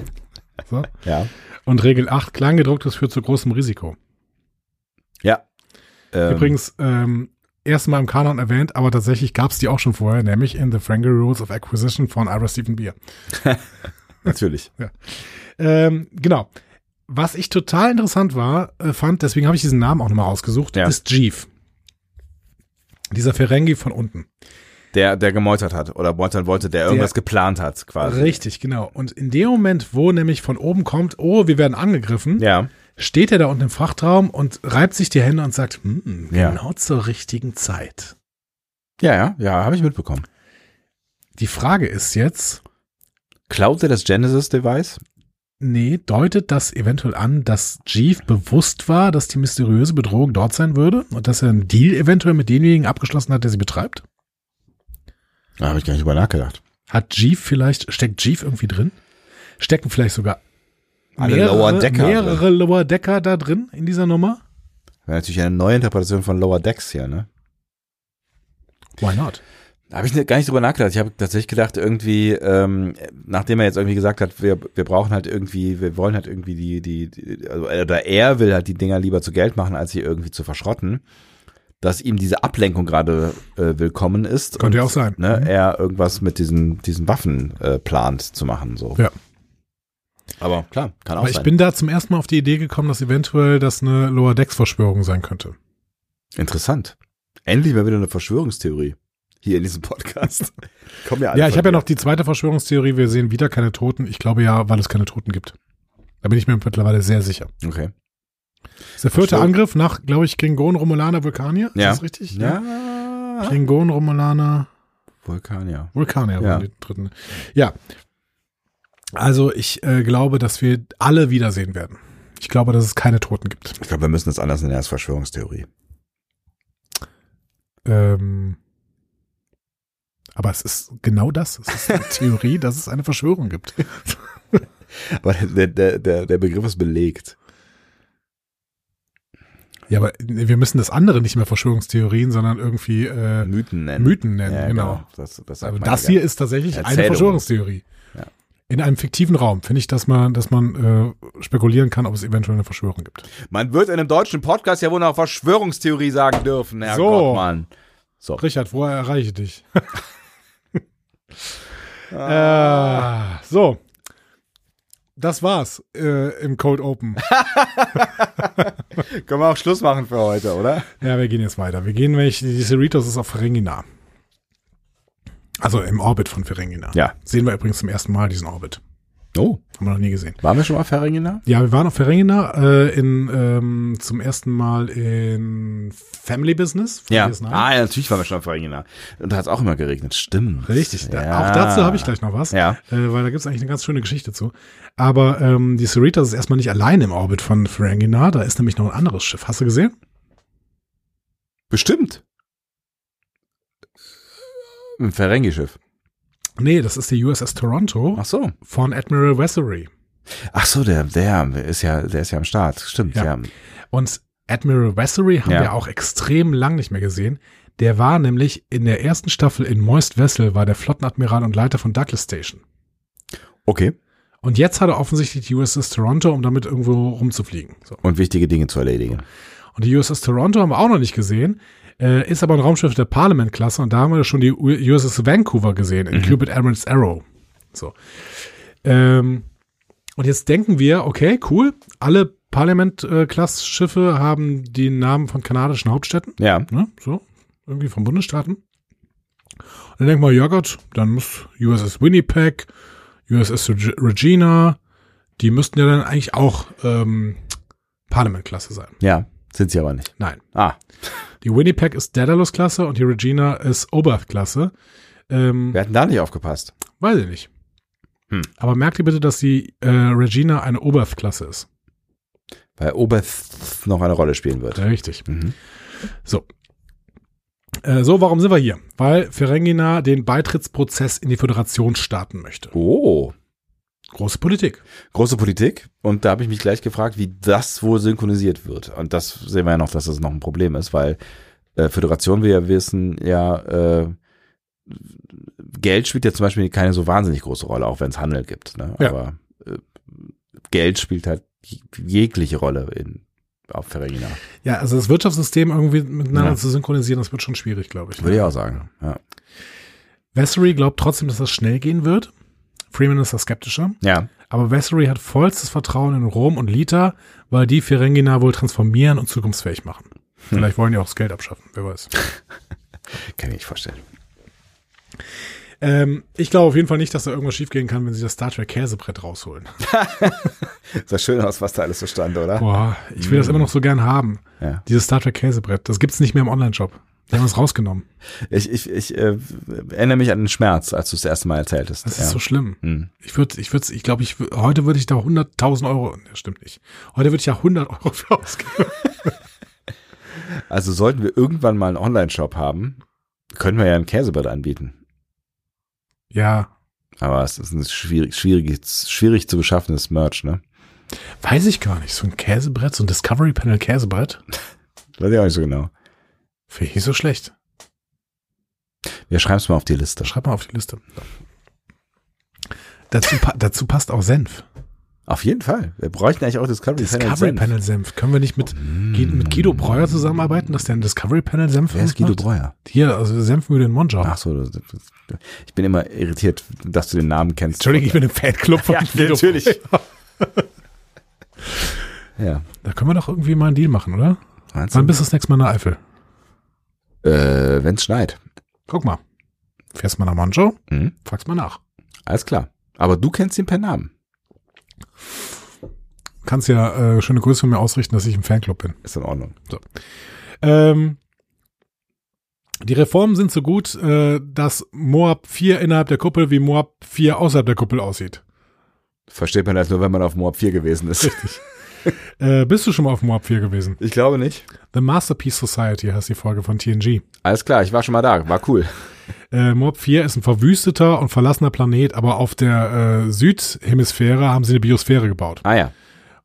[SPEAKER 2] So.
[SPEAKER 1] Ja.
[SPEAKER 2] Und Regel 8, Kleingedrucktes führt zu großem Risiko.
[SPEAKER 1] Ja. Ähm,
[SPEAKER 2] Übrigens, ähm, erstmal im Kanon erwähnt, aber tatsächlich gab es die auch schon vorher, nämlich in The Frankel Rules of Acquisition von Ira Stephen Beer.
[SPEAKER 1] Natürlich.
[SPEAKER 2] Ähm, genau. Was ich total interessant war, äh, fand, deswegen habe ich diesen Namen auch nochmal ausgesucht,
[SPEAKER 1] Ja.
[SPEAKER 2] ist Jeef. Dieser Ferengi von unten.
[SPEAKER 1] Der, der gemeutert hat oder meutern wollte, der irgendwas geplant hat quasi.
[SPEAKER 2] Richtig, genau. Und in dem Moment, wo nämlich von oben kommt, oh, wir werden angegriffen,
[SPEAKER 1] Ja.
[SPEAKER 2] steht er da unten im Frachtraum und reibt sich die Hände und sagt, hm,
[SPEAKER 1] Ja.
[SPEAKER 2] genau zur richtigen Zeit.
[SPEAKER 1] Ja, ja, ja, habe ich mitbekommen.
[SPEAKER 2] Die Frage ist jetzt,
[SPEAKER 1] Klaut er das Genesis-Device?
[SPEAKER 2] nee, deutet das eventuell an, dass Jeeve bewusst war, dass die mysteriöse Bedrohung dort sein würde und dass er einen Deal eventuell mit demjenigen abgeschlossen hat, der sie betreibt?
[SPEAKER 1] Da habe ich gar nicht drüber nachgedacht.
[SPEAKER 2] Hat Jeeve vielleicht, steckt Jeeve irgendwie drin? Stecken vielleicht sogar
[SPEAKER 1] Alle
[SPEAKER 2] mehrere,
[SPEAKER 1] Lower Decker
[SPEAKER 2] mehrere Lower Decker da drin in dieser Nummer?
[SPEAKER 1] Wäre natürlich eine neue Interpretation von Lower Decks hier, ne?
[SPEAKER 2] Why not?
[SPEAKER 1] Da habe ich ne- gar nicht drüber nachgedacht. Ich habe tatsächlich gedacht, irgendwie, ähm, nachdem er jetzt irgendwie gesagt hat, wir, wir brauchen halt irgendwie, wir wollen halt irgendwie die, die, die, also, äh, oder er will halt die Dinger lieber zu Geld machen, als sie irgendwie zu verschrotten, dass ihm diese Ablenkung gerade äh, willkommen ist.
[SPEAKER 2] Könnte ja
[SPEAKER 1] und,
[SPEAKER 2] auch sein.
[SPEAKER 1] Ne,
[SPEAKER 2] Mhm.
[SPEAKER 1] Er irgendwas mit diesen, diesen Waffen äh, plant zu machen. So.
[SPEAKER 2] Ja.
[SPEAKER 1] Aber klar, kann auch
[SPEAKER 2] Aber ich
[SPEAKER 1] sein.
[SPEAKER 2] bin da zum ersten Mal auf die Idee gekommen, dass eventuell das eine Lower Decks Verschwörung sein könnte.
[SPEAKER 1] Interessant. Endlich mal wieder eine Verschwörungstheorie. hier in diesem Podcast. Kommen alle
[SPEAKER 2] Ja, ich
[SPEAKER 1] von
[SPEAKER 2] habe ja
[SPEAKER 1] dir.
[SPEAKER 2] noch die zweite Verschwörungstheorie, wir sehen wieder keine Toten. Ich glaube ja, weil es keine Toten gibt. Da bin ich mir mittlerweile sehr sicher.
[SPEAKER 1] Okay.
[SPEAKER 2] Das ist der vierte
[SPEAKER 1] Verstehe.
[SPEAKER 2] Angriff nach, glaube ich, Klingonen, Romulaner, Vulkanier.
[SPEAKER 1] Ja.
[SPEAKER 2] Ist das richtig?
[SPEAKER 1] Ja.
[SPEAKER 2] Klingonen, Romulaner,
[SPEAKER 1] Vulkanier. Ja.
[SPEAKER 2] Vulkanier waren die dritten. Ja. Also ich äh, glaube, dass wir alle wiedersehen werden. Ich glaube, dass es keine Toten gibt.
[SPEAKER 4] Ich glaube, wir müssen das anders nennen als Verschwörungstheorie.
[SPEAKER 2] Ähm, aber es ist genau das. Es ist eine Theorie, dass es eine Verschwörung gibt.
[SPEAKER 4] Aber der, der, der, der Begriff ist belegt.
[SPEAKER 2] Ja, aber wir müssen das andere nicht mehr Verschwörungstheorien, sondern irgendwie äh,
[SPEAKER 4] Mythen nennen.
[SPEAKER 2] Mythen nennen.
[SPEAKER 4] Ja,
[SPEAKER 2] genau.
[SPEAKER 4] Das, das, sagt
[SPEAKER 2] Aber
[SPEAKER 4] man
[SPEAKER 2] das
[SPEAKER 4] ja.
[SPEAKER 2] hier ist tatsächlich eine
[SPEAKER 4] Erzählung.
[SPEAKER 2] Verschwörungstheorie.
[SPEAKER 4] Ja.
[SPEAKER 2] In einem fiktiven Raum finde ich, dass man, dass man äh, spekulieren kann, ob es eventuell eine Verschwörung gibt.
[SPEAKER 1] Man wird in einem deutschen Podcast ja wohl noch Verschwörungstheorie sagen dürfen, Herr
[SPEAKER 2] So.
[SPEAKER 1] Gottmann. So.
[SPEAKER 2] Richard, woher erreiche ich dich?
[SPEAKER 1] Ah.
[SPEAKER 2] äh, so. Das war's äh, im Cold Open.
[SPEAKER 1] Können wir auch Schluss machen für heute, oder?
[SPEAKER 2] Ja, wir gehen jetzt weiter. Wir gehen, nämlich, die Cerritos ist auf Ferengina. Also im Orbit von Ferengina.
[SPEAKER 1] Ja.
[SPEAKER 2] Sehen wir übrigens zum ersten Mal diesen Orbit.
[SPEAKER 1] Oh,
[SPEAKER 2] Haben wir noch nie gesehen.
[SPEAKER 1] waren wir schon mal Ferringener?
[SPEAKER 2] Ja, wir waren auf Ferengina äh, in, ähm, zum ersten Mal in Family Business. von
[SPEAKER 1] Ja.
[SPEAKER 2] DS9.
[SPEAKER 1] Ah, ja, natürlich waren wir schon mal Ferringener. Und da hat es auch immer geregnet, stimmt.
[SPEAKER 2] Richtig. Da,
[SPEAKER 1] Ja.
[SPEAKER 2] Auch dazu habe ich gleich noch was.
[SPEAKER 1] Ja.
[SPEAKER 2] Äh, weil da gibt's eigentlich eine ganz schöne Geschichte zu. Aber ähm, die Cerritos ist erstmal nicht allein im Orbit von Ferengina. Da ist nämlich noch ein anderes Schiff. Hast du gesehen?
[SPEAKER 1] Bestimmt. Ein Ferengi-Schiff.
[SPEAKER 2] Nee, das ist die USS Toronto
[SPEAKER 1] Ach so.
[SPEAKER 2] von Admiral Wessery.
[SPEAKER 1] Ach so, der, der ist ja, der ist ja am Start. Stimmt,
[SPEAKER 2] Ja.
[SPEAKER 1] ja.
[SPEAKER 2] Und Admiral Wessery haben
[SPEAKER 1] Ja.
[SPEAKER 2] wir auch extrem lang nicht mehr gesehen. Der war nämlich in der ersten Staffel in Moist Vessel, war der Flottenadmiral und Leiter von Douglas Station.
[SPEAKER 1] Okay.
[SPEAKER 2] Und jetzt hat er offensichtlich die USS Toronto, um damit irgendwo rumzufliegen. So.
[SPEAKER 1] Und wichtige Dinge zu erledigen.
[SPEAKER 2] Und die USS Toronto haben wir auch noch nicht gesehen, äh, ist aber ein Raumschiff der Parliament-Klasse und da haben wir schon die U- USS Vancouver gesehen, in Cupid Admiral's Arrow. So. Ähm, und jetzt denken wir, okay, cool, alle Parliament-Klass-Schiffe haben den Namen von kanadischen Hauptstädten
[SPEAKER 1] Ja.
[SPEAKER 2] ne, so, irgendwie vom Bundesstaaten. Und dann denkt man, ja Gott, dann muss USS Winnipeg, USS Reg- Regina, die müssten ja dann eigentlich auch ähm, Parliament-Klasse sein.
[SPEAKER 1] Ja. Sind sie aber nicht.
[SPEAKER 2] Nein,
[SPEAKER 1] Ah.
[SPEAKER 2] die Winnipeg ist Daedalus-Klasse und die Regina ist Oberth-Klasse. Ähm,
[SPEAKER 1] Wir hatten da nicht aufgepasst.
[SPEAKER 2] Weiß ich nicht.
[SPEAKER 1] Hm.
[SPEAKER 2] Aber merkt ihr bitte, dass die äh, Regina eine Oberth-Klasse ist.
[SPEAKER 1] Weil Oberth noch eine Rolle spielen wird.
[SPEAKER 2] Richtig.
[SPEAKER 1] Mhm.
[SPEAKER 2] So. Äh, so, warum sind wir hier? Weil Ferengina den Beitrittsprozess in die Föderation starten möchte.
[SPEAKER 1] Oh.
[SPEAKER 2] Große Politik.
[SPEAKER 1] Große Politik. Und da habe ich mich gleich gefragt, wie das wohl synchronisiert wird. Und das sehen wir ja noch, dass das noch ein Problem ist, weil äh, Föderation, wir ja wissen, ja, äh, Geld spielt ja zum Beispiel keine so wahnsinnig große Rolle, auch wenn es Handel gibt. Ne?
[SPEAKER 2] Ja.
[SPEAKER 1] Aber äh, Geld spielt halt jeg- jegliche Rolle in, auf Ferragina.
[SPEAKER 2] Ja, also das Wirtschaftssystem irgendwie miteinander
[SPEAKER 1] Ja.
[SPEAKER 2] zu synchronisieren, das wird schon schwierig, glaube ich.
[SPEAKER 1] Würde ich auch sagen. Ja.
[SPEAKER 2] Vessery glaubt trotzdem, dass das schnell gehen wird. Freeman ist da skeptischer.
[SPEAKER 1] ja.
[SPEAKER 2] Aber Vessery hat vollstes Vertrauen in Rom und Lita, weil die Ferengina wohl transformieren und zukunftsfähig machen. Vielleicht wollen die auch das Geld abschaffen, wer weiß.
[SPEAKER 1] Kann ich nicht vorstellen.
[SPEAKER 2] ähm, ich glaube auf jeden Fall nicht, dass da irgendwas schiefgehen kann, wenn sie das Star Trek Käsebrett rausholen.
[SPEAKER 1] Sah schön aus, was da alles so stand, oder?
[SPEAKER 2] Boah, ich will das immer noch so gern haben.
[SPEAKER 1] Ja.
[SPEAKER 2] Dieses Star Trek Käsebrett, das gibt's nicht mehr im Online-Shop. Die haben es rausgenommen.
[SPEAKER 1] Ich, ich, ich äh, erinnere mich an den Schmerz, als du es das erste Mal erzähltest.
[SPEAKER 2] Das
[SPEAKER 1] ja.
[SPEAKER 2] ist so schlimm.
[SPEAKER 1] Hm.
[SPEAKER 2] Ich würde, ich würde, ich glaube, ich wür- heute würde ich da 100.000 Euro, das stimmt nicht. Heute würde ich ja 100 Euro für ausgeben.
[SPEAKER 1] Also sollten wir irgendwann mal einen Online-Shop haben, können wir ja ein Käsebrett anbieten.
[SPEAKER 2] ja,
[SPEAKER 1] Aber es ist ein schwierig, schwierig, schwierig zu beschaffenes Merch, ne?
[SPEAKER 2] weiß ich gar nicht. So ein Käsebrett, so ein Discovery Panel Käsebrett,
[SPEAKER 1] Weiß ich auch nicht so genau.
[SPEAKER 2] finde ich nicht so schlecht.
[SPEAKER 1] Wir schreiben es mal auf die Liste.
[SPEAKER 2] Schreib mal auf die Liste. Dazu, pa dazu passt auch Senf.
[SPEAKER 1] Auf jeden Fall. Wir bräuchten eigentlich auch Discovery,
[SPEAKER 2] Discovery
[SPEAKER 1] Senf. Mm.
[SPEAKER 2] Panel Senf. Können wir nicht mit, Gu- mit Guido Breuer zusammenarbeiten, dass der ein Discovery Panel Senf
[SPEAKER 1] Wer ist
[SPEAKER 2] für uns
[SPEAKER 1] Guido
[SPEAKER 2] macht?
[SPEAKER 1] Breuer?
[SPEAKER 2] Hier, also Senfmühle in Monja.
[SPEAKER 1] Ach so, das- das- ich bin immer irritiert, dass du den Namen kennst.
[SPEAKER 2] Entschuldigung, ich bin im Fanclub von
[SPEAKER 1] Ja,
[SPEAKER 2] Guido
[SPEAKER 1] natürlich.
[SPEAKER 2] Breuer.
[SPEAKER 1] Ja.
[SPEAKER 2] Da können wir doch irgendwie mal einen Deal machen, oder?
[SPEAKER 1] Meinst du?
[SPEAKER 2] Wann bist du das nächste Mal in der Eifel?
[SPEAKER 1] Äh, wenn's schneit.
[SPEAKER 2] Guck mal. Fährst mal nach Monjo?
[SPEAKER 1] Mhm.
[SPEAKER 2] Fragst mal nach.
[SPEAKER 1] Alles klar. Aber du kennst ihn per Namen.
[SPEAKER 2] Kannst ja äh, schöne Grüße von mir ausrichten, dass ich im Fanclub bin.
[SPEAKER 1] Ist in Ordnung.
[SPEAKER 2] Ähm, die Reformen sind so gut, äh, dass Moab 4 innerhalb der Kuppel wie Moab 4 außerhalb der Kuppel aussieht.
[SPEAKER 1] Versteht man das nur, wenn man auf Moab 4 gewesen ist.
[SPEAKER 2] Äh, bist du schon mal auf Moab 4 gewesen?
[SPEAKER 1] Ich glaube nicht.
[SPEAKER 2] The Masterpiece Society heißt die Folge von TNG.
[SPEAKER 1] Alles klar, ich war schon mal da. War cool.
[SPEAKER 2] Äh, Moab 4 ist ein verwüsteter und verlassener Planet, aber auf der äh, Südhemisphäre haben sie eine Biosphäre gebaut.
[SPEAKER 1] Ah ja,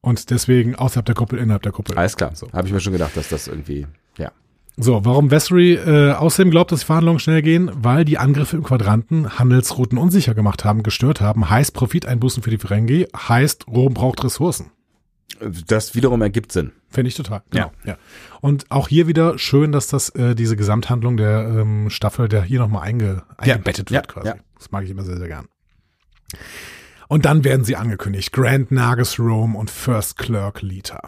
[SPEAKER 2] Und deswegen außerhalb der Kuppel, innerhalb der Kuppel.
[SPEAKER 1] alles klar. Habe ich mir schon gedacht, dass das irgendwie, ja.
[SPEAKER 2] So, warum Vessery äh, außerdem glaubt, dass die Verhandlungen schnell gehen? Weil die Angriffe im Quadranten Handelsrouten unsicher gemacht haben, gestört haben. Heißt Profiteinbußen für die Ferengi, heißt Rom braucht Ressourcen.
[SPEAKER 1] Das wiederum ergibt Sinn.
[SPEAKER 2] Finde ich total. Genau. Ja. ja. Und auch hier wieder schön, dass das äh, diese Gesamthandlung der ähm, Staffel, der hier nochmal einge eingebettet
[SPEAKER 1] ja,
[SPEAKER 2] wird quasi.
[SPEAKER 1] ja.
[SPEAKER 2] Das mag ich immer sehr, sehr gern. Und dann werden sie angekündigt. Grand Nagus Rome und First Clerk Lita.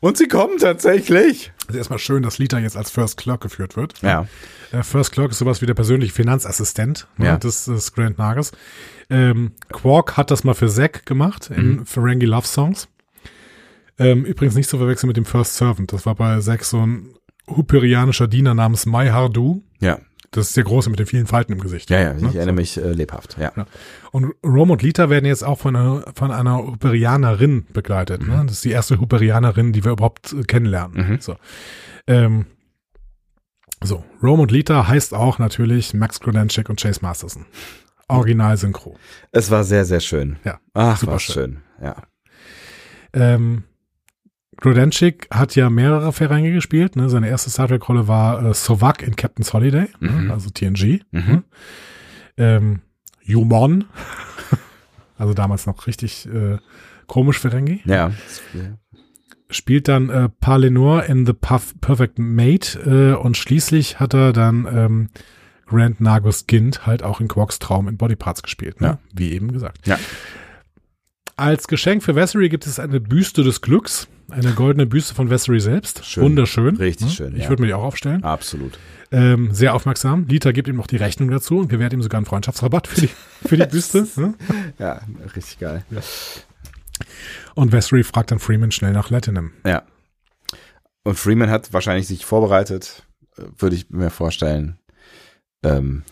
[SPEAKER 1] Und sie kommen tatsächlich.
[SPEAKER 2] Also erstmal schön, dass Lita jetzt als First Clerk geführt wird.
[SPEAKER 1] Ja.
[SPEAKER 2] Äh, First Clerk ist sowas wie der persönliche Finanzassistent ne,
[SPEAKER 1] Ja.
[SPEAKER 2] des, des Grand Nagus. Ähm, Quark hat das mal für Zack gemacht in
[SPEAKER 1] Mhm.
[SPEAKER 2] Ferengi Love Songs. Ähm, übrigens nicht zu verwechseln mit dem First Servant. Das war bei Zack so ein hyperianischer Diener namens Mai Hardu.
[SPEAKER 1] Ja,
[SPEAKER 2] Das ist der Große mit den vielen Falten im Gesicht.
[SPEAKER 1] ja, ja. Ich
[SPEAKER 2] Ne?
[SPEAKER 1] erinnere mich äh, lebhaft. Ja.
[SPEAKER 2] Ja. Und Rom und Lita werden jetzt auch von einer, von einer Hyperianerin begleitet. Ne? Das ist die erste Hyperianerin, die wir überhaupt äh, kennenlernen. So. Ähm, so, Rom und Lita heißt auch natürlich Max Grodenschik und Chase Masterson. Original Synchro.
[SPEAKER 1] Es war sehr, sehr schön.
[SPEAKER 2] Ja.
[SPEAKER 1] Ach,
[SPEAKER 2] Super
[SPEAKER 1] war schön. Ja.
[SPEAKER 2] Ähm, Grodenschik hat ja mehrere Ferengi gespielt. Ne? Seine erste Star Trek-Rolle war äh, Sovak in Captain's Holiday, ne? also TNG.
[SPEAKER 1] Mhm.
[SPEAKER 2] Ähm, Jumon, also damals noch richtig äh, komisch Ferengi.
[SPEAKER 1] Ja.
[SPEAKER 2] spielt dann äh, Palenor in The Puff Perfect Mate äh, und schließlich hat er dann ähm, Grand Nagus Gint halt auch in Quarks Traum in Body Parts gespielt, ne?
[SPEAKER 1] Ja.
[SPEAKER 2] wie eben gesagt.
[SPEAKER 1] Ja.
[SPEAKER 2] Als Geschenk für Vessery gibt es eine Büste des Glücks, eine goldene Büste von Vessery selbst.
[SPEAKER 1] Schön.
[SPEAKER 2] Wunderschön. ne?
[SPEAKER 1] Richtig schön,
[SPEAKER 2] Ich
[SPEAKER 1] ja.
[SPEAKER 2] würde mir die auch aufstellen.
[SPEAKER 1] Absolut.
[SPEAKER 2] Ähm, sehr aufmerksam. Lita gibt ihm noch die Rechnung dazu und gewährt ihm sogar einen Freundschaftsrabatt für die, für die Büste. ne?
[SPEAKER 1] Ja, richtig geil.
[SPEAKER 2] Und Vessery fragt dann Freeman schnell nach Latinum.
[SPEAKER 1] Ja. Und Freeman hat wahrscheinlich sich vorbereitet, äh, würde ich mir vorstellen. Ähm,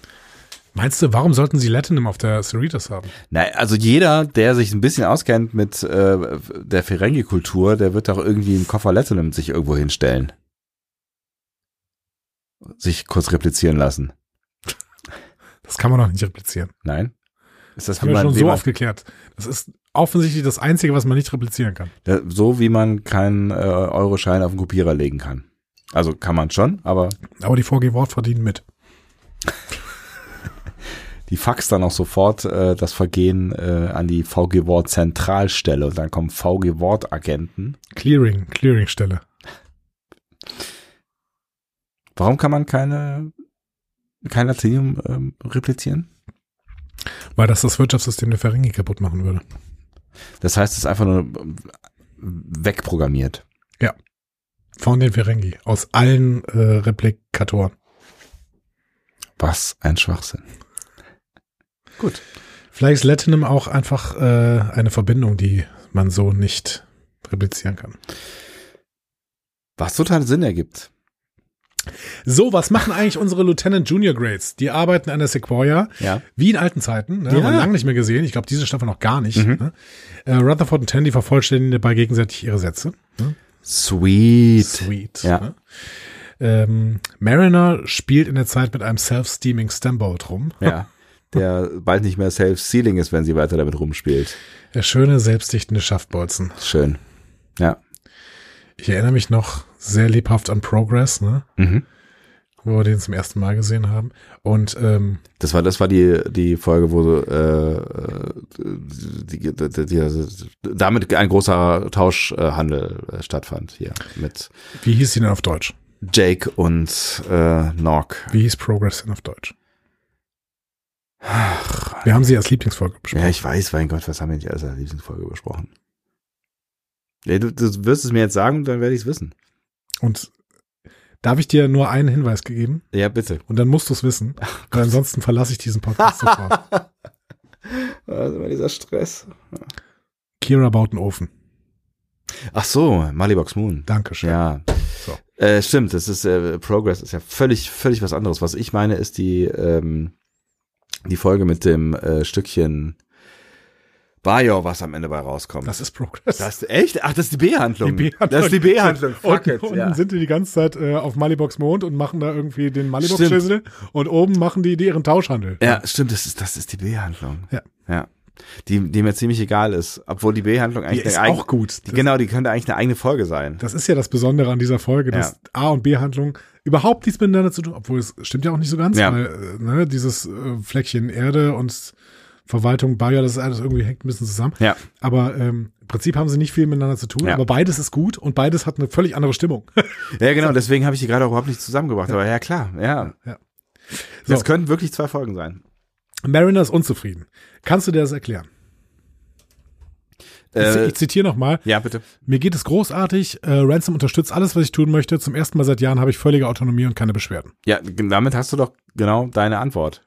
[SPEAKER 2] Meinst du, warum sollten sie Latinum auf der Cerritos haben?
[SPEAKER 1] Nein, also jeder, der sich ein bisschen auskennt mit äh, der Ferengi-Kultur, der wird doch irgendwie einen Koffer Latinum sich irgendwo hinstellen. Sich kurz replizieren lassen.
[SPEAKER 2] Das kann man doch nicht replizieren.
[SPEAKER 1] Nein? Ist das,
[SPEAKER 2] Das haben
[SPEAKER 1] wie
[SPEAKER 2] wir
[SPEAKER 1] man,
[SPEAKER 2] schon
[SPEAKER 1] wie
[SPEAKER 2] so
[SPEAKER 1] man
[SPEAKER 2] oft geklärt. Das ist offensichtlich das Einzige, was man nicht replizieren kann.
[SPEAKER 1] da, so wie man keinen äh, Euroschein auf den Kopierer legen kann. Also kann man schon, aber
[SPEAKER 2] Aber die VG Wort verdienen mit.
[SPEAKER 1] die faxt dann auch sofort äh, das Vergehen äh, an die VG Wort Zentralstelle und dann kommen VG Wort Agenten.
[SPEAKER 2] Clearing, Clearingstelle.
[SPEAKER 1] Warum kann man keine kein Latinium ähm, replizieren?
[SPEAKER 2] Weil das das Wirtschaftssystem der Ferengi kaputt machen würde.
[SPEAKER 1] Das heißt, es ist einfach nur ähm, wegprogrammiert.
[SPEAKER 2] Von den Ferengi. Aus allen äh, Replikatoren.
[SPEAKER 1] Was ein Schwachsinn. Gut.
[SPEAKER 2] Vielleicht ist Latinum auch einfach äh, eine Verbindung, die man so nicht replizieren kann.
[SPEAKER 1] Was total Sinn ergibt.
[SPEAKER 2] So, was machen eigentlich unsere Lieutenant Junior Grades? Die arbeiten an der Sequoia.
[SPEAKER 1] Ja.
[SPEAKER 2] Wie in alten Zeiten, ne?
[SPEAKER 1] Ja.
[SPEAKER 2] haben wir lange nicht mehr gesehen. Ich glaube, diese Staffel noch gar nicht.
[SPEAKER 1] Mhm.
[SPEAKER 2] Ne? Äh, Rutherford und Tandy vervollständigen dabei gegenseitig ihre Sätze.
[SPEAKER 1] Sweet.
[SPEAKER 2] Sweet.
[SPEAKER 1] Ja.
[SPEAKER 2] Ne? Ähm, Mariner spielt in der Zeit mit einem self-steaming Stemboat rum.
[SPEAKER 1] Ja. Der bald nicht mehr self-sealing ist, wenn sie weiter damit rumspielt.
[SPEAKER 2] Der schöne, selbstdichtende Schaftbolzen.
[SPEAKER 1] Schön. Ja.
[SPEAKER 2] Ich erinnere mich noch sehr lebhaft an Progress, ne?
[SPEAKER 1] Mhm.
[SPEAKER 2] wo wir den zum ersten Mal gesehen haben. Und ähm,
[SPEAKER 1] Das war, das war die, die Folge, wo äh, äh, die, die, die, die, damit ein großer Tauschhandel äh, stattfand hier mit
[SPEAKER 2] wie hieß sie denn auf Deutsch?
[SPEAKER 1] Jake und äh, Nork.
[SPEAKER 2] Wie hieß Progress denn auf Deutsch? Wir haben sie als Lieblingsfolge besprochen.
[SPEAKER 1] Ja, ich weiß, mein Gott, was haben wir nicht alles in der Lieblingsfolge besprochen? Nee, du, du wirst es mir jetzt sagen, dann werde ich es wissen.
[SPEAKER 2] Und Da habe ich dir nur einen Hinweis gegeben
[SPEAKER 1] Ja, bitte.
[SPEAKER 2] und dann musst du es wissen. weil ansonsten verlasse ich diesen Podcast sofort.
[SPEAKER 1] Also immer dieser Stress.
[SPEAKER 2] Kira baut einen Ofen.
[SPEAKER 1] Ach so, Malibox Moon.
[SPEAKER 2] Dankeschön.
[SPEAKER 1] Ja.
[SPEAKER 2] So.
[SPEAKER 1] Äh, stimmt, das ist äh, Progress ist ja völlig völlig was anderes. Was ich meine ist die ähm, die Folge mit dem äh, Stückchen Bajor, was am Ende bei rauskommt.
[SPEAKER 2] Das ist Progress.
[SPEAKER 1] Das ist echt? Ach, das ist die B-Handlung.
[SPEAKER 2] Die B-Handlung.
[SPEAKER 1] Das ist die B-Handlung.
[SPEAKER 2] Und
[SPEAKER 1] Fuck it,
[SPEAKER 2] unten
[SPEAKER 1] ja.
[SPEAKER 2] sind die die ganze Zeit äh, auf Malibox Mond und machen da irgendwie den
[SPEAKER 1] Stimmt.
[SPEAKER 2] Malibox-Schlüssel und oben machen die, die ihren Tauschhandel.
[SPEAKER 1] ja, stimmt, das ist das ist die B-Handlung.
[SPEAKER 2] Ja.
[SPEAKER 1] Ja. Die die mir ziemlich egal ist, obwohl die B-Handlung
[SPEAKER 2] Die
[SPEAKER 1] eigentlich
[SPEAKER 2] ist
[SPEAKER 1] eine eig-
[SPEAKER 2] auch gut.
[SPEAKER 1] Die,
[SPEAKER 2] Das,
[SPEAKER 1] genau, die könnte eigentlich eine eigene Folge sein.
[SPEAKER 2] das ist ja das Besondere an dieser Folge, dass
[SPEAKER 1] Ja.
[SPEAKER 2] A- und B-Handlungen überhaupt nichts miteinander zu tun Obwohl es stimmt ja auch nicht so ganz,
[SPEAKER 1] Ja.
[SPEAKER 2] weil äh, ne, dieses äh, Fleckchen Erde und Verwaltung Bayer, das ist alles irgendwie hängt ein bisschen zusammen.
[SPEAKER 1] Ja.
[SPEAKER 2] Aber ähm, im Prinzip haben sie nicht viel miteinander zu tun,
[SPEAKER 1] Ja.
[SPEAKER 2] aber beides ist gut und beides hat eine völlig andere Stimmung.
[SPEAKER 1] Ja, genau, deswegen habe ich die gerade auch überhaupt nicht zusammengebracht, aber ja klar, ja.
[SPEAKER 2] Ja.
[SPEAKER 1] Das
[SPEAKER 2] So.
[SPEAKER 1] könnten wirklich zwei Folgen sein.
[SPEAKER 2] Mariner ist unzufrieden. Kannst du dir das erklären? Ich,
[SPEAKER 1] Äh,
[SPEAKER 2] ich zitiere nochmal.
[SPEAKER 1] ja, bitte.
[SPEAKER 2] Mir geht es großartig. Äh, Ransom unterstützt alles, was ich tun möchte. Zum ersten Mal seit Jahren habe ich völlige Autonomie und keine Beschwerden.
[SPEAKER 1] Ja, g- damit hast du doch genau deine Antwort.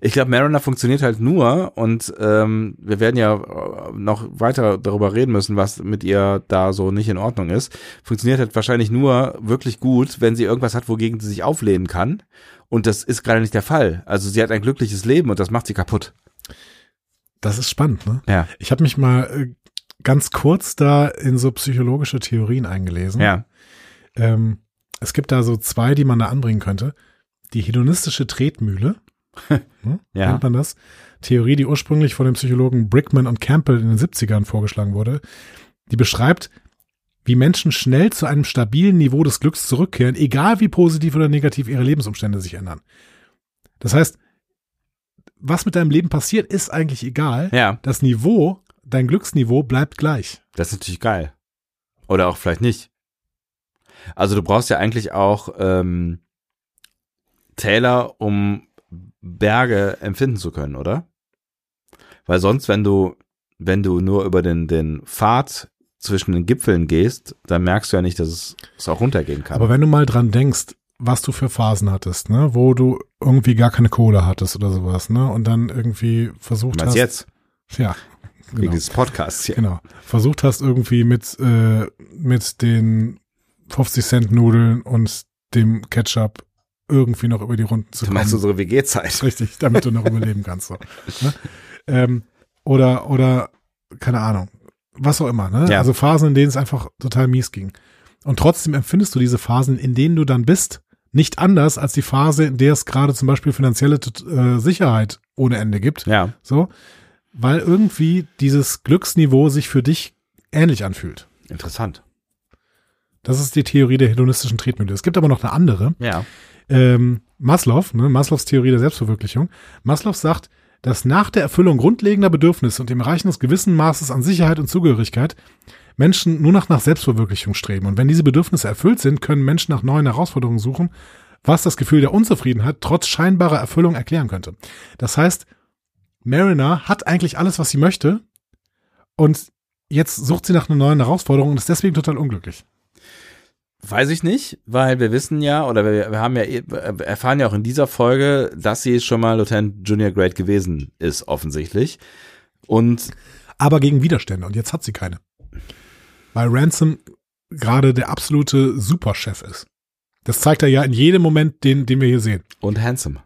[SPEAKER 1] Ich glaube, Mariner funktioniert halt nur und ähm, wir werden ja äh, noch weiter darüber reden müssen, was mit ihr da so nicht in Ordnung ist. Funktioniert halt wahrscheinlich nur wirklich gut, wenn sie irgendwas hat, wogegen sie sich auflehnen kann. Und das ist gerade nicht der Fall. Also sie hat ein glückliches Leben und das macht sie kaputt.
[SPEAKER 2] Das ist spannend, ne?
[SPEAKER 1] Ja.
[SPEAKER 2] Ich habe mich mal äh, ganz kurz da in so psychologische Theorien eingelesen.
[SPEAKER 1] Ja.
[SPEAKER 2] Ähm, es gibt da so zwei, die man da anbringen könnte. Die hedonistische Tretmühle. hm?
[SPEAKER 1] Ja.
[SPEAKER 2] Nennt man das? Theorie, die ursprünglich von den Psychologen Brickman und Campbell in den 70ern vorgeschlagen wurde. Die beschreibt, wie Menschen schnell zu einem stabilen Niveau des Glücks zurückkehren, egal wie positiv oder negativ ihre Lebensumstände sich ändern. Das heißt, was mit deinem Leben passiert, ist eigentlich egal.
[SPEAKER 1] Ja.
[SPEAKER 2] Das Niveau, dein Glücksniveau bleibt gleich.
[SPEAKER 1] Das ist natürlich geil. Oder auch vielleicht nicht. Also du brauchst ja eigentlich auch ähm, Täler, um Berge empfinden zu können, oder? Weil sonst, wenn du, wenn du nur über den, den Pfad zwischen den Gipfeln gehst, dann merkst du ja nicht, dass es, es auch runtergehen kann.
[SPEAKER 2] Aber wenn du mal dran denkst, was du für Phasen hattest, ne, wo du irgendwie gar keine Kohle hattest oder sowas, ne, und dann irgendwie versucht
[SPEAKER 1] du meinst
[SPEAKER 2] hast,
[SPEAKER 1] jetzt,
[SPEAKER 2] ja,
[SPEAKER 1] wegen
[SPEAKER 2] genau,
[SPEAKER 1] dieses Podcasts hier.
[SPEAKER 2] genau, versucht hast irgendwie mit äh, mit den 50 Cent Nudeln und dem Ketchup irgendwie noch über die Runden zu
[SPEAKER 1] Du
[SPEAKER 2] kommen.
[SPEAKER 1] meinst unsere WG-Zeit.
[SPEAKER 2] Richtig, damit du noch überleben kannst. So, ne? ähm, oder, oder, keine Ahnung, was auch immer. Ne?
[SPEAKER 1] Ja.
[SPEAKER 2] Also Phasen, in denen es einfach total mies ging. Und trotzdem empfindest du diese Phasen, in denen du dann bist, nicht anders als die Phase, in der es gerade zum Beispiel finanzielle äh, Sicherheit ohne Ende gibt.
[SPEAKER 1] Ja,
[SPEAKER 2] So, weil irgendwie dieses Glücksniveau sich für dich ähnlich anfühlt.
[SPEAKER 1] interessant.
[SPEAKER 2] Das ist die Theorie der hedonistischen Tretmühle. Es gibt aber noch eine andere,
[SPEAKER 1] Ja.
[SPEAKER 2] ähm, Maslow, ne, Maslows Theorie der Selbstverwirklichung. Maslow sagt, dass nach der Erfüllung grundlegender Bedürfnisse und dem Erreichen des gewissen Maßes an Sicherheit und Zugehörigkeit Menschen nur noch nach Selbstverwirklichung streben. Und wenn diese Bedürfnisse erfüllt sind, können Menschen nach neuen Herausforderungen suchen, was das Gefühl der Unzufriedenheit trotz scheinbarer Erfüllung erklären könnte. Das heißt, Mariner hat eigentlich alles, was sie möchte und jetzt sucht sie nach einer neuen Herausforderung und ist deswegen total unglücklich.
[SPEAKER 1] Weiß ich nicht, weil wir wissen ja oder wir, wir haben ja eh- wir erfahren ja auch in dieser Folge, dass sie schon mal Lieutenant Junior Grade gewesen ist offensichtlich. Und
[SPEAKER 2] aber gegen Widerstände und jetzt hat sie keine. Weil Ransom gerade der absolute Superchef ist. Das zeigt er ja in jedem Moment, den, den wir hier sehen.
[SPEAKER 1] und handsome.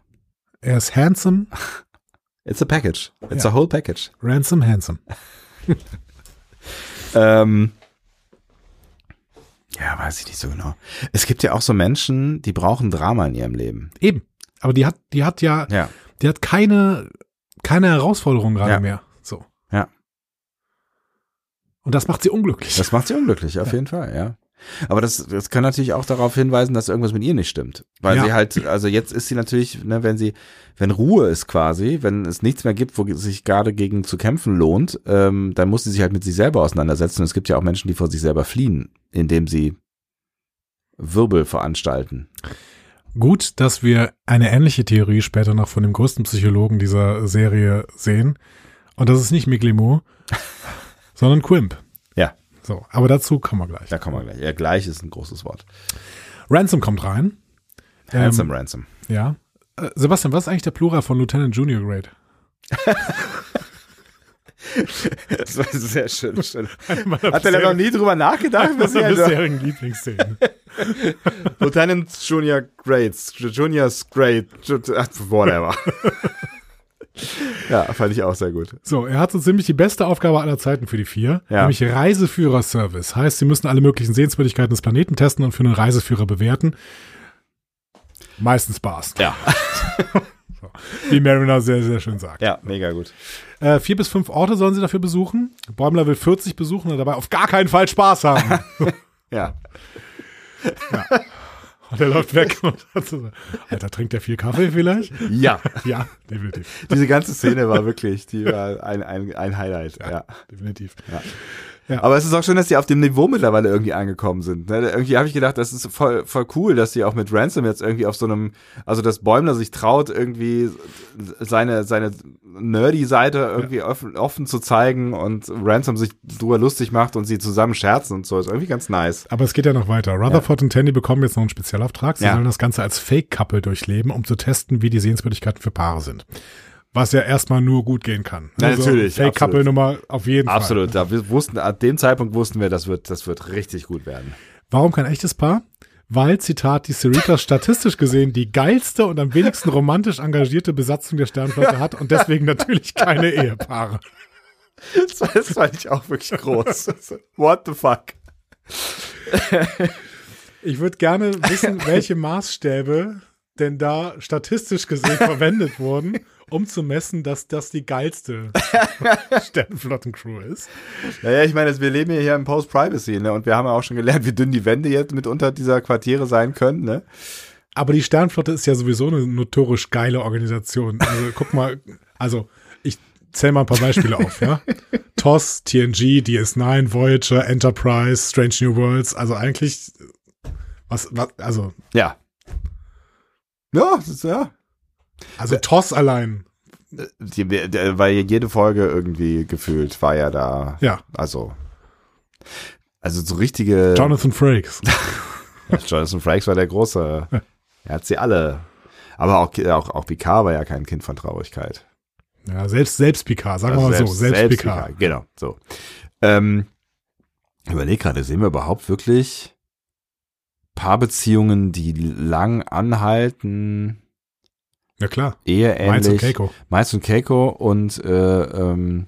[SPEAKER 2] Er ist handsome,
[SPEAKER 1] It's a package. It's
[SPEAKER 2] Ja.
[SPEAKER 1] a whole package.
[SPEAKER 2] ransom, handsome.
[SPEAKER 1] Ähm, ja, weiß ich nicht so genau. Es gibt ja auch so Menschen, die brauchen Drama in ihrem Leben.
[SPEAKER 2] Eben. Aber die hat, die hat ja,
[SPEAKER 1] Ja.
[SPEAKER 2] die hat keine, keine Herausforderung gerade
[SPEAKER 1] Ja.
[SPEAKER 2] mehr. So.
[SPEAKER 1] Ja.
[SPEAKER 2] Und das macht sie unglücklich.
[SPEAKER 1] Das macht sie unglücklich, auf jeden Fall, ja. Aber das, das kann natürlich auch darauf hinweisen, dass irgendwas mit ihr nicht stimmt. Weil
[SPEAKER 2] Ja.
[SPEAKER 1] sie halt, also jetzt ist sie natürlich, ne, wenn sie, wenn Ruhe ist quasi, wenn es nichts mehr gibt, wo es sich gerade gegen zu kämpfen lohnt, ähm, dann muss sie sich halt mit sich selber auseinandersetzen. Und es gibt ja auch Menschen, die vor sich selber fliehen, indem sie Wirbel veranstalten.
[SPEAKER 2] Gut, dass wir eine ähnliche Theorie später noch von dem größten Psychologen dieser Serie sehen. Und das ist nicht Miglimo, sondern Quimp.
[SPEAKER 1] Ja.
[SPEAKER 2] So, aber dazu kommen wir gleich.
[SPEAKER 1] Da kommen wir gleich. Ja, gleich ist ein großes Wort.
[SPEAKER 2] Ransom kommt rein.
[SPEAKER 1] Handsome Ransom.
[SPEAKER 2] Ja. Äh, Sebastian, was ist eigentlich der Plural von Lieutenant Junior Grade?
[SPEAKER 1] Das war sehr schön. schön.
[SPEAKER 2] meiner
[SPEAKER 1] Hat er da noch nie also? drüber nachgedacht? Was
[SPEAKER 2] Meine
[SPEAKER 1] er da-
[SPEAKER 2] bisherigen Lieblingsszenen.
[SPEAKER 1] Lieutenant Junior Grades, Junior's Grade, whatever. ja, fand ich auch sehr gut.
[SPEAKER 2] So, er hat so ziemlich die beste Aufgabe aller Zeiten für die vier,
[SPEAKER 1] Ja.
[SPEAKER 2] nämlich Reiseführerservice. Heißt, sie müssen alle möglichen Sehenswürdigkeiten des Planeten testen und für einen Reiseführer bewerten. Meistens Bars.
[SPEAKER 1] Ja.
[SPEAKER 2] so, wie Mariner sehr, sehr schön sagt.
[SPEAKER 1] Ja, mega gut.
[SPEAKER 2] Äh, vier bis fünf Orte sollen sie dafür besuchen. Bäumler will 40 besuchen und dabei auf gar keinen Fall Spaß haben.
[SPEAKER 1] Ja.
[SPEAKER 2] und er läuft weg. Und hat so, Alter, trinkt der viel Kaffee vielleicht?
[SPEAKER 1] Ja.
[SPEAKER 2] Ja, definitiv.
[SPEAKER 1] Diese ganze Szene war wirklich, die war ein, ein, ein Highlight. Ja.
[SPEAKER 2] Definitiv.
[SPEAKER 1] Aber es ist auch schön, dass die auf dem Niveau mittlerweile irgendwie angekommen sind. ne? Irgendwie habe ich gedacht, das ist voll, voll cool, dass die auch mit Ransom jetzt irgendwie auf so einem, also dass Bäumler sich traut, irgendwie seine, seine nerdy Seite irgendwie offen, offen zu zeigen und Ransom sich drüber lustig macht und sie zusammen scherzen und so. Ist irgendwie ganz nice.
[SPEAKER 2] Aber es geht ja noch weiter. Rutherford und Tandy bekommen jetzt noch einen Spezialauftrag. Sie
[SPEAKER 1] Ja.
[SPEAKER 2] sollen das Ganze als Fake-Couple durchleben, um zu testen, wie die Sehenswürdigkeiten für Paare sind. Was ja erstmal nur gut gehen kann.
[SPEAKER 1] Na, natürlich, absolut.
[SPEAKER 2] Fake-Couple-Nummer auf jeden Fall.
[SPEAKER 1] Absolut, da wir wussten, ab dem Zeitpunkt wussten wir, das wird, das wird richtig gut werden.
[SPEAKER 2] Warum kein echtes Paar? Weil, Zitat, die Cerritos statistisch gesehen die geilste und am wenigsten romantisch engagierte Besatzung der Sternflotte hat und deswegen natürlich keine Ehepaare.
[SPEAKER 1] Das, war- das fand ich auch wirklich groß. What the fuck?
[SPEAKER 2] Ich würde gerne wissen, welche Maßstäbe denn da statistisch gesehen verwendet wurden, um zu messen, dass das die geilste Sternenflottencrew ist.
[SPEAKER 1] Naja, ich meine, wir leben ja hier im Post-Privacy, ne? Und wir haben ja auch schon gelernt, wie dünn die Wände jetzt mitunter dieser Quartiere sein können, ne?
[SPEAKER 2] Aber die Sternflotte ist ja sowieso eine notorisch geile Organisation. Also guck mal, also ich zähle mal ein paar Beispiele auf, ja. TOS, TNG, DS9, Voyager, Enterprise, Strange New Worlds, also eigentlich was, was also
[SPEAKER 1] Ja. Ja, das ist, ja.
[SPEAKER 2] also TOS allein.
[SPEAKER 1] Die, der- weil jede Folge irgendwie gefühlt war ja da.
[SPEAKER 2] Ja,
[SPEAKER 1] Also. Also so richtige.
[SPEAKER 2] Jonathan Frakes.
[SPEAKER 1] Jonathan Frakes war der große. Er hat sie alle. Aber auch, auch, auch Picard war ja kein Kind von Traurigkeit.
[SPEAKER 2] Ja, selbst selbst Picard, sagen
[SPEAKER 1] Also
[SPEAKER 2] wir mal so, selbst, Picard.
[SPEAKER 1] Picard, Genau, so. Ähm, überleg gerade, sehen wir überhaupt wirklich Paarbeziehungen, die lang anhalten,
[SPEAKER 2] Ja klar. Mainz
[SPEAKER 1] eheähnlich?
[SPEAKER 2] und Keiko.
[SPEAKER 1] Mainz und Keiko und äh, ähm,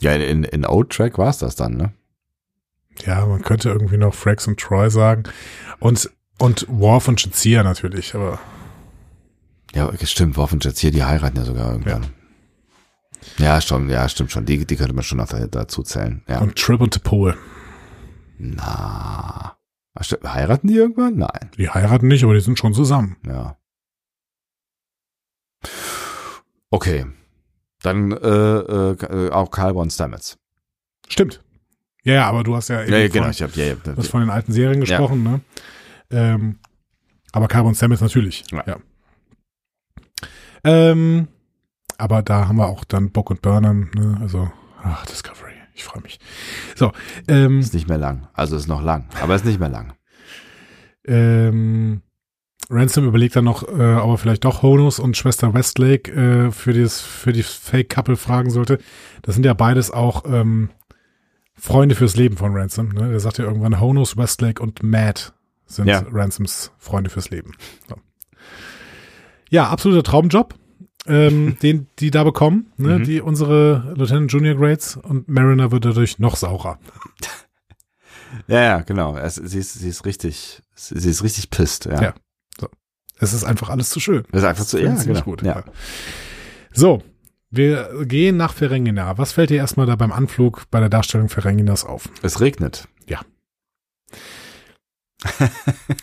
[SPEAKER 1] ja, in, in Old-Track war es das dann, ne?
[SPEAKER 2] Ja, man könnte irgendwie noch Frax und Troy sagen. Und, und Worf und Shazia natürlich, aber
[SPEAKER 1] Ja, okay, stimmt, Worf und Jets hier, die heiraten ja sogar irgendwann. Ja, schon, ja, stimmt schon. Die, die könnte man schon noch da- dazu zählen. Ja.
[SPEAKER 2] und Trip und Tepol.
[SPEAKER 1] Na. Ach, stimmt, Heiraten die irgendwann? Nein.
[SPEAKER 2] Die heiraten nicht, aber die sind schon zusammen.
[SPEAKER 1] Ja. Okay. Dann äh, äh, K- äh, auch Karl von Stamets. genau,
[SPEAKER 2] Stimmt. Ja, ja, aber du hast
[SPEAKER 1] Äh,
[SPEAKER 2] ja genau, eben von,
[SPEAKER 1] Ich hab, ja, ja,
[SPEAKER 2] du hast von den alten Serien gesprochen, ne? Ähm, aber Carbon Stamets natürlich. Ja.
[SPEAKER 1] Ja.
[SPEAKER 2] Ähm, aber da haben wir auch dann Bock und Burnham, ne? Also, ach, Discovery. Ich freue mich. So, ähm,
[SPEAKER 1] ist nicht mehr lang. Also ist noch lang, aber ist nicht mehr lang.
[SPEAKER 2] Ähm, Ransom überlegt dann noch, äh, ob er vielleicht doch Honus und Schwester Westlake äh, für, dieses, für die Fake-Couple fragen sollte. Das sind ja beides auch ähm, Freunde fürs Leben von Ransom. Ne? Der sagt ja irgendwann, Honus, Westlake und Matt sind
[SPEAKER 1] Ja.
[SPEAKER 2] Ransoms Freunde fürs Leben. So. Ja, absoluter Traumjob, ähm, den die da bekommen, ne?
[SPEAKER 1] Mhm.
[SPEAKER 2] die unsere Lieutenant Junior Grades und Mariner wird dadurch noch saurer.
[SPEAKER 1] Ja, ja, genau. Es, sie, ist, sie ist richtig, sie sie ist richtig pisst. Ja.
[SPEAKER 2] Ja. Es ist einfach alles zu schön.
[SPEAKER 1] Das ist einfach zu ja,
[SPEAKER 2] Findest du
[SPEAKER 1] genau.
[SPEAKER 2] nicht gut.
[SPEAKER 1] Ja.
[SPEAKER 2] So, wir gehen nach Ferengina. Was fällt dir erstmal da beim Anflug bei der Darstellung Ferenginas auf?
[SPEAKER 1] Es regnet.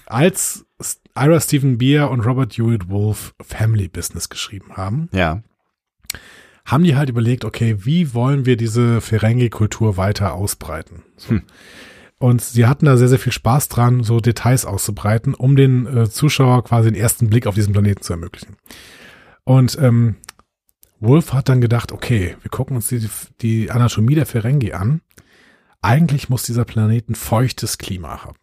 [SPEAKER 2] Als S- Ira Stephen Beer und Robert Hewitt Wolf Family Business geschrieben haben,
[SPEAKER 1] Ja.
[SPEAKER 2] haben die halt überlegt, okay, wie wollen wir diese Ferengi-Kultur weiter ausbreiten? So.
[SPEAKER 1] Hm.
[SPEAKER 2] Und sie hatten da sehr, sehr viel Spaß dran, so Details auszubreiten, um den äh, Zuschauer quasi den ersten Blick auf diesen Planeten zu ermöglichen. Und ähm, Wolf hat dann gedacht, okay, wir gucken uns die, die Anatomie der Ferengi an, Eigentlich muss dieser Planet ein feuchtes Klima haben.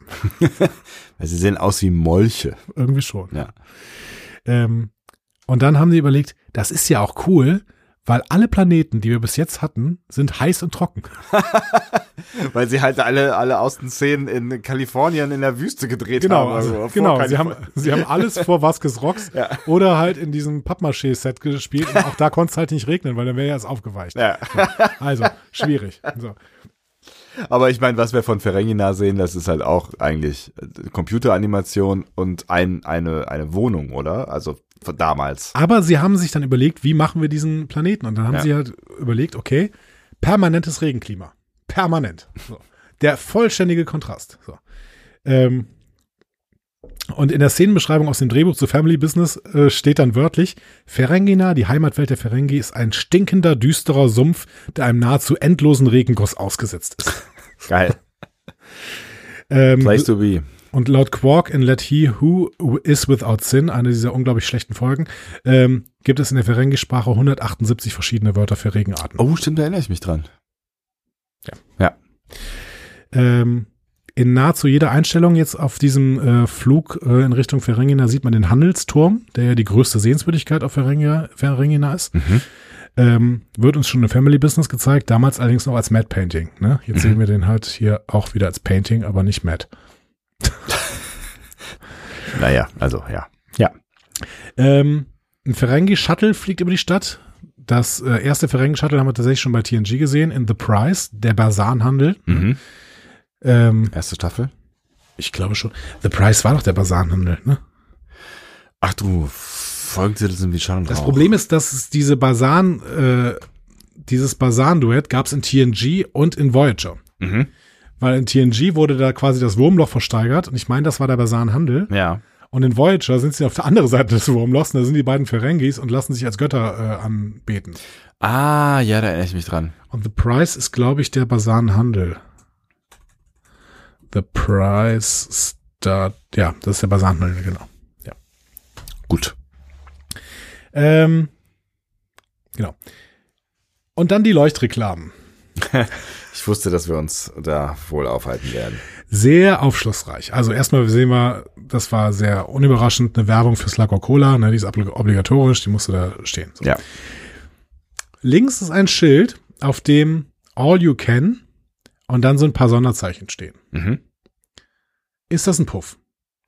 [SPEAKER 1] Weil Also sie sehen aus wie Molche.
[SPEAKER 2] Irgendwie schon.
[SPEAKER 1] Ja.
[SPEAKER 2] Ähm, und dann haben die überlegt, das ist ja auch cool, weil alle Planeten, die wir bis jetzt hatten, sind heiß und trocken.
[SPEAKER 1] Weil sie halt alle, alle Außenszenen in Kalifornien in der Wüste gedreht haben. also vor
[SPEAKER 2] genau.
[SPEAKER 1] Kalif-
[SPEAKER 2] Sie haben, sie haben alles vor Vasquez Rocks oder halt in diesem Pappmaché-Set gespielt. Und auch da konnte es halt nicht regnen, weil dann wäre ja es aufgeweicht.
[SPEAKER 1] Ja.
[SPEAKER 2] Also, schwierig. So.
[SPEAKER 1] Aber ich meine, was wir von Ferengina sehen, das ist halt auch eigentlich äh, Computeranimation und ein, eine, eine Wohnung, oder? Also von damals.
[SPEAKER 2] Aber sie haben sich dann überlegt, wie machen wir diesen Planeten? Und dann haben
[SPEAKER 1] Ja.
[SPEAKER 2] sie halt überlegt, okay, permanentes Regenklima. Permanent. So. Der vollständige Kontrast. So. Ähm, und in der Szenenbeschreibung aus dem Drehbuch zu Family Business äh, steht dann wörtlich, Ferengina, die Heimatwelt der Ferengi, ist ein stinkender, düsterer Sumpf, der einem nahezu endlosen Regenguss ausgesetzt ist.
[SPEAKER 1] Geil.
[SPEAKER 2] Ähm,
[SPEAKER 1] Place to be.
[SPEAKER 2] Und laut Quark in Let He Who Is Without Sin, eine dieser unglaublich schlechten Folgen, ähm, gibt es in der Ferengi-Sprache 178 verschiedene Wörter für Regenarten.
[SPEAKER 1] Oh, stimmt, da erinnere ich mich dran.
[SPEAKER 2] Ähm, in nahezu jeder Einstellung jetzt auf diesem äh, Flug äh, in Richtung Ferengina sieht man den Handelsturm, der ja die größte Sehenswürdigkeit auf Ferengi- Ferengina ist.
[SPEAKER 1] Mhm.
[SPEAKER 2] Ähm, wird uns schon im Family Business gezeigt, damals allerdings noch als Matte Painting. Ne? Jetzt sehen wir den halt hier auch wieder als Painting, aber nicht Matte.
[SPEAKER 1] Naja, also ja.
[SPEAKER 2] Ähm, ein Ferengi-Shuttle fliegt über die Stadt. Das äh, erste Ferengi-Shuttle haben wir tatsächlich schon bei TNG gesehen, in The Price, der Basanhandel.
[SPEAKER 1] Mhm.
[SPEAKER 2] Ähm,
[SPEAKER 1] Erste Staffel?
[SPEAKER 2] ich glaube schon. The Price war doch der Basanhandel, ne?
[SPEAKER 1] Ach du, Folgentitel sind wie Schaden.
[SPEAKER 2] Das Problem ist, dass es diese Basan, äh, dieses Basan-Duett gab es in TNG und in Voyager.
[SPEAKER 1] Mhm.
[SPEAKER 2] Weil in TNG wurde da quasi das Wurmloch versteigert und ich meine, das war der Basanhandel.
[SPEAKER 1] Ja.
[SPEAKER 2] Und in Voyager sind sie auf der anderen Seite des Wurmlochs und da sind die beiden Ferengis und lassen sich als Götter äh, anbeten.
[SPEAKER 1] Ah, ja, da erinnere ich mich dran.
[SPEAKER 2] Und The Price ist, glaube ich, der Basanhandel. The Price Start. Ja, das ist der Basanhandel, genau.
[SPEAKER 1] Gut.
[SPEAKER 2] Ähm, genau. Und dann die Leuchtreklamen.
[SPEAKER 1] Ich wusste, dass wir uns da wohl aufhalten werden.
[SPEAKER 2] Sehr aufschlussreich. Also erstmal sehen wir, das war sehr unüberraschend, eine Werbung für Slacker Cola, ne, die ist obli- obligatorisch, die musste da stehen. So.
[SPEAKER 1] Ja.
[SPEAKER 2] Links ist ein Schild, auf dem All You Can und dann so ein paar Sonderzeichen stehen.
[SPEAKER 1] Mhm.
[SPEAKER 2] Ist das ein Puff?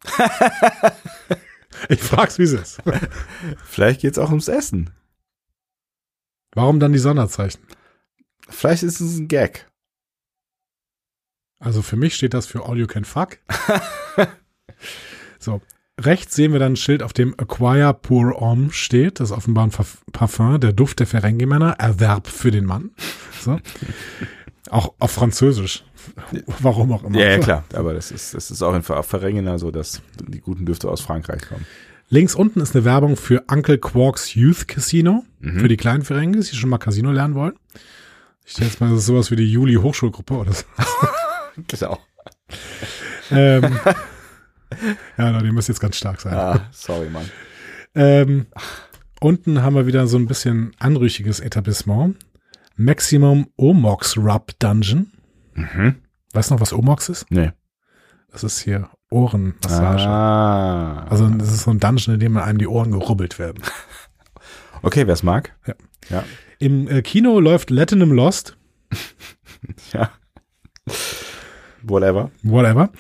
[SPEAKER 2] ich frag's, wie es ist.
[SPEAKER 1] Vielleicht geht's auch ums Essen.
[SPEAKER 2] Warum dann die Sonderzeichen?
[SPEAKER 1] Vielleicht ist es ein Gag.
[SPEAKER 2] Also für mich steht das für All You Can Fuck. so. Rechts sehen wir dann ein Schild, auf dem Acquire Pour Homme steht. Das ist offenbar ein Parf- Parfum, der Duft der Ferengi-Männer, Erwerb für den Mann. So. Auch auf Französisch. Warum auch immer.
[SPEAKER 1] Ja, ja, klar. Aber das ist, das ist auch in Ver- Verrengener so, dass die guten Düfte aus Frankreich kommen.
[SPEAKER 2] Links unten ist eine Werbung für Uncle Quarks Youth Casino.
[SPEAKER 1] Mhm.
[SPEAKER 2] Für die kleinen Ferengis, die schon mal Casino lernen wollen. Ich stelle jetzt mal, das ist sowas wie die Juli Hochschulgruppe oder so.
[SPEAKER 1] Genau.
[SPEAKER 2] ähm, ja, Leute, ihr müsst jetzt ganz stark sein.
[SPEAKER 1] Ah, sorry, Mann.
[SPEAKER 2] Ähm, unten haben wir wieder so ein bisschen anrüchiges Etablissement. Maximum Omox Rub Dungeon.
[SPEAKER 1] Mhm.
[SPEAKER 2] Weißt du noch, was Omox ist?
[SPEAKER 1] Nee.
[SPEAKER 2] Das ist hier Ohrenmassage.
[SPEAKER 1] Ah.
[SPEAKER 2] Also das ist so ein Dungeon, in dem einem die Ohren gerubbelt werden.
[SPEAKER 1] Okay, wer es mag.
[SPEAKER 2] Ja.
[SPEAKER 1] Ja.
[SPEAKER 2] Im äh, Kino läuft Latinum Lost,
[SPEAKER 1] Ja. Whatever.
[SPEAKER 2] whatever.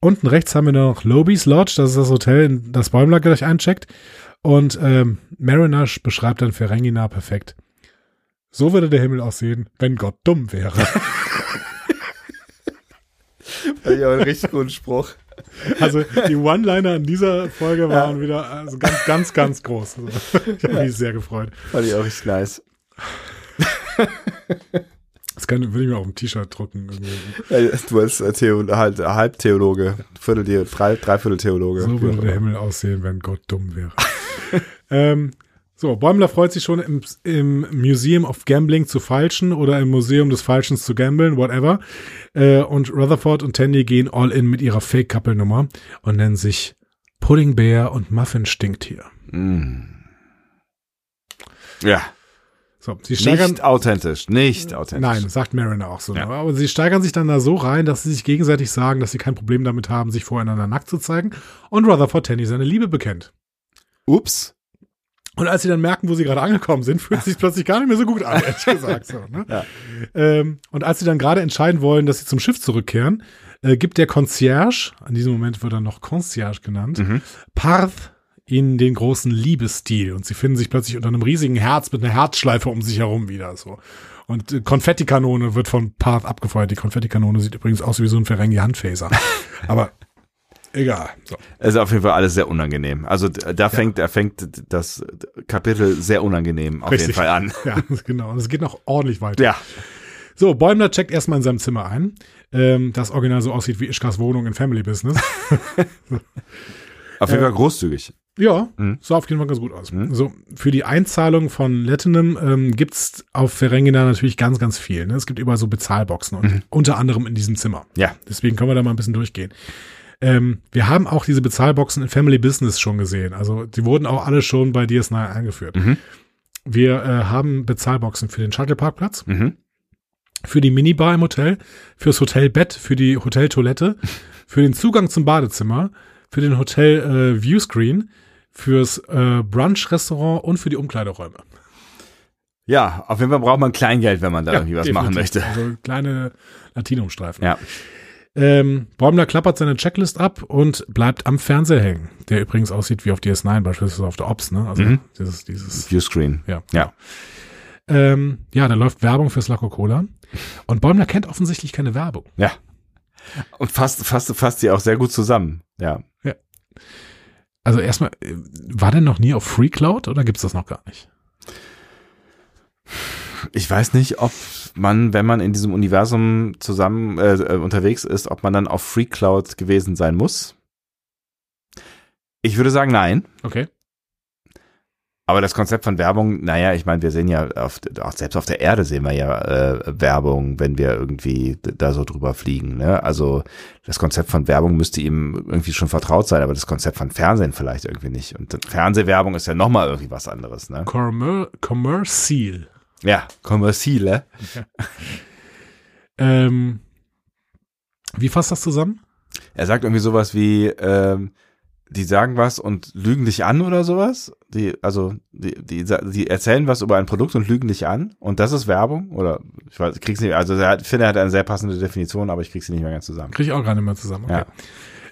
[SPEAKER 2] Unten rechts haben wir noch Lobby's Lodge, das ist das Hotel, in das Bäumler gleich eincheckt. Und ähm, Mariner beschreibt dann Ferengina perfekt. So würde der Himmel aussehen, wenn Gott dumm wäre.
[SPEAKER 1] Ja, einen richtig guten Spruch.
[SPEAKER 2] Also die One-Liner in dieser Folge waren wieder also ganz, ganz, ganz groß. Also, Ich habe mich sehr gefreut.
[SPEAKER 1] Fand ich auch richtig nice.
[SPEAKER 2] Das kann, würde ich mir auf ein T-Shirt drucken. irgendwie.
[SPEAKER 1] Du als Theo halt, Halbtheologe, Viertel, drei, Dreivierteltheologe.
[SPEAKER 2] So würde der Himmel aussehen, wenn Gott dumm wäre. ähm, so, Bäumler freut sich schon im, im Museum of Gambling zu falschen oder im Museum des Falschens zu gamblen, whatever. Äh, und Rutherford und Tandy gehen all in mit ihrer Fake-Couple-Nummer und nennen sich Pudding Bear und Muffin Stinktier.
[SPEAKER 1] Mm. Ja.
[SPEAKER 2] So, sie steigern,
[SPEAKER 4] Nicht authentisch, nicht authentisch.
[SPEAKER 2] Nein, sagt Mariner auch so. ne? Aber sie steigern sich dann da so rein, dass sie sich gegenseitig sagen, dass sie kein Problem damit haben, sich voreinander nackt zu zeigen und Rutherford Tenny seine Liebe bekennt.
[SPEAKER 1] Ups.
[SPEAKER 2] Und als sie dann merken, wo sie gerade angekommen sind, fühlt es sich plötzlich gar nicht mehr so gut an, ehrlich gesagt. So, ne?
[SPEAKER 1] Ja.
[SPEAKER 2] ähm, und als sie dann gerade entscheiden wollen, dass sie zum Schiff zurückkehren, äh, gibt der Concierge, an diesem Moment wird er noch Concierge genannt,
[SPEAKER 1] Mhm.
[SPEAKER 2] Parth ihnen den großen Liebesstil. Und sie finden sich plötzlich unter einem riesigen Herz mit einer Herzschleife um sich herum wieder. so. Und äh, Konfettikanone wird von Parth abgefeuert. Die Konfettikanone sieht übrigens aus wie so ein Ferengi-Handphaser. Aber egal. So.
[SPEAKER 1] Es ist auf jeden Fall alles sehr unangenehm. Also d- da fängt, da fängt das Kapitel sehr unangenehm auf jeden
[SPEAKER 2] Richtig.
[SPEAKER 1] Fall an.
[SPEAKER 2] Ja, genau. Und es geht noch ordentlich weiter.
[SPEAKER 1] Ja.
[SPEAKER 2] So, Bäumler checkt erstmal in seinem Zimmer ein, ähm, das original so aussieht wie Ischkas Wohnung in Family Business.
[SPEAKER 4] Auf jeden Fall großzügig.
[SPEAKER 2] ja, sah auf jeden Fall ganz gut aus. So, für die Einzahlung von Platinum ähm, gibt's auf Ferengina natürlich ganz, ganz viel. Ne? Es gibt überall so Bezahlboxen und unter anderem in diesem Zimmer.
[SPEAKER 4] Ja.
[SPEAKER 2] Deswegen können wir da mal ein bisschen durchgehen. Ähm, wir haben auch diese Bezahlboxen in Family Business schon gesehen. Also die wurden auch alle schon bei DS9 eingeführt.
[SPEAKER 1] Mhm.
[SPEAKER 2] Wir äh, haben Bezahlboxen für den Shuttle-Parkplatz,
[SPEAKER 1] Mhm.
[SPEAKER 2] für die Minibar im Hotel, fürs Hotelbett, für die Hoteltoilette, für den Zugang zum Badezimmer, für den Hotel äh, Viewscreen, fürs äh, Brunch-Restaurant und für die Umkleideräume.
[SPEAKER 1] Ja, auf jeden Fall braucht man Kleingeld, wenn man da irgendwie was machen
[SPEAKER 2] Definitiv.
[SPEAKER 1] möchte.
[SPEAKER 2] Also kleine Latinumstreifen.
[SPEAKER 1] Ja.
[SPEAKER 2] Ähm, Bäumler klappert seine Checklist ab und bleibt am Fernseher hängen, der übrigens aussieht wie auf DS9, beispielsweise auf der Ops, ne? Also dieses, dieses,
[SPEAKER 1] Viewscreen.
[SPEAKER 2] ja.
[SPEAKER 1] Ja.
[SPEAKER 2] Ähm, ja, da läuft Werbung fürs La Coca-Cola. Und Bäumler kennt offensichtlich keine Werbung.
[SPEAKER 1] Ja. Und fasst, fasst, fasst die auch sehr gut zusammen. Ja.
[SPEAKER 2] Also erstmal, äh, war der noch nie auf Free Cloud oder gibt's das noch gar nicht?
[SPEAKER 1] Ich weiß nicht, ob man, wenn man in diesem Universum zusammen äh, äh, unterwegs ist, ob man dann auf Free Cloud gewesen sein muss. Ich würde sagen, nein.
[SPEAKER 2] Okay.
[SPEAKER 1] Aber das Konzept von Werbung, naja, ich meine, wir sehen ja, auf, auch selbst auf der Erde sehen wir ja äh, Werbung, wenn wir irgendwie d- da so drüber fliegen. Ne? Also das Konzept von Werbung müsste ihm irgendwie schon vertraut sein, aber das Konzept von Fernsehen vielleicht irgendwie nicht. Und Fernsehwerbung ist ja nochmal irgendwie was anderes. Ne?
[SPEAKER 2] Commer Commercial.
[SPEAKER 1] Ja, kommerzielle.
[SPEAKER 2] Ähm, wie fasst das zusammen?
[SPEAKER 1] Er sagt irgendwie sowas wie, ähm, die sagen was und lügen dich an oder sowas. Die, also, die, die, sa- die erzählen was über ein Produkt und lügen dich an. Und das ist Werbung? Oder ich weiß, ich krieg's nicht, also er hat, ich finde, er hat eine sehr passende Definition, aber ich krieg sie nicht mehr ganz zusammen.
[SPEAKER 2] Kriege ich auch gar nicht mehr zusammen. Okay.
[SPEAKER 1] Ja.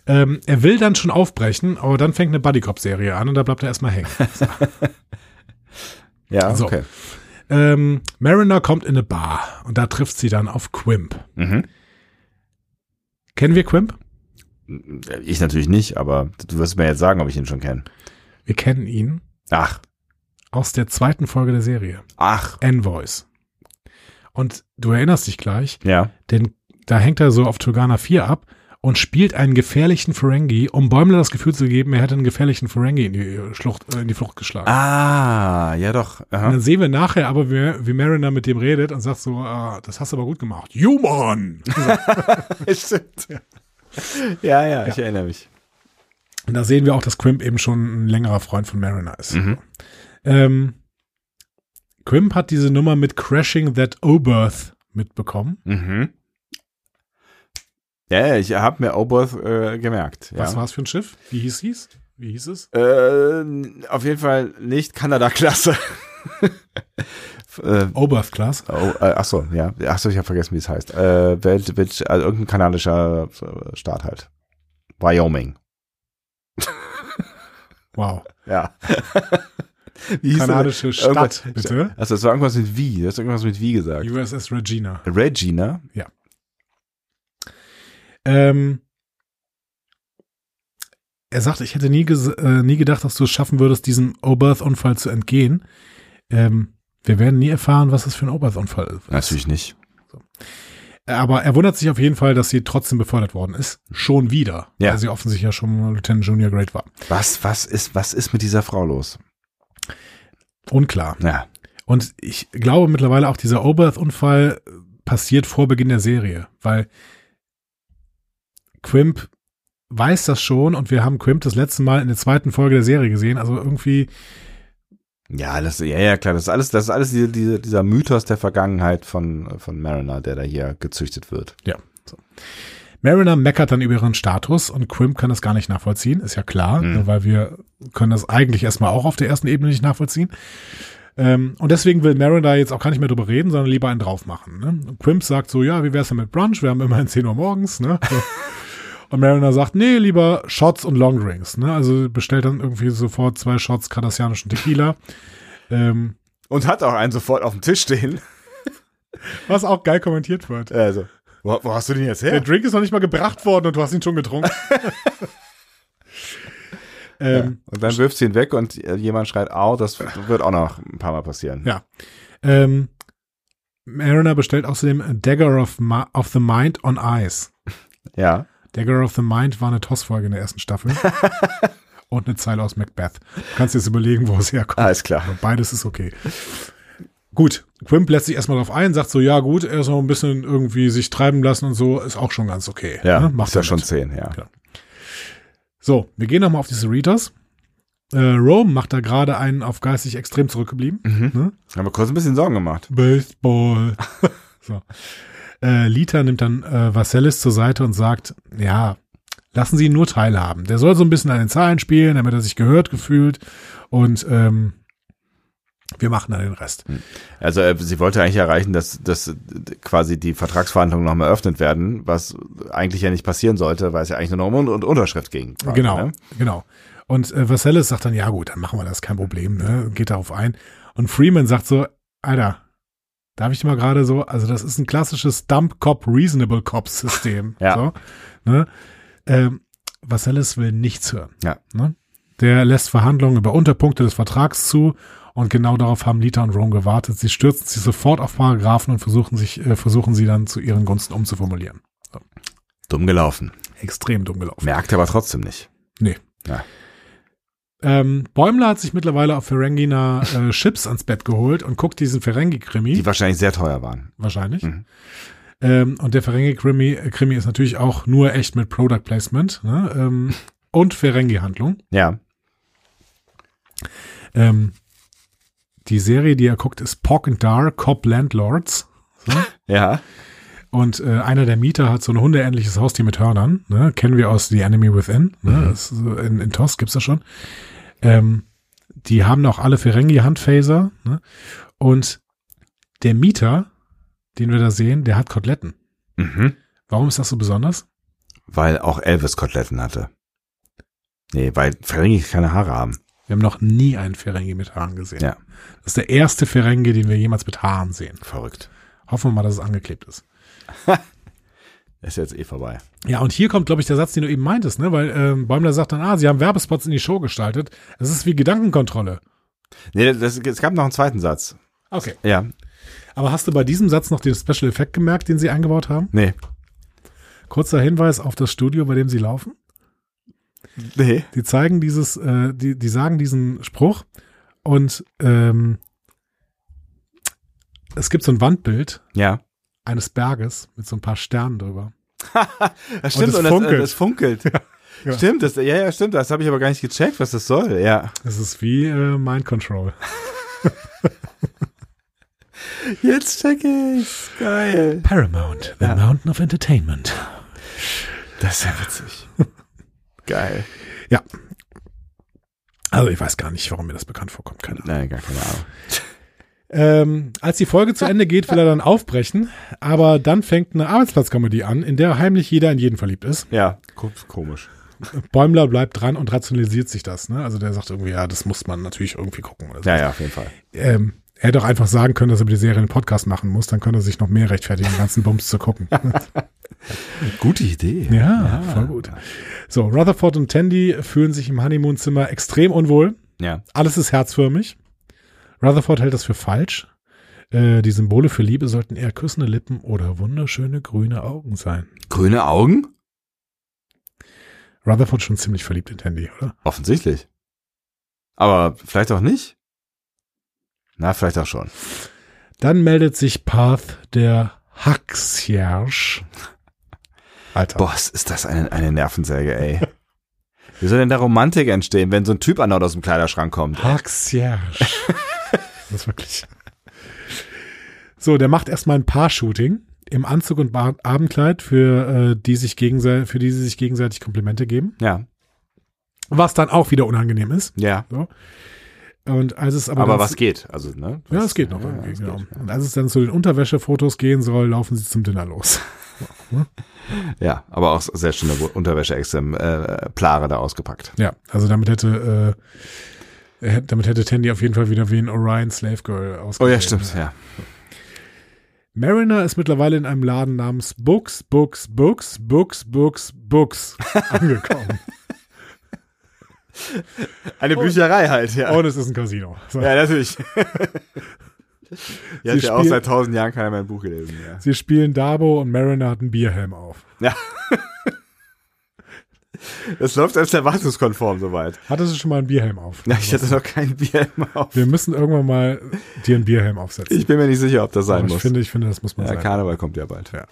[SPEAKER 2] Ähm, er will dann schon aufbrechen, aber dann fängt eine Buddy-Cop-Serie an und da bleibt er erstmal hängen.
[SPEAKER 1] Ja,
[SPEAKER 2] So.
[SPEAKER 1] okay.
[SPEAKER 2] Ähm, Mariner kommt in eine Bar und da trifft sie dann auf Quimp.
[SPEAKER 1] Mhm.
[SPEAKER 2] Kennen wir Quimp?
[SPEAKER 1] Ich natürlich nicht, aber du wirst mir jetzt sagen, ob ich ihn schon kenne.
[SPEAKER 2] Wir kennen ihn
[SPEAKER 1] Ach,
[SPEAKER 2] aus der zweiten Folge der Serie,
[SPEAKER 1] ach,
[SPEAKER 2] Envoys. Und du erinnerst dich gleich,
[SPEAKER 1] ja.
[SPEAKER 2] denn da hängt er so auf Turgana 4 ab und spielt einen gefährlichen Ferengi, um Bäumler das Gefühl zu geben, er hätte einen gefährlichen Ferengi in die, Schlucht, äh, in die Flucht geschlagen.
[SPEAKER 1] Ah, ja doch.
[SPEAKER 2] Und
[SPEAKER 1] Aha.
[SPEAKER 2] dann sehen wir nachher aber, wie, wie Mariner mit dem redet und sagt so, ah, das hast du aber gut gemacht. Human!
[SPEAKER 1] Stimmt. Ja, ja, ich erinnere mich.
[SPEAKER 2] Und da sehen wir auch, dass Quimp eben schon ein längerer Freund von Mariner ist.
[SPEAKER 1] Mhm.
[SPEAKER 2] Ähm, Quimp hat diese Nummer mit Crashing That Oberth mitbekommen.
[SPEAKER 1] Mhm. Ja, ja, ich habe mir Oberth äh, gemerkt. Ja.
[SPEAKER 2] Was war es für ein Schiff? Wie hieß es? Wie hieß es?
[SPEAKER 1] Äh, auf jeden Fall nicht Kanada-Klasse. äh,
[SPEAKER 2] Oberth-Class.
[SPEAKER 1] oh, äh, achso, ja. Achso, ich habe vergessen, wie es heißt. Äh, Welt, Welt, also irgendein kanadischer äh, Staat halt. Wyoming.
[SPEAKER 2] Wow.
[SPEAKER 1] Ja. wie hieß oh
[SPEAKER 2] Kanadische
[SPEAKER 1] das? Irgendwas-
[SPEAKER 2] Stadt, bitte.
[SPEAKER 1] Also, es war irgendwas mit wie. Du hast irgendwas mit wie gesagt. ne?
[SPEAKER 2] USS Regina.
[SPEAKER 1] Regina.
[SPEAKER 2] Ähm, er sagt, ich hätte nie, ges- äh, nie gedacht, dass du es schaffen würdest, diesem Oberth-Unfall zu entgehen. Ähm, wir werden nie erfahren, was es für ein Oberth-Unfall ist.
[SPEAKER 1] Natürlich nicht.
[SPEAKER 2] Aber er wundert sich auf jeden Fall, dass sie trotzdem befördert worden ist. Schon wieder.
[SPEAKER 1] Ja.
[SPEAKER 2] Weil sie offensichtlich ja schon Lieutenant Junior Grade war.
[SPEAKER 1] Was, was ist, was ist mit dieser Frau los?
[SPEAKER 2] Unklar.
[SPEAKER 1] Ja.
[SPEAKER 2] Und ich glaube mittlerweile auch dieser Oberth-Unfall passiert vor Beginn der Serie, weil Quimp weiß das schon und wir haben Quimp das letzte Mal in der zweiten Folge der Serie gesehen. Also irgendwie
[SPEAKER 1] Ja, das, ja, ja, klar, das ist alles, das ist alles diese, diese, dieser Mythos der Vergangenheit von, von Mariner, der da hier gezüchtet wird.
[SPEAKER 2] Ja. So. Mariner meckert dann über ihren Status und Quim kann das gar nicht nachvollziehen, ist ja klar, ne, weil wir können das eigentlich erstmal auch auf der ersten Ebene nicht nachvollziehen. Ähm, und deswegen will Mariner jetzt auch gar nicht mehr drüber reden, sondern lieber einen drauf machen. Ne? Und Quim sagt so, ja, wie wär's denn mit Brunch? Wir haben immerhin 10 Uhr morgens. Ne? So. Und Mariner sagt, nee, lieber Shots und Longdrinks. Ne? Also bestellt dann irgendwie sofort zwei Shots kardassianischen Tequila. ähm,
[SPEAKER 1] Und hat auch einen sofort auf dem Tisch stehen.
[SPEAKER 2] was auch geil kommentiert wird.
[SPEAKER 1] Also, wo, wo hast du den jetzt
[SPEAKER 2] Der
[SPEAKER 1] her?
[SPEAKER 2] Drink ist noch nicht mal gebracht worden und du hast ihn schon getrunken. ähm,
[SPEAKER 1] Und dann wirft sie ihn weg und äh, jemand schreit, au, das wird auch noch ein paar Mal passieren.
[SPEAKER 2] Ja. ähm, Mariner bestellt außerdem Dagger of, Ma of the Mind on Ice.
[SPEAKER 1] Ja.
[SPEAKER 2] Dagger of the Mind war eine Tossfolge in der ersten Staffel. und eine Zeile aus Macbeth. Du kannst jetzt überlegen, wo es herkommt.
[SPEAKER 1] Alles klar.
[SPEAKER 2] Beides ist okay. Gut, Quimp lässt sich erstmal drauf ein, sagt so, ja gut, er ist noch ein bisschen irgendwie sich treiben lassen und so, ist auch schon ganz okay.
[SPEAKER 1] Ja,
[SPEAKER 2] Ne?
[SPEAKER 1] macht ja
[SPEAKER 2] er
[SPEAKER 1] schon
[SPEAKER 2] mit.
[SPEAKER 1] zehn, ja.
[SPEAKER 2] Klar. So, wir gehen nochmal auf die Cerritos. Äh, Rome macht da gerade einen auf geistig extrem zurückgeblieben. Ne?
[SPEAKER 1] Haben wir kurz ein bisschen Sorgen gemacht.
[SPEAKER 2] Baseball. so. äh, Lita nimmt dann äh, Vassellis zur Seite und sagt, ja, lassen Sie ihn nur teilhaben. Der soll so ein bisschen an den Zahlen spielen, damit er sich gehört gefühlt und ähm, wir machen dann den Rest.
[SPEAKER 1] Also äh, sie wollte eigentlich erreichen, dass, dass äh, quasi die Vertragsverhandlungen nochmal eröffnet werden, was eigentlich ja nicht passieren sollte, weil es ja eigentlich nur noch um Un und Unterschrift ging. quasi,
[SPEAKER 2] Genau,
[SPEAKER 1] ne?
[SPEAKER 2] genau. Und äh, Vasselles sagt dann, ja gut, dann machen wir das, kein Problem, ne? geht darauf ein. Und Freeman sagt so, Alter, darf ich mal gerade so, also das ist ein klassisches Dump-Cop-Reasonable-Cop-System.
[SPEAKER 1] Ja.
[SPEAKER 2] So, ne? ähm, Vasselles will nichts hören.
[SPEAKER 1] Ja.
[SPEAKER 2] Ne? Der lässt Verhandlungen über Unterpunkte des Vertrags zu und genau darauf haben Lita und Rome gewartet. Sie stürzen sich sofort auf Paragraphen und versuchen, sich, äh, versuchen sie dann zu ihren Gunsten umzuformulieren.
[SPEAKER 1] Dumm gelaufen.
[SPEAKER 2] Extrem dumm gelaufen.
[SPEAKER 1] Merkt aber trotzdem nicht.
[SPEAKER 2] Nee.
[SPEAKER 1] Ja.
[SPEAKER 2] Ähm, Bäumler hat sich mittlerweile auf Ferengina äh, Chips ans Bett geholt und guckt diesen Ferengi-Krimi.
[SPEAKER 1] Die wahrscheinlich sehr teuer waren.
[SPEAKER 2] Wahrscheinlich.
[SPEAKER 1] Mhm.
[SPEAKER 2] Ähm, und der Ferengi-Krimi äh, Krimi ist natürlich auch nur echt mit Product Placement ne? ähm, und Ferengi-Handlung.
[SPEAKER 1] Ja.
[SPEAKER 2] Ähm, die Serie, die er guckt, ist Pork and Dar, Cop Landlords.
[SPEAKER 1] Ja.
[SPEAKER 2] Und äh, einer der Mieter hat so ein hundeähnliches Haustier mit Hörnern. Ne? Kennen wir aus The Enemy Within. Ne?
[SPEAKER 1] Mhm.
[SPEAKER 2] Das ist so in, in TOS gibt's das schon. Ähm, die haben auch alle Ferengi-Handphaser. Ne? Und der Mieter, den wir da sehen, der hat Koteletten.
[SPEAKER 1] Mhm.
[SPEAKER 2] Warum ist das so besonders?
[SPEAKER 1] Weil auch Elvis Koteletten hatte. Nee, weil Ferengi keine Haare haben.
[SPEAKER 2] Wir haben noch nie einen Ferengi mit Haaren gesehen.
[SPEAKER 1] Ja.
[SPEAKER 2] Das ist der erste Ferengi, den wir jemals mit Haaren sehen.
[SPEAKER 1] Verrückt.
[SPEAKER 2] Hoffen wir mal, dass es angeklebt ist.
[SPEAKER 1] Ist jetzt eh vorbei.
[SPEAKER 2] Ja, und hier kommt, glaube ich, der Satz, den du eben meintest, ne? Weil ähm, Bäumler sagt dann, ah, sie haben Werbespots in die Show gestaltet. Es ist wie Gedankenkontrolle.
[SPEAKER 1] Nee, das, es gab noch einen zweiten Satz.
[SPEAKER 2] Okay.
[SPEAKER 1] Ja.
[SPEAKER 2] Aber hast du bei diesem Satz noch den Special Effekt gemerkt, den sie eingebaut haben?
[SPEAKER 1] Nee.
[SPEAKER 2] Kurzer Hinweis auf das Studio, bei dem sie laufen.
[SPEAKER 1] Nee.
[SPEAKER 2] Die zeigen dieses, äh, die, die sagen diesen Spruch und ähm, es gibt so ein Wandbild
[SPEAKER 1] Ja.
[SPEAKER 2] eines Berges mit so ein paar Sternen drüber.
[SPEAKER 1] Das stimmt,
[SPEAKER 2] es
[SPEAKER 1] und, das, funkelt.
[SPEAKER 2] funkelt.
[SPEAKER 1] Das, funkelt.
[SPEAKER 2] ja.
[SPEAKER 1] Stimmt, das, ja, ja, stimmt. Das habe ich aber gar nicht gecheckt, was das soll. Ja.
[SPEAKER 2] Es ist wie äh, Mind Control.
[SPEAKER 1] Jetzt check ich. Geil.
[SPEAKER 2] Paramount, the mountain of entertainment.
[SPEAKER 1] Das ist ja witzig. Geil.
[SPEAKER 2] Ja. Also ich weiß gar nicht, warum mir das bekannt vorkommt. Keine Ahnung.
[SPEAKER 1] Nein, gar keine Ahnung.
[SPEAKER 2] Ähm, als die Folge zu Ende geht, will er dann aufbrechen. Aber dann fängt eine Arbeitsplatzkomödie an, in der heimlich jeder in jeden verliebt ist.
[SPEAKER 1] Ja. Komisch.
[SPEAKER 2] Bäumler bleibt dran und rationalisiert sich das. Ne? Also der sagt irgendwie, ja, das muss man natürlich irgendwie gucken. Oder so.
[SPEAKER 1] Ja, ja, auf jeden Fall.
[SPEAKER 2] ähm, er hätte auch einfach sagen können, dass er über die Serie einen Podcast machen muss. Dann könnte er sich noch mehr rechtfertigen, den ganzen Bums zu gucken.
[SPEAKER 1] Gute Idee.
[SPEAKER 2] ja, voll gut. So, Rutherford und Tandy fühlen sich im Honeymoon-Zimmer extrem unwohl.
[SPEAKER 1] Ja.
[SPEAKER 2] Alles ist herzförmig. Rutherford hält das für falsch. Äh, die Symbole für Liebe sollten eher küssende Lippen oder wunderschöne grüne Augen sein.
[SPEAKER 1] Grüne Augen?
[SPEAKER 2] Rutherford schon ziemlich verliebt in Tandy, oder?
[SPEAKER 1] Offensichtlich. Aber vielleicht auch nicht. Na, vielleicht auch schon.
[SPEAKER 2] Dann meldet sich Path der Haxjersch. Alter.
[SPEAKER 1] Boss, ist das eine, eine Nervensäge, ey. Wie soll denn da Romantik entstehen, wenn so ein Typ andauernd aus dem Kleiderschrank kommt?
[SPEAKER 2] Haxjersch. das ist wirklich. So, der macht erstmal ein Paar-Shooting im Anzug und Ba- Abendkleid, für, äh, die sich gegensei- für die sie sich gegenseitig Komplimente geben.
[SPEAKER 1] Ja,
[SPEAKER 2] Was dann auch wieder unangenehm ist.
[SPEAKER 1] ja.
[SPEAKER 2] Und als es aber,
[SPEAKER 1] Aber
[SPEAKER 2] dann
[SPEAKER 1] was
[SPEAKER 2] zu-
[SPEAKER 1] geht? Also, ne?
[SPEAKER 2] Ja, es geht noch irgendwie, genau. Und als es dann zu den Unterwäschefotos gehen soll, laufen sie zum Dinner los.
[SPEAKER 1] Ja, aber auch sehr schöne Unterwäsche-Exemplare da ausgepackt.
[SPEAKER 2] Ja, also damit hätte, äh, hä- damit hätte Tandy auf jeden Fall wieder wie ein Orion Slave Girl
[SPEAKER 1] Oh
[SPEAKER 2] ausgesehen.
[SPEAKER 1] ja, stimmt, ja.
[SPEAKER 2] Mariner ist mittlerweile in einem Laden namens Books, Books, Books, Books, Books, Books angekommen.
[SPEAKER 1] Eine Bücherei halt, ja.
[SPEAKER 2] Und es ist ein Casino. So.
[SPEAKER 1] ja, natürlich. ja, hat ja auch
[SPEAKER 2] spielen-
[SPEAKER 1] seit tausend Jahren keiner mehr ein Buch gelesen. Ja.
[SPEAKER 2] Sie spielen Dabo und Mariner hat einen Bierhelm auf.
[SPEAKER 1] Das läuft als erwartungskonform soweit.
[SPEAKER 2] Hattest du schon mal einen Bierhelm auf?
[SPEAKER 1] Ja, ich hatte noch kein Bier im auf.
[SPEAKER 2] Wir müssen irgendwann mal dir einen Bierhelm aufsetzen.
[SPEAKER 1] Ich bin mir nicht sicher, ob das sein
[SPEAKER 2] Aber ich
[SPEAKER 1] muss.
[SPEAKER 2] finde, ich finde, das muss man
[SPEAKER 1] ja,
[SPEAKER 2] sagen.
[SPEAKER 1] Karneval kommt ja bald.
[SPEAKER 2] Ja.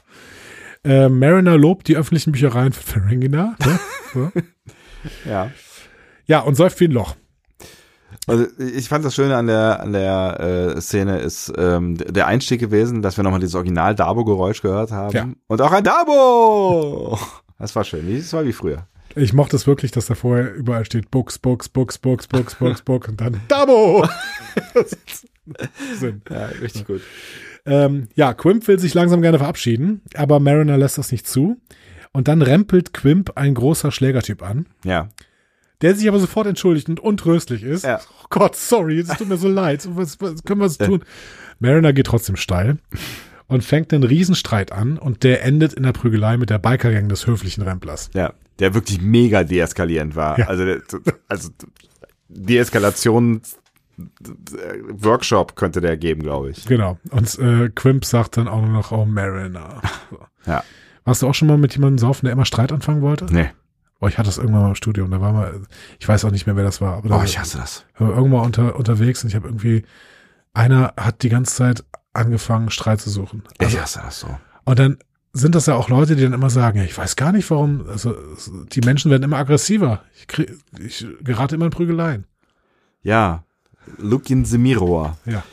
[SPEAKER 2] Äh, Mariner lobt die öffentlichen Büchereien von Ferengina. Ne? So.
[SPEAKER 1] Ja.
[SPEAKER 2] ja, und säuft wie ein Loch.
[SPEAKER 1] Also ich fand das Schöne an der an der äh, Szene ist ähm, d- der Einstieg gewesen, dass wir nochmal dieses Original Dabo-Geräusch gehört haben.
[SPEAKER 2] Ja.
[SPEAKER 1] Und auch ein Dabo! Das war schön. Das war wie früher.
[SPEAKER 2] Ich mochte es wirklich, dass da vorher überall steht Books, Books, Books, Books, Books, Books, Books und dann Dabo. Sinn.
[SPEAKER 1] Ja, richtig gut.
[SPEAKER 2] Ähm, ja, Quimp will sich langsam gerne verabschieden, aber Mariner lässt das nicht zu. Und dann rempelt Quimp ein großer Schlägertyp an,
[SPEAKER 1] Ja.
[SPEAKER 2] der sich aber sofort entschuldigt und untröstlich ist.
[SPEAKER 1] Ja.
[SPEAKER 2] Oh Gott, sorry, es tut mir so leid. Was, was können wir so tun? Mariner geht trotzdem steil und fängt einen Riesenstreit an und der endet in der Prügelei mit der Bikergang des höflichen Remplers.
[SPEAKER 1] Ja. Der wirklich mega deeskalierend war.
[SPEAKER 2] Ja.
[SPEAKER 1] Also, der, also Deeskalation Workshop könnte der geben, glaube ich.
[SPEAKER 2] Genau. Und äh, Quimp sagt dann auch nur noch, oh Mariner.
[SPEAKER 1] Ja.
[SPEAKER 2] Warst du auch schon mal mit jemandem saufen, der immer Streit anfangen wollte?
[SPEAKER 1] Nee.
[SPEAKER 2] Oh, ich hatte das irgendwann mal im Studium. Da war mal, ich weiß auch nicht mehr, wer das war. Aber da,
[SPEAKER 1] Oh, ich hasse das.
[SPEAKER 2] war irgendwann unter, unterwegs und ich habe irgendwie, einer hat die ganze Zeit angefangen, Streit zu suchen. Also,
[SPEAKER 1] Ich hasse das so.
[SPEAKER 2] Und dann sind das ja auch Leute, die dann immer sagen, ja, ich weiß gar nicht warum, also es- die Menschen werden immer aggressiver. Ich, krieg, ich gerate immer in Prügeleien.
[SPEAKER 1] Ja. Look in the mirror.
[SPEAKER 2] Ja.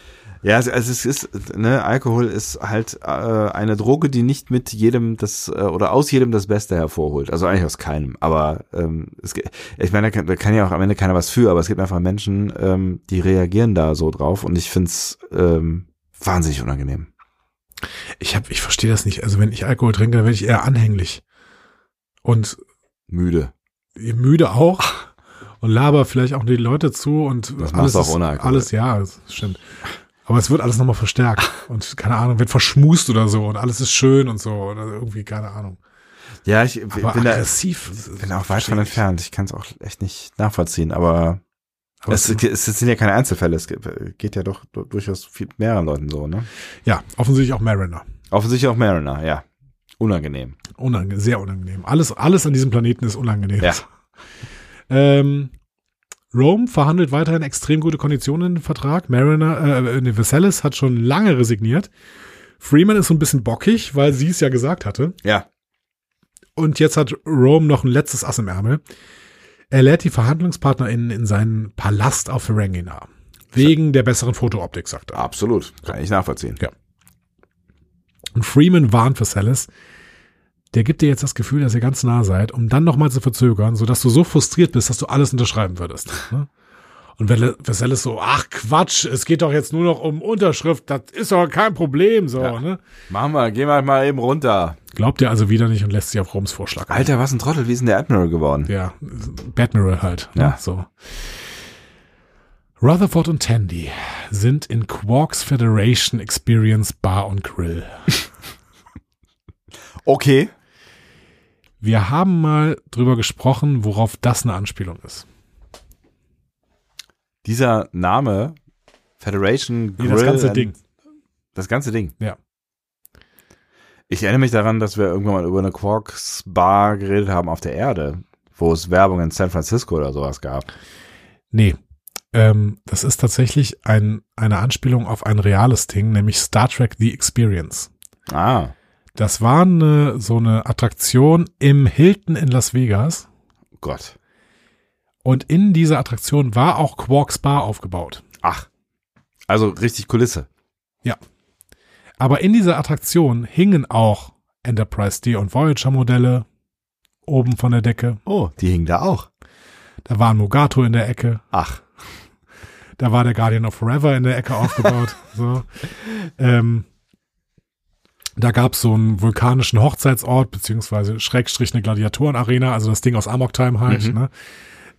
[SPEAKER 1] Ja, also also es ist, ne, Alkohol ist halt äh, eine Droge, die nicht mit jedem das äh, oder aus jedem das Beste hervorholt. Also eigentlich aus keinem. Aber ähm, es, ge- ich meine, da kann, da kann ja auch am Ende keiner was für, aber es gibt einfach Menschen, ähm, die reagieren da so drauf und ich find's ähm, wahnsinnig unangenehm.
[SPEAKER 2] Ich hab, ich verstehe das nicht. Also wenn ich Alkohol trinke, dann werde ich eher anhänglich. Und
[SPEAKER 1] Müde.
[SPEAKER 2] müde auch und laber vielleicht auch die Leute zu und
[SPEAKER 1] Das
[SPEAKER 2] alles
[SPEAKER 1] machst du auch
[SPEAKER 2] ist-
[SPEAKER 1] ohne Alkohol.
[SPEAKER 2] alles ja, das stimmt. Aber es wird alles nochmal verstärkt und keine Ahnung, wird verschmust oder so und alles ist schön und so oder irgendwie keine Ahnung.
[SPEAKER 1] Ja, ich
[SPEAKER 2] Aber
[SPEAKER 1] bin da
[SPEAKER 2] aggressiv,
[SPEAKER 1] bin da auch weit von
[SPEAKER 2] verstehe ich.
[SPEAKER 1] entfernt. Ich kann's auch echt nicht nachvollziehen, aber,
[SPEAKER 2] Aber
[SPEAKER 1] es,
[SPEAKER 2] es-
[SPEAKER 1] es, sind ja keine Einzelfälle. Es ge- geht ja doch du- durchaus viel mehreren Leuten so, ne?
[SPEAKER 2] ja, offensichtlich auch Mariner.
[SPEAKER 1] Offensichtlich auch Mariner, ja. Unangenehm.
[SPEAKER 2] Unange sehr unangenehm. Alles alles an diesem Planeten ist unangenehm.
[SPEAKER 1] Ja.
[SPEAKER 2] Ähm, Rome verhandelt weiterhin extrem gute Konditionen in den Vertrag. Mariner, äh, nee, Viserys hat schon lange resigniert. Freeman ist so ein bisschen bockig, weil sie es ja gesagt hatte.
[SPEAKER 1] Ja.
[SPEAKER 2] Und jetzt hat Rome noch ein letztes Ass im Ärmel. Er lädt die VerhandlungspartnerInnen in seinen Palast auf Ferengina. Wegen der besseren Fotooptik, sagt er.
[SPEAKER 1] Absolut, kann ich nachvollziehen.
[SPEAKER 2] Und Freeman warnt Viserys, der gibt dir jetzt das Gefühl, dass ihr ganz nah seid, um dann nochmal zu verzögern, sodass du so frustriert bist, dass du alles unterschreiben würdest. Ne? Und wenn Viserys so, ach Quatsch, es geht doch jetzt nur noch um Unterschrift, das ist doch kein Problem, so,
[SPEAKER 1] Ja.
[SPEAKER 2] ne?
[SPEAKER 1] Machen wir, gehen wir mal eben runter.
[SPEAKER 2] Glaubt ihr also wieder nicht und lässt sie auf Roms Vorschlag ein.
[SPEAKER 1] Alter, was ein Trottel, wie ist denn der Admiral geworden?
[SPEAKER 2] Ja, Batmiral halt. Ne?
[SPEAKER 1] Ja.
[SPEAKER 2] So. Rutherford und Tandy sind in Quarks Federation Experience Bar und Grill.
[SPEAKER 1] Okay.
[SPEAKER 2] Wir haben mal drüber gesprochen, worauf das eine Anspielung ist.
[SPEAKER 1] Dieser Name, Federation
[SPEAKER 2] Nee,
[SPEAKER 1] Grill.
[SPEAKER 2] das ganze
[SPEAKER 1] and-
[SPEAKER 2] Ding.
[SPEAKER 1] Das ganze Ding.
[SPEAKER 2] Ja.
[SPEAKER 1] Ich erinnere mich daran, dass wir irgendwann mal über eine Quarks Bar geredet haben auf der Erde, wo es Werbung in San Francisco oder sowas gab.
[SPEAKER 2] Nee. Ähm, das ist tatsächlich ein, eine Anspielung auf ein reales Ding, nämlich Star Trek The Experience.
[SPEAKER 1] Ah,
[SPEAKER 2] Das war eine, so eine Attraktion im Hilton in Las Vegas.
[SPEAKER 1] Gott.
[SPEAKER 2] Und in dieser Attraktion war auch Quarks Bar aufgebaut.
[SPEAKER 1] Ach. Also richtig Kulisse.
[SPEAKER 2] Aber in dieser Attraktion hingen auch Enterprise D und Voyager Modelle oben von der Decke.
[SPEAKER 1] Oh, die hingen da auch.
[SPEAKER 2] Da war ein Mugato in der Ecke.
[SPEAKER 1] Ach.
[SPEAKER 2] Da war der Guardian of Forever in der Ecke aufgebaut. so. ähm, da gab es so einen vulkanischen Hochzeitsort, beziehungsweise Schrägstrich eine Gladiatorenarena, also das Ding aus Amok Time halt.
[SPEAKER 1] Mhm.
[SPEAKER 2] Ne?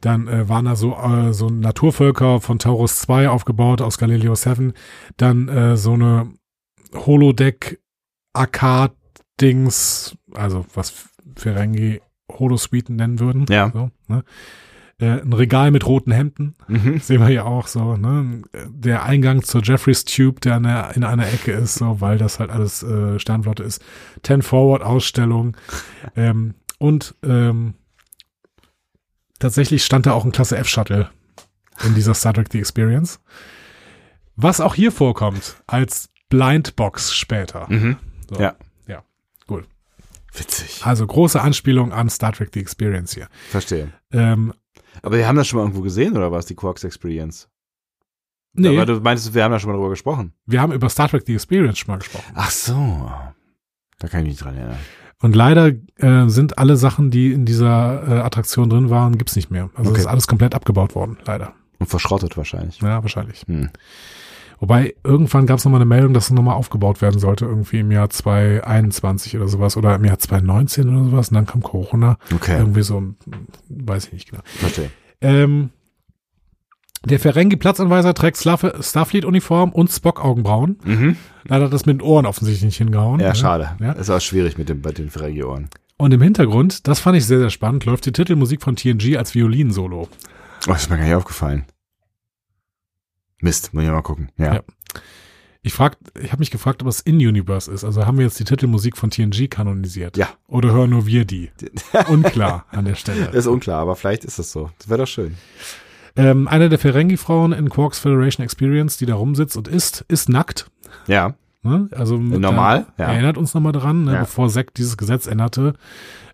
[SPEAKER 2] Dann äh, waren da so, äh, so Naturvölker von Taurus 2 aufgebaut aus Galileo 7. Dann äh, so eine Holodeck-Arcade-Dings, also was Ferengi Holosuiten nennen würden.
[SPEAKER 1] Ja.
[SPEAKER 2] So, ne? äh, ein Regal mit roten Hemden.
[SPEAKER 1] Mhm.
[SPEAKER 2] Sehen wir ja auch so, ne? Der Eingang zur Jeffreys Tube, der an der, in einer Ecke ist, so, weil das halt alles äh, Sternflotte ist. Ten Forward Ausstellung. Ähm, und ähm, tatsächlich stand da auch ein Klasse F Shuttle in dieser Star Trek The Experience. Was auch hier vorkommt, als Blindbox später.
[SPEAKER 1] Mhm.
[SPEAKER 2] So.
[SPEAKER 1] Ja.
[SPEAKER 2] Ja. Gut.
[SPEAKER 1] Witzig.
[SPEAKER 2] Also große Anspielung an Star Trek The Experience hier.
[SPEAKER 1] Verstehe.
[SPEAKER 2] Ähm,
[SPEAKER 1] Aber wir haben das schon mal irgendwo gesehen, oder was? Die Quarks Experience.
[SPEAKER 2] nee,
[SPEAKER 1] Aber du meintest, wir haben da schon mal drüber gesprochen.
[SPEAKER 2] wir haben über Star Trek The Experience schon mal gesprochen.
[SPEAKER 1] Ach so. Da kann ich mich dran erinnern.
[SPEAKER 2] Und leider äh, sind alle Sachen, die in dieser äh, Attraktion drin waren, gibt's nicht mehr. Also
[SPEAKER 1] Okay.
[SPEAKER 2] ist alles komplett abgebaut worden, leider.
[SPEAKER 1] Und verschrottet wahrscheinlich.
[SPEAKER 2] Ja, wahrscheinlich.
[SPEAKER 1] Hm.
[SPEAKER 2] Wobei irgendwann gab's noch nochmal eine Meldung, dass es nochmal aufgebaut werden sollte, irgendwie im Jahr 2021 oder sowas oder im Jahr 2019 oder sowas. Und dann kam Corona,
[SPEAKER 1] Okay,
[SPEAKER 2] irgendwie so, hm, weiß ich nicht genau.
[SPEAKER 1] verstehe.
[SPEAKER 2] Ähm, der Ferengi-Platzanweiser trägt Starf- Starfleet-Uniform und Spock-Augenbrauen.
[SPEAKER 1] Mhm.
[SPEAKER 2] Leider hat das mit den Ohren offensichtlich nicht hingehauen.
[SPEAKER 1] Ja,
[SPEAKER 2] ne?
[SPEAKER 1] schade.
[SPEAKER 2] Ja.
[SPEAKER 1] Ist auch schwierig mit, dem, mit den Regionen.
[SPEAKER 2] Und im Hintergrund, das fand ich sehr, sehr spannend, läuft die Titelmusik von TNG als Violinsolo.
[SPEAKER 1] Oh, ist mir gar nicht aufgefallen. Mist, muss ich mal gucken. Ja.
[SPEAKER 2] Ja. Ich, frag- ich habe mich gefragt, ob es In-Universe ist. Also haben wir jetzt die Titelmusik von TNG kanonisiert?
[SPEAKER 1] Ja.
[SPEAKER 2] Oder hören nur wir die? Unklar an der Stelle.
[SPEAKER 1] Ist unklar, aber vielleicht ist das so. Das wäre doch schön.
[SPEAKER 2] Ähm, eine der Ferengi-Frauen in Quarks Federation Experience, die da rumsitzt und isst, ist nackt.
[SPEAKER 1] Ja.
[SPEAKER 2] Ne? Also mit-
[SPEAKER 1] Normal,
[SPEAKER 2] da,
[SPEAKER 1] ja.
[SPEAKER 2] Erinnert uns nochmal dran, ne?
[SPEAKER 1] Ja.
[SPEAKER 2] bevor Sekt dieses Gesetz änderte,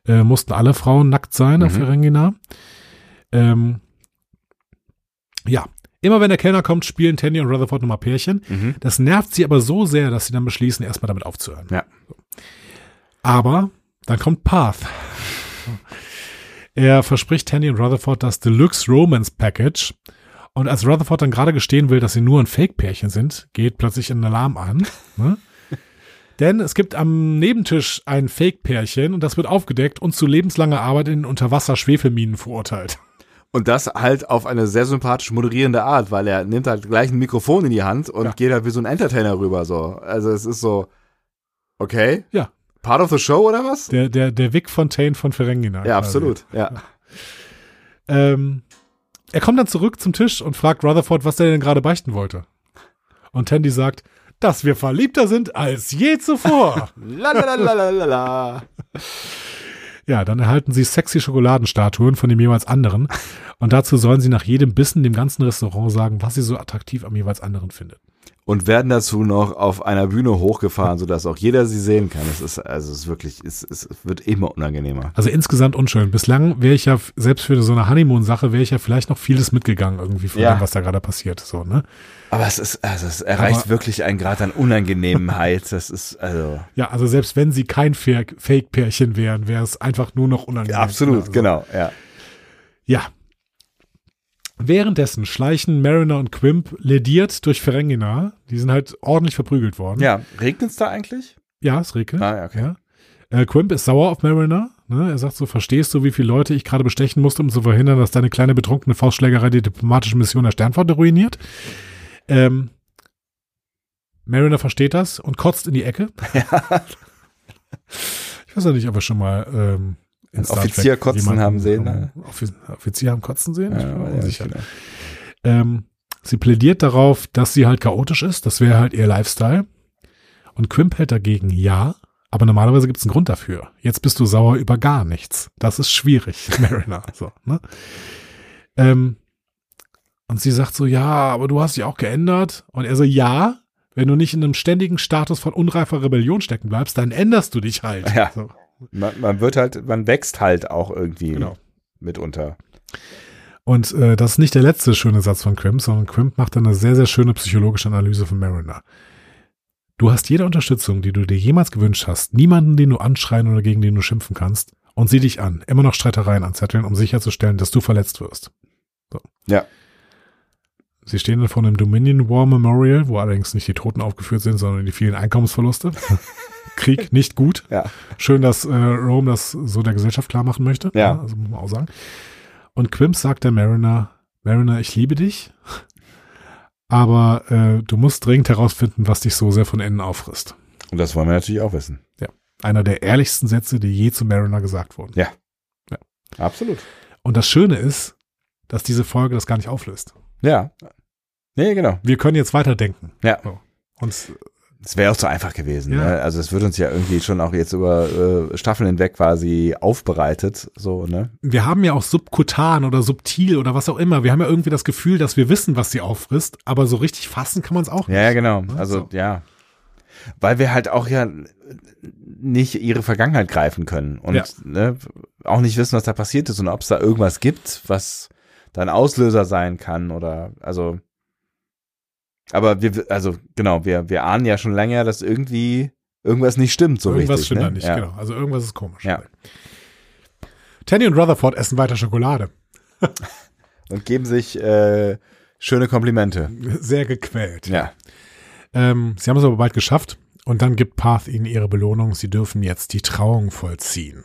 [SPEAKER 2] äh, mussten alle Frauen nackt sein auf
[SPEAKER 1] Mhm.
[SPEAKER 2] Ferengina. Ähm, ja, immer wenn der Kellner kommt, spielen Tandy und Rutherford nochmal Pärchen.
[SPEAKER 1] Mhm.
[SPEAKER 2] Das nervt sie aber so sehr, dass sie dann beschließen, erstmal damit aufzuhören.
[SPEAKER 1] Ja.
[SPEAKER 2] Aber dann kommt Path. Er verspricht Tandy und Rutherford das Deluxe Romance Package. Und als Rutherford dann gerade gestehen will, dass sie nur ein Fake-Pärchen sind, geht plötzlich ein Alarm an. Ne? Denn es gibt am Nebentisch ein Fake-Pärchen und das wird aufgedeckt und zu lebenslanger Arbeit in Unterwasser-Schwefelminen verurteilt.
[SPEAKER 1] Und das halt auf eine sehr sympathisch moderierende Art, weil er nimmt halt gleich ein Mikrofon in die Hand und
[SPEAKER 2] Ja.
[SPEAKER 1] geht halt wie so ein Entertainer rüber so. Also es ist so, okay.
[SPEAKER 2] Ja.
[SPEAKER 1] Part of the show oder was?
[SPEAKER 2] Der, der, der Vic Fontaine von Ferengina.
[SPEAKER 1] ja,
[SPEAKER 2] quasi.
[SPEAKER 1] absolut. Ja.
[SPEAKER 2] Ähm, er kommt dann zurück zum Tisch und fragt Rutherford, was er denn gerade beichten wollte. Und Tandy sagt, dass wir verliebter sind als je zuvor.
[SPEAKER 1] La la la la la la la.
[SPEAKER 2] ja, dann erhalten sie sexy Schokoladenstatuen von dem jeweils anderen. Und dazu sollen sie nach jedem Bissen dem ganzen Restaurant sagen, was sie so attraktiv am jeweils anderen findet.
[SPEAKER 1] Und werden dazu noch auf einer Bühne hochgefahren, sodass auch jeder sie sehen kann. Es ist, also es ist wirklich, es, es wird immer unangenehmer.
[SPEAKER 2] Also insgesamt unschön. Bislang wäre ich ja, f- selbst für so eine Honeymoon-Sache, wäre ich ja vielleicht noch vieles mitgegangen irgendwie von
[SPEAKER 1] Ja.
[SPEAKER 2] dem, was da gerade passiert. So, ne?
[SPEAKER 1] Aber es ist, also es erreicht
[SPEAKER 2] Aber-
[SPEAKER 1] wirklich einen Grad an Unangenehmheit. Das ist, also.
[SPEAKER 2] Ja, also selbst wenn sie kein Fake- Fake-Pärchen wären, wäre es einfach nur noch unangenehm.
[SPEAKER 1] Absolut,
[SPEAKER 2] Also,
[SPEAKER 1] genau, ja.
[SPEAKER 2] Ja. Währenddessen schleichen Mariner und Quimp lediert durch Ferengina. Die sind halt ordentlich verprügelt worden.
[SPEAKER 1] Ja, regnet es da eigentlich?
[SPEAKER 2] Ja, es regnet.
[SPEAKER 1] Ah, ja, okay.
[SPEAKER 2] Ja. Äh, Quimp ist sauer auf Mariner. Ne? Er sagt so, verstehst du, wie viele Leute ich gerade bestechen musste, um zu verhindern, dass deine kleine betrunkene Faustschlägerei die diplomatische Mission der Sternflotte ruiniert? Ähm, Mariner versteht das und kotzt in die Ecke. Ich weiß ja nicht, ob wir schon mal ähm, in
[SPEAKER 1] Ein
[SPEAKER 2] Star Trek
[SPEAKER 1] Offizier kotzen
[SPEAKER 2] jemanden-
[SPEAKER 1] haben sehen, ne?
[SPEAKER 2] Offi- Offizier haben kotzen sehen? ich bin mir
[SPEAKER 1] ja,
[SPEAKER 2] unsicher.
[SPEAKER 1] genau.
[SPEAKER 2] Ähm, sie plädiert darauf, dass sie halt chaotisch ist. Das wäre halt ihr Lifestyle. Und Quimp hält dagegen, ja. Aber normalerweise gibt es einen Grund dafür. Jetzt bist du sauer über gar nichts. Das ist schwierig, Mariner. So, ne? ähm, und sie sagt so, ja, aber du hast dich auch geändert. Und er so, ja, wenn du nicht in einem ständigen Status von unreifer Rebellion stecken bleibst, dann änderst du dich halt.
[SPEAKER 1] Ja.
[SPEAKER 2] So,
[SPEAKER 1] Man, man wird halt, man wächst halt auch irgendwie
[SPEAKER 2] genau.
[SPEAKER 1] mitunter.
[SPEAKER 2] Und äh, das ist nicht der letzte schöne Satz von Crimp, sondern Crimp macht dann eine sehr, sehr schöne psychologische Analyse von Mariner. Du hast jede Unterstützung, die du dir jemals gewünscht hast, niemanden, den du anschreien oder gegen den du schimpfen kannst, und sieh dich an, immer noch Streitereien anzetteln, um sicherzustellen, dass du verletzt wirst. So.
[SPEAKER 1] Ja.
[SPEAKER 2] Sie stehen dann vor einem Dominion War Memorial, wo allerdings nicht die Toten aufgeführt sind, sondern die vielen Einkommensverluste. Krieg nicht gut.
[SPEAKER 1] Ja.
[SPEAKER 2] Schön, dass äh, Rome das so der Gesellschaft klar machen möchte.
[SPEAKER 1] Ja.
[SPEAKER 2] also muss man auch sagen. Und Quimps sagt der Mariner, Mariner, ich liebe dich, aber äh, du musst dringend herausfinden, was dich so sehr von innen auffrisst.
[SPEAKER 4] Und das wollen wir natürlich auch wissen.
[SPEAKER 2] Einer der ehrlichsten Sätze, die je zu Mariner gesagt wurden.
[SPEAKER 4] Absolut.
[SPEAKER 2] Und das Schöne ist, dass diese Folge das gar nicht auflöst.
[SPEAKER 1] Ja.
[SPEAKER 4] Nee, genau.
[SPEAKER 2] Wir können jetzt weiterdenken.
[SPEAKER 1] Ja.
[SPEAKER 2] So. Und
[SPEAKER 1] Es wäre auch zu einfach gewesen.
[SPEAKER 2] Ja.
[SPEAKER 1] Ne? Also es wird uns ja irgendwie schon auch jetzt über äh, Staffeln hinweg quasi aufbereitet. So, ne?
[SPEAKER 2] wir haben ja auch subkutan oder subtil oder was auch immer. Wir haben ja irgendwie das Gefühl, dass wir wissen, was sie auffrisst, aber so richtig fassen kann man es auch nicht.
[SPEAKER 1] Ja, ja, genau. Also,
[SPEAKER 2] So.
[SPEAKER 1] ja. Weil wir halt auch ja nicht ihre Vergangenheit greifen können und
[SPEAKER 2] Ja.
[SPEAKER 1] ne, auch nicht wissen, was da passiert ist und ob es da irgendwas gibt, was dann Auslöser sein kann oder also. Aber wir, also genau, wir, wir ahnen ja schon länger, dass irgendwie irgendwas nicht stimmt so
[SPEAKER 2] irgendwas
[SPEAKER 1] richtig.
[SPEAKER 2] stimmt
[SPEAKER 1] ne?
[SPEAKER 2] da nicht,
[SPEAKER 1] ja.
[SPEAKER 2] genau. Also irgendwas ist komisch.
[SPEAKER 1] Ja.
[SPEAKER 2] Tandy und Rutherford essen weiter Schokolade.
[SPEAKER 1] Und geben sich äh, schöne Komplimente.
[SPEAKER 2] Sehr gequält.
[SPEAKER 1] Ja.
[SPEAKER 2] Ähm, sie haben es aber bald geschafft und dann gibt Path ihnen ihre Belohnung. Sie dürfen jetzt die Trauung vollziehen.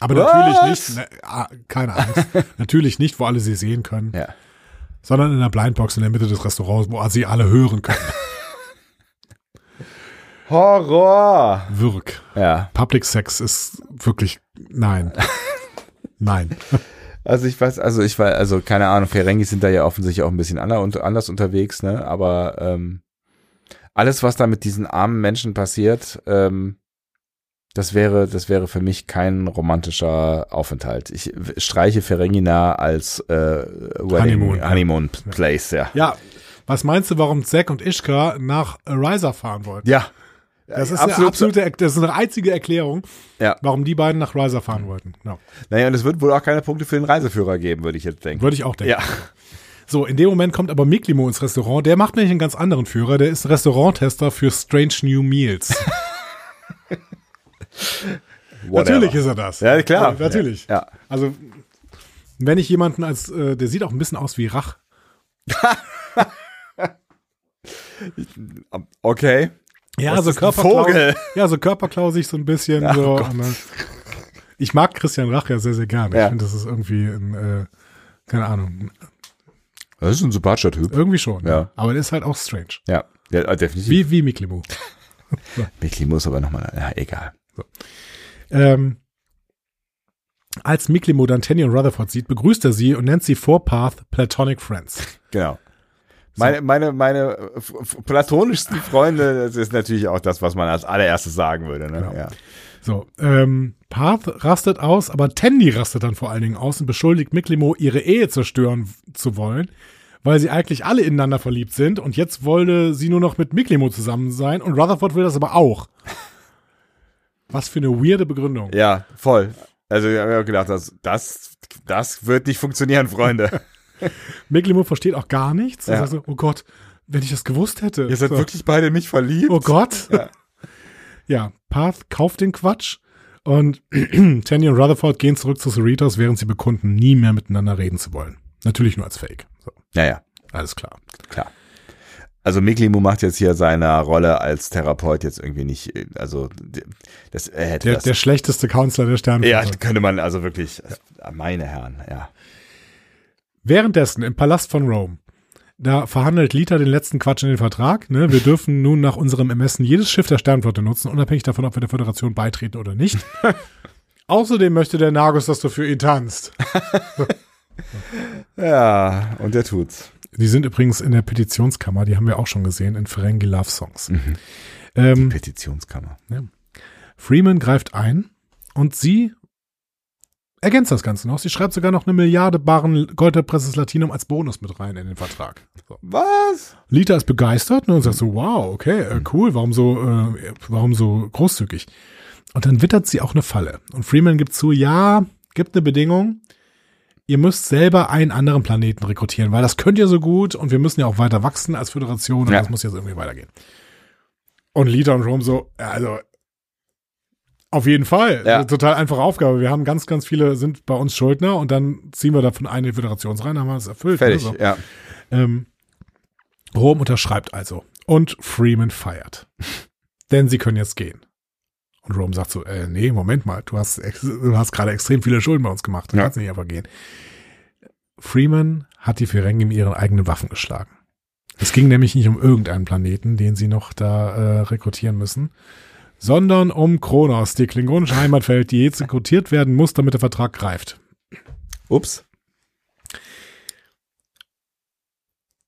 [SPEAKER 2] Aber natürlich
[SPEAKER 1] Was?
[SPEAKER 2] nicht, ne, ah, keine Angst, natürlich nicht, wo alle sie sehen können,
[SPEAKER 1] Ja.
[SPEAKER 2] sondern in einer Blindbox in der Mitte des Restaurants, wo sie alle hören können.
[SPEAKER 1] Horror!
[SPEAKER 2] Wirk.
[SPEAKER 1] Ja.
[SPEAKER 2] Public Sex ist wirklich nein. nein.
[SPEAKER 1] Also ich weiß, also ich weiß, also keine Ahnung, Ferengis sind da ja offensichtlich auch ein bisschen ander- und- anders unterwegs, ne? Aber ähm, alles, was da mit diesen armen Menschen passiert, ähm, das wäre, das wäre für mich kein romantischer Aufenthalt. Ich w- streiche Ferengina als äh, Wedding,
[SPEAKER 2] Honeymoon, ja.
[SPEAKER 1] Honeymoon Place, ja.
[SPEAKER 2] Ja, was meinst du, warum Zack und Ishka nach Riser fahren wollten?
[SPEAKER 1] Ja.
[SPEAKER 2] Das ist eine
[SPEAKER 1] Absolut-
[SPEAKER 2] absolute, Erk- das ist eine einzige Erklärung,
[SPEAKER 1] Ja.
[SPEAKER 2] warum die beiden nach Riser fahren wollten. Genau.
[SPEAKER 1] Naja, und es wird wohl auch keine Punkte für den Reiseführer geben, würde ich jetzt denken.
[SPEAKER 2] Würde ich auch denken.
[SPEAKER 1] Ja.
[SPEAKER 2] So, in dem Moment kommt aber Miklimo ins Restaurant. Der macht nämlich einen ganz anderen Führer. Der ist Restauranttester für Strange New Meals.
[SPEAKER 1] Whatever.
[SPEAKER 2] Natürlich ist er das.
[SPEAKER 1] Ja, klar.
[SPEAKER 2] natürlich.
[SPEAKER 1] Ja.
[SPEAKER 2] Also, wenn ich jemanden als, äh, der sieht auch ein bisschen aus wie Rach.
[SPEAKER 1] Okay.
[SPEAKER 2] Ja,
[SPEAKER 1] Das
[SPEAKER 2] so
[SPEAKER 1] ist ein
[SPEAKER 2] Körperklau.
[SPEAKER 1] Vogel. oh
[SPEAKER 2] Ja, so körperklausig so ein bisschen. so, und dann- ich mag Christian Rach ja sehr, sehr gerne.
[SPEAKER 1] Ja.
[SPEAKER 2] Ich finde, das ist irgendwie ein, äh, keine Ahnung,
[SPEAKER 4] Das ist ein sympathischer Typ.
[SPEAKER 2] irgendwie schon.
[SPEAKER 1] Ja.
[SPEAKER 2] Aber der ist halt auch strange.
[SPEAKER 1] Ja. ja äh, definitiv.
[SPEAKER 2] Wie, wie Miklimo.
[SPEAKER 1] Mickey muss aber nochmal, ja, egal.
[SPEAKER 2] Ähm, als Miklimo dann Tenny und Rutherford sieht, begrüßt er sie und nennt sie vor Path Platonic Friends.
[SPEAKER 1] Genau. Meine, meine, meine äh, f- f- platonischsten Freunde, das ist natürlich auch das, was man als allererstes sagen würde. Ne?
[SPEAKER 2] Genau.
[SPEAKER 1] Ja.
[SPEAKER 2] So, ähm, Path rastet aus, aber Tandy rastet dann vor allen Dingen aus und beschuldigt Miklimo, ihre Ehe zerstören w- zu wollen, weil sie eigentlich alle ineinander verliebt sind und jetzt wollte sie nur noch mit Miklimo zusammen sein und Rutherford will das aber auch. Was für eine weirde Begründung.
[SPEAKER 1] ja, voll. Also ich habe gedacht, das, das, das wird nicht funktionieren, Freunde.
[SPEAKER 2] Miklimo versteht auch gar nichts. Er
[SPEAKER 1] Ja.
[SPEAKER 2] sagt so, oh Gott, wenn ich das gewusst hätte.
[SPEAKER 1] Ihr seid
[SPEAKER 2] so.
[SPEAKER 1] wirklich beide mich verliebt.
[SPEAKER 2] Oh Gott. Ja. Path kauft den Quatsch und Tandy und Rutherford gehen zurück zu Cerritos, während sie bekunden, nie mehr miteinander reden zu wollen. Natürlich nur als Fake. So,
[SPEAKER 1] Naja,
[SPEAKER 2] alles klar.
[SPEAKER 1] klar. Also Miklimu macht jetzt hier seiner Rolle als Therapeut jetzt irgendwie nicht, äh, also d- das er hätte
[SPEAKER 2] Der,
[SPEAKER 1] das.
[SPEAKER 2] der schlechteste Counselor der Sterne.
[SPEAKER 1] ja, könnte man also wirklich, meine Herren, ja.
[SPEAKER 2] Währenddessen im Palast von Rome. Da verhandelt Lita den letzten Quatsch in den Vertrag. Ne? Wir dürfen nun nach unserem Ermessen jedes Schiff der Sternflotte nutzen, unabhängig davon, ob wir der Föderation beitreten oder nicht. Außerdem möchte der Nagus, dass du für ihn tanzt.
[SPEAKER 1] Ja, und der tut's.
[SPEAKER 2] Die sind übrigens in der Petitionskammer, die haben wir auch schon gesehen, in Ferengi Love Songs. Ähm,
[SPEAKER 1] Petitionskammer.
[SPEAKER 2] Freeman greift ein und sie ergänzt das Ganze noch. Sie schreibt sogar noch eine Milliarde Barren Gold der Presses Latinum als Bonus mit rein in den Vertrag. So.
[SPEAKER 1] Was?
[SPEAKER 2] Lita ist begeistert ne, und sagt so, wow, okay, äh,
[SPEAKER 1] Mhm.
[SPEAKER 2] cool, warum so, äh, warum so großzügig? Und dann wittert sie auch eine Falle. Und Freeman gibt zu, ja, gibt eine Bedingung. ihr müsst selber einen anderen Planeten rekrutieren, weil das könnt ihr so gut und wir müssen ja auch weiter wachsen als Föderation und
[SPEAKER 1] Ja.
[SPEAKER 2] das muss jetzt irgendwie weitergehen. Und Lita und Rome so, ja, also auf jeden Fall,
[SPEAKER 1] Ja.
[SPEAKER 2] Eine total einfache Aufgabe. Wir haben ganz, ganz viele sind bei uns Schuldner und dann ziehen wir davon eine Föderationsreihe, dann haben wir es erfüllt.
[SPEAKER 1] Fertig,
[SPEAKER 2] ne, so.
[SPEAKER 1] ja.
[SPEAKER 2] Ähm, Rom unterschreibt also und Freeman feiert. Denn sie können jetzt gehen. Und Rom sagt so, äh, nee, Moment mal, du hast, ex du hast gerade extrem viele Schulden bei uns gemacht, du
[SPEAKER 1] Ja.
[SPEAKER 2] kannst nicht einfach gehen. Freeman hat die Ferengi mit ihren eigenen Waffen geschlagen. Es ging nämlich nicht um irgendeinen Planeten, den sie noch da äh, rekrutieren müssen, sondern um Kronos, die klingonische Heimatwelt, die jetzt rekrutiert werden muss, damit der Vertrag greift.
[SPEAKER 1] Ups.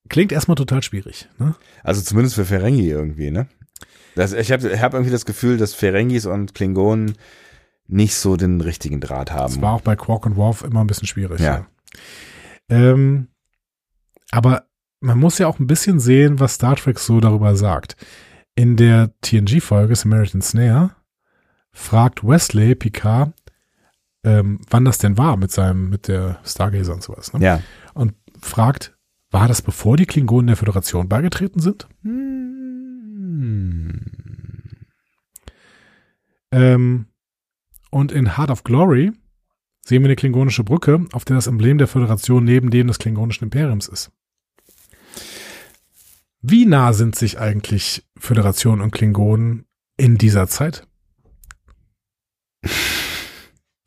[SPEAKER 2] Klingt erstmal total schwierig. Ne?
[SPEAKER 1] Also zumindest für Ferengi irgendwie, ne? Das, ich habe ich hab irgendwie das Gefühl, dass Ferengis und Klingonen nicht so den richtigen Draht
[SPEAKER 2] Das
[SPEAKER 1] haben.
[SPEAKER 2] war auch bei Quark und Worf immer ein bisschen schwierig.
[SPEAKER 1] Ja.
[SPEAKER 2] ja. Ähm, aber man muss ja auch ein bisschen sehen, was Star Trek so darüber sagt. In der TNG-Folge Samaritan Snare fragt Wesley Picard, ähm, wann das denn war mit seinem, mit der Stargazer und sowas. Ne?
[SPEAKER 1] Ja.
[SPEAKER 2] Und fragt, war das bevor die Klingonen der Föderation beigetreten sind? Hm. Ähm, und in Heart of Glory sehen wir eine klingonische Brücke, auf der das Emblem der Föderation neben dem des klingonischen Imperiums ist. Wie nah sind sich eigentlich Föderation und Klingonen in dieser Zeit?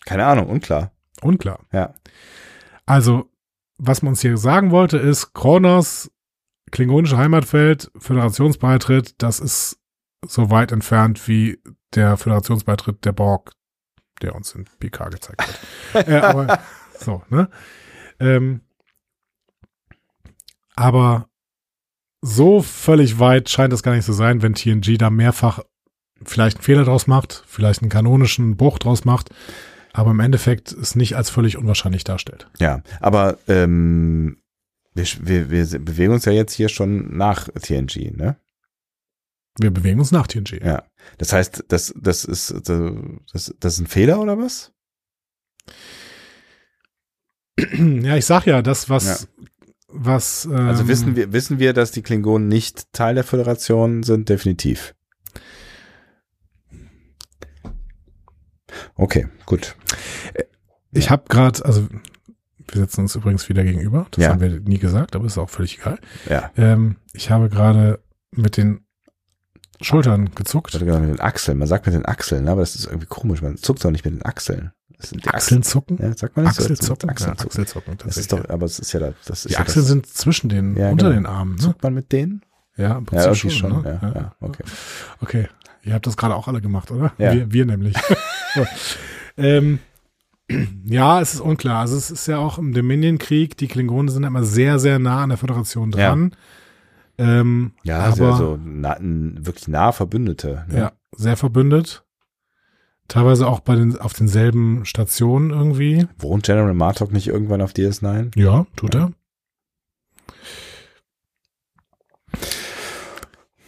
[SPEAKER 1] Keine Ahnung, unklar.
[SPEAKER 2] Unklar.
[SPEAKER 1] Ja.
[SPEAKER 2] Also, was man uns hier sagen wollte, ist, Kronos, klingonische Heimatfeld, Föderationsbeitritt, das ist so weit entfernt wie der Föderationsbeitritt der Borg, der uns in PK gezeigt wird. äh, aber so, ne? Ähm, aber so völlig weit scheint das gar nicht zu sein, wenn TNG da mehrfach vielleicht einen Fehler draus macht, vielleicht einen kanonischen Bruch draus macht, aber im Endeffekt es nicht als völlig unwahrscheinlich darstellt.
[SPEAKER 1] Ja, aber ähm, wir, sch- wir, wir bewegen uns ja jetzt hier schon nach TNG, ne?
[SPEAKER 2] Wir bewegen uns nach TNG.
[SPEAKER 1] Ja. Das heißt, das, das ist das, das ist ein Fehler oder was?
[SPEAKER 2] Ja, ich sag ja, das, was, was, ähm,
[SPEAKER 1] Also wissen wir wissen wir, dass die Klingonen nicht Teil der Föderation sind, definitiv. Okay, gut.
[SPEAKER 2] ich habe gerade, also wir sitzen uns übrigens wieder gegenüber, das
[SPEAKER 1] Ja.
[SPEAKER 2] haben wir nie gesagt, aber ist auch völlig egal.
[SPEAKER 1] Ja.
[SPEAKER 2] Ähm, ich habe gerade mit den Schultern gezuckt.
[SPEAKER 1] Ich hatte gerade mit den Achseln. Man sagt mit den Achseln, ne? aber das ist irgendwie komisch. Man zuckt doch nicht mit den Achseln. Das sind die
[SPEAKER 2] Achseln zucken?
[SPEAKER 1] Ja, sagt man das?
[SPEAKER 2] Achselzucken?
[SPEAKER 1] Achseln
[SPEAKER 2] Ja,
[SPEAKER 1] zucken.
[SPEAKER 2] Achselzucken,
[SPEAKER 1] Das
[SPEAKER 2] tatsächlich.
[SPEAKER 1] ist doch, aber es ist ja da, das ist
[SPEAKER 2] Die
[SPEAKER 1] ja
[SPEAKER 2] Achseln
[SPEAKER 1] das,
[SPEAKER 2] sind zwischen den,
[SPEAKER 1] Ja,
[SPEAKER 2] unter
[SPEAKER 1] genau.
[SPEAKER 2] den Armen. Ne?
[SPEAKER 1] zuckt man mit denen?
[SPEAKER 2] Ja, im
[SPEAKER 1] Ja,
[SPEAKER 2] Prinzip
[SPEAKER 1] irgendwie schon.
[SPEAKER 2] ne?
[SPEAKER 1] ja, ja, okay.
[SPEAKER 2] Okay, ihr habt das gerade auch alle gemacht, oder?
[SPEAKER 1] Ja.
[SPEAKER 2] Wir, wir nämlich. So. ähm, ja, es ist unklar. Also es ist ja auch im Dominion-Krieg, die Klingonen sind immer sehr, sehr nah an der Föderation dran. Ähm,
[SPEAKER 1] Ja,
[SPEAKER 2] aber,
[SPEAKER 1] aber, ja so na, n- wirklich nahe Verbündete. Ne?
[SPEAKER 2] ja, sehr verbündet. Teilweise auch bei den, auf denselben Stationen irgendwie.
[SPEAKER 1] Wohnt General Martok nicht irgendwann auf DS9?
[SPEAKER 2] Ja, tut er.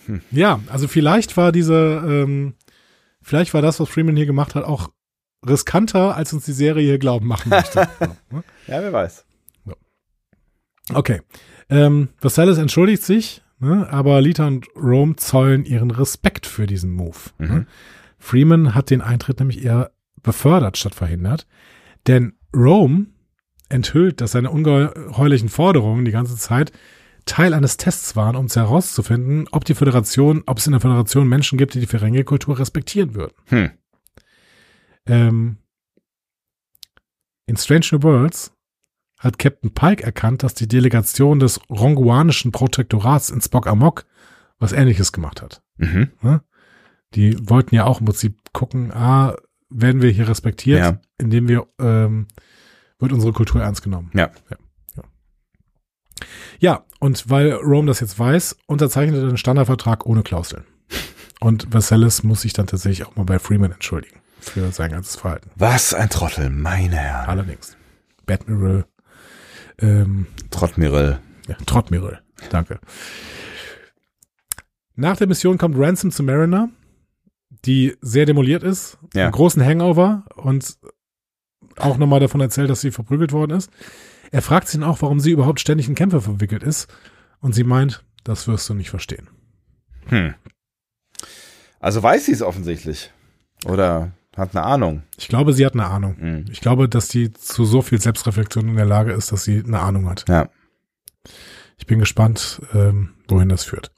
[SPEAKER 1] Hm.
[SPEAKER 2] Ja, also vielleicht war diese, ähm, vielleicht war das, was Freeman hier gemacht hat, auch riskanter, als uns die Serie hier glauben machen möchte. Ja. ne?
[SPEAKER 1] Ja, wer weiß.
[SPEAKER 2] okay. Ähm, Vassalis entschuldigt sich, ne, aber Lita und Rome zollen ihren Respekt für diesen Move. Ne?
[SPEAKER 1] Mhm.
[SPEAKER 2] Freeman hat den Eintritt nämlich eher befördert statt verhindert. Denn Rome enthüllt, dass seine ungeheuerlichen Forderungen die ganze Zeit Teil eines Tests waren, um herauszufinden, ob die Föderation, ob es in der Föderation Menschen gibt, die die Ferengi-Kultur respektieren würden.
[SPEAKER 1] Hm.
[SPEAKER 2] Ähm, in Strange New Worlds hat Captain Pike erkannt, dass die Delegation des ronguanischen Protektorats in Spock Amok was ähnliches gemacht hat.
[SPEAKER 1] Mhm.
[SPEAKER 2] Die wollten ja auch im Prinzip gucken, ah, werden wir hier respektiert,
[SPEAKER 1] Ja.
[SPEAKER 2] indem wir, ähm, wird unsere Kultur ernst genommen.
[SPEAKER 1] Ja.
[SPEAKER 2] ja. Ja. Ja, und weil Rome das jetzt weiß, unterzeichnet er den Standardvertrag ohne Klauseln. Und Vassalis muss sich dann tatsächlich auch mal bei Freeman entschuldigen für sein ganzes Verhalten.
[SPEAKER 1] Was ein Trottel, meine Herren.
[SPEAKER 2] Allerdings. Batmiral, ähm,
[SPEAKER 1] Trottmirel.
[SPEAKER 2] ja, Trottmirrel. Danke. Nach der Mission kommt Ransom zu Mariner, die sehr demoliert ist,
[SPEAKER 1] Ja.
[SPEAKER 2] einen großen Hangover und auch nochmal davon erzählt, dass sie verprügelt worden ist. Er fragt sie dann auch, warum sie überhaupt ständig in Kämpfe verwickelt ist. Und sie meint, das wirst du nicht verstehen.
[SPEAKER 1] Hm. Also weiß sie es offensichtlich. Oder hat eine Ahnung.
[SPEAKER 2] Ich glaube, sie hat eine Ahnung.
[SPEAKER 1] Hm.
[SPEAKER 2] Ich glaube, dass die zu so viel Selbstreflexion in der Lage ist, dass sie eine Ahnung hat.
[SPEAKER 1] Ja.
[SPEAKER 2] Ich bin gespannt, ähm, wohin das führt.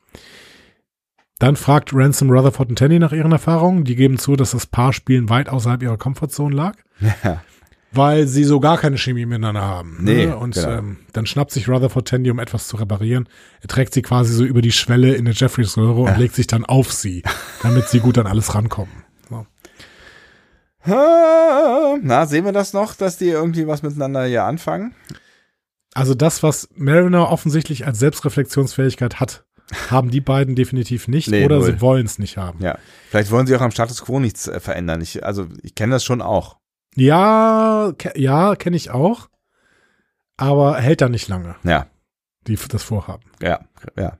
[SPEAKER 2] Dann fragt Ransom Rutherford und Tandy nach ihren Erfahrungen. Die geben zu, dass das Paar Spielen weit außerhalb ihrer Comfortzone lag,
[SPEAKER 1] Ja.
[SPEAKER 2] weil sie so gar keine Chemie miteinander haben.
[SPEAKER 1] Nee,
[SPEAKER 2] Und
[SPEAKER 1] genau.
[SPEAKER 2] ähm, dann schnappt sich Rutherford Tandy, um etwas zu reparieren. Er trägt sie quasi so über die Schwelle in eine Jeffreys-Röhre und legt sich dann auf sie, damit sie gut an alles rankommen. So.
[SPEAKER 1] Ah, Na, sehen wir das noch, dass die irgendwie was miteinander hier anfangen?
[SPEAKER 2] Also das, was Mariner offensichtlich als Selbstreflexionsfähigkeit hat, haben die beiden definitiv nicht
[SPEAKER 1] Nee,
[SPEAKER 2] oder
[SPEAKER 1] null.
[SPEAKER 2] sie wollen es nicht haben.
[SPEAKER 1] Ja. Vielleicht wollen sie auch am Status quo nichts äh, verändern. Ich, also, ich kenne das schon auch.
[SPEAKER 2] Ja, ke ja, kenne ich auch. Aber hält da nicht lange,
[SPEAKER 1] Ja.
[SPEAKER 2] die, das Vorhaben.
[SPEAKER 1] Ja. Ja.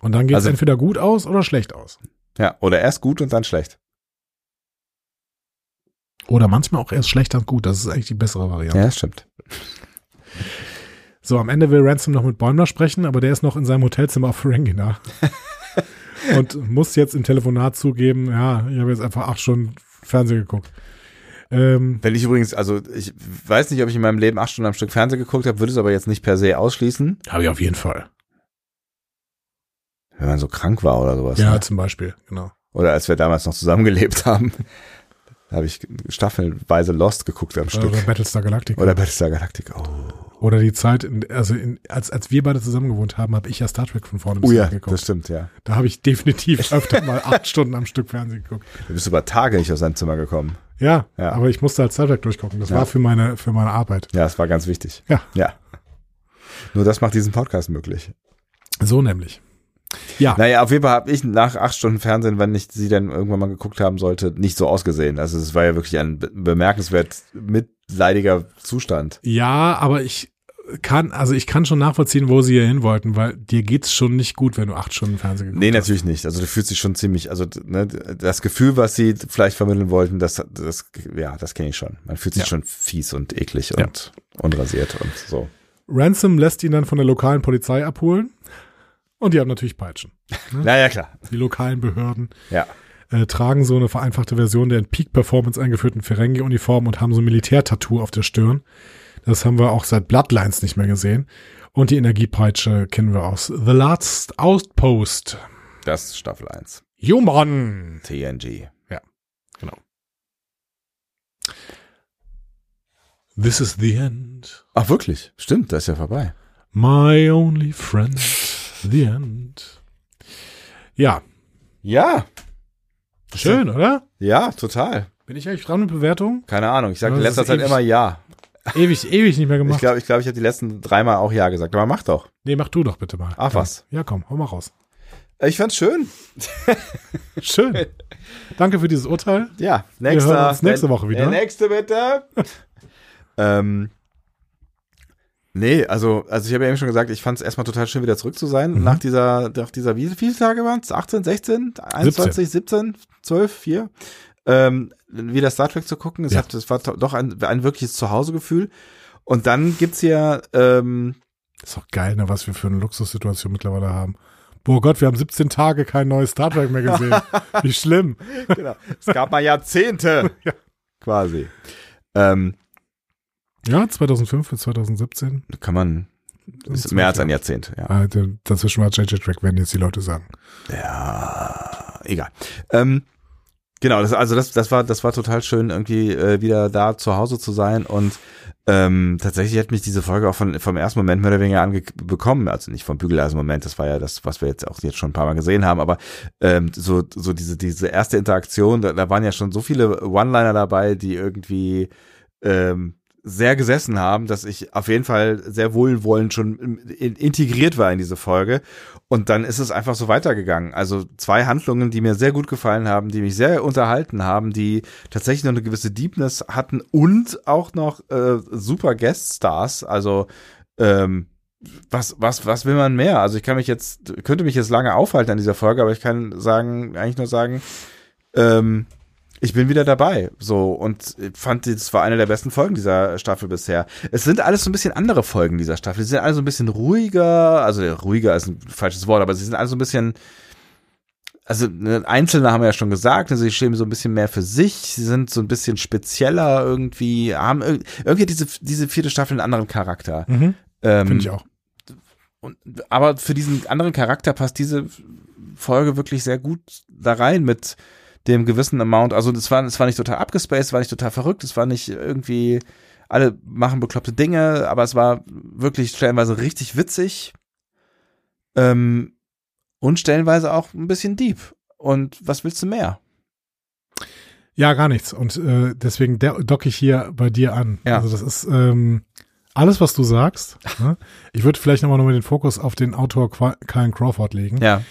[SPEAKER 2] Und dann geht es
[SPEAKER 1] Also-
[SPEAKER 2] entweder gut aus oder schlecht aus.
[SPEAKER 1] Ja. Oder erst gut und dann schlecht.
[SPEAKER 2] Oder manchmal auch erst schlecht als gut. Das ist eigentlich die bessere Variante.
[SPEAKER 1] Ja, das stimmt.
[SPEAKER 2] So, am Ende will Ransom noch mit Bäumler sprechen, aber der ist noch in seinem Hotelzimmer auf Ferengina. und muss jetzt im Telefonat zugeben, ja, ich habe jetzt einfach acht Stunden Fernsehen geguckt. Ähm,
[SPEAKER 1] Wenn ich übrigens, also ich weiß nicht, ob ich in meinem Leben acht Stunden am Stück Fernsehen geguckt habe, würde es aber jetzt nicht per se ausschließen.
[SPEAKER 2] habe ich auf jeden Fall.
[SPEAKER 1] Wenn man so krank war oder sowas.
[SPEAKER 2] Ja,
[SPEAKER 1] ne?
[SPEAKER 2] zum Beispiel, genau.
[SPEAKER 1] Oder als wir damals noch zusammengelebt haben. Da habe ich staffelweise Lost geguckt am Stück.
[SPEAKER 2] Oder Battlestar Galactica.
[SPEAKER 1] Oder Battlestar Galactica. Oh,
[SPEAKER 2] Oder die Zeit, in, also in, als, als wir beide zusammen gewohnt haben, habe ich ja Star Trek von vorne bis
[SPEAKER 1] oh ja,
[SPEAKER 2] hinten
[SPEAKER 1] das
[SPEAKER 2] geguckt.
[SPEAKER 1] stimmt, ja.
[SPEAKER 2] Da habe ich definitiv öfter mal acht Stunden am Stück Fernsehen geguckt.
[SPEAKER 1] Du bist über Tage nicht aus deinem Zimmer gekommen.
[SPEAKER 2] Ja,
[SPEAKER 1] Ja.
[SPEAKER 2] aber ich musste halt Star Trek durchgucken. Das
[SPEAKER 1] Ja.
[SPEAKER 2] war für meine, für meine Arbeit.
[SPEAKER 1] Ja, das war ganz wichtig.
[SPEAKER 2] Ja.
[SPEAKER 1] Ja. Nur das macht diesen Podcast möglich.
[SPEAKER 2] So nämlich. Ja,
[SPEAKER 1] Naja, auf jeden Fall habe ich nach acht Stunden Fernsehen, wenn ich sie dann irgendwann mal geguckt haben sollte, nicht so ausgesehen. Also es war ja wirklich ein be- bemerkenswert mitleidiger Zustand.
[SPEAKER 2] ja, aber ich kann, also ich kann schon nachvollziehen, wo sie hier hin wollten, weil dir geht's schon nicht gut, wenn du acht Stunden Fernsehen geguckt
[SPEAKER 1] Nee, natürlich nicht. Also du fühlst dich schon ziemlich, also ne, das Gefühl, was sie vielleicht vermitteln wollten, das, das ja, das kenne ich schon. Man fühlt sich
[SPEAKER 2] Ja.
[SPEAKER 1] schon fies und eklig
[SPEAKER 2] Ja.
[SPEAKER 1] und unrasiert und so.
[SPEAKER 2] hast. Ransom lässt ihn dann von der lokalen Polizei abholen. Und die haben natürlich Peitschen.
[SPEAKER 1] Naja, klar.
[SPEAKER 2] Die lokalen Behörden.
[SPEAKER 1] Ja.
[SPEAKER 2] äh, tragen so eine vereinfachte Version der in Peak Performance eingeführten Ferengi-Uniform und haben so ein Militär-Tattoo auf der Stirn. Das haben wir auch seit Bloodlines nicht mehr gesehen. Und die Energiepeitsche kennen wir aus The Last Outpost.
[SPEAKER 1] Das ist Staffel 1.
[SPEAKER 2] Human!
[SPEAKER 1] TNG.
[SPEAKER 2] This is the end.
[SPEAKER 1] Ach wirklich? Stimmt, das ist ja vorbei.
[SPEAKER 2] My only friend. The end. Ja,
[SPEAKER 1] Ja,
[SPEAKER 2] schön, oder?
[SPEAKER 1] ja, total.
[SPEAKER 2] Bin ich eigentlich dran mit Bewertungen?
[SPEAKER 1] Keine Ahnung. Ich sage
[SPEAKER 2] Ja,
[SPEAKER 1] in
[SPEAKER 2] das
[SPEAKER 1] letzter
[SPEAKER 2] ist
[SPEAKER 1] Zeit
[SPEAKER 2] ewig.
[SPEAKER 1] immer ja.
[SPEAKER 2] Ewig, ewig nicht mehr gemacht.
[SPEAKER 1] Ich glaube, ich, glaub, ich habe die letzten dreimal auch ja gesagt. Aber mach doch.
[SPEAKER 2] nee, mach du doch bitte mal.
[SPEAKER 1] Ach, was.
[SPEAKER 2] Ja, komm, hau mal raus.
[SPEAKER 1] Ich fand's schön.
[SPEAKER 2] Schön. Danke für dieses Urteil.
[SPEAKER 1] Ja, nächster.
[SPEAKER 2] hören uns nächste Woche wieder.
[SPEAKER 1] Der nächste bitte. ähm, nee, also, also ich habe ja eben schon gesagt, ich fand es erstmal total schön, wieder zurück zu sein. Nach dieser, nach dieser, wie viele Tage waren es? 18, 16, 21, 17, 12, 4. Ähm, wieder Star Trek zu gucken. Es
[SPEAKER 2] Ja.
[SPEAKER 1] hat, es war to- doch ein, ein wirkliches Zuhausegefühl. Und dann gibt's hier, ähm,
[SPEAKER 2] Ist doch geil, ne, was wir für eine Luxussituation mittlerweile haben. Boah Gott, wir haben 17 Tage kein neues Star Trek mehr gesehen. Wie schlimm.
[SPEAKER 1] genau, es gab mal Jahrzehnte. Quasi. Ähm,
[SPEAKER 2] Ja, 2005 bis 2017.
[SPEAKER 1] kann man, ist mehr als ein Jahrzehnt, ja.
[SPEAKER 2] Äh, d- dazwischen war JJ Track, werden jetzt die Leute sagen.
[SPEAKER 1] Ja, egal. Ähm, genau, das, also das, das war, das war total schön, irgendwie äh, wieder da zu Hause zu sein und ähm, tatsächlich hat mich diese Folge auch von, vom ersten Moment mehr oder weniger angekommen, also nicht vom Bügeleisen-Moment, das war ja das, was wir jetzt auch jetzt schon ein paar Mal gesehen haben, aber ähm, so, so diese, diese erste Interaktion, da, da waren ja schon so viele One-Liner dabei, die irgendwie ähm, sehr gesessen haben, dass ich auf jeden Fall sehr wohlwollend schon im- in, integriert war in diese Folge. Und dann ist es einfach so weitergegangen. Also zwei Handlungen, die mir sehr gut gefallen haben, die mich sehr unterhalten haben, die tatsächlich noch eine gewisse Deepness hatten und auch noch äh, super Guest-Stars. Also ähm, was, was, was will man mehr? Also ich kann mich jetzt, könnte mich jetzt lange aufhalten an dieser Folge, aber ich kann sagen, eigentlich nur sagen, ähm, Ich bin wieder dabei, so und fand, das war eine der besten Folgen dieser Staffel bisher. Es sind alles so ein bisschen andere Folgen dieser Staffel. Sie sind alle so ein bisschen ruhiger, also ruhiger ist ein falsches Wort, aber sie sind alle so ein bisschen, also ne, einzelne haben wir ja schon gesagt, also sie stehen so ein bisschen mehr für sich, sie sind so ein bisschen spezieller irgendwie, haben irg- irgendwie hat diese diese vierte Staffel einen anderen Charakter.
[SPEAKER 2] Mhm.
[SPEAKER 1] Ähm,
[SPEAKER 2] Finde ich auch.
[SPEAKER 1] und, aber für diesen anderen Charakter passt diese Folge wirklich sehr gut da rein mit dem gewissen Amount. Also es war, es war nicht total abgespaced, war nicht total verrückt, es war nicht irgendwie, alle machen bekloppte Dinge, aber es war wirklich stellenweise richtig witzig. Ähm, und stellenweise auch ein bisschen deep. Und was willst du mehr?
[SPEAKER 2] Ja, gar nichts. Und äh, deswegen de- docke ich hier bei dir an.
[SPEAKER 1] Ja.
[SPEAKER 2] Also das ist ähm, alles, was du sagst. Ne? Ich würde vielleicht nochmal nur den Fokus auf den Autor Qua- Kyle Crawford legen.
[SPEAKER 1] Ja.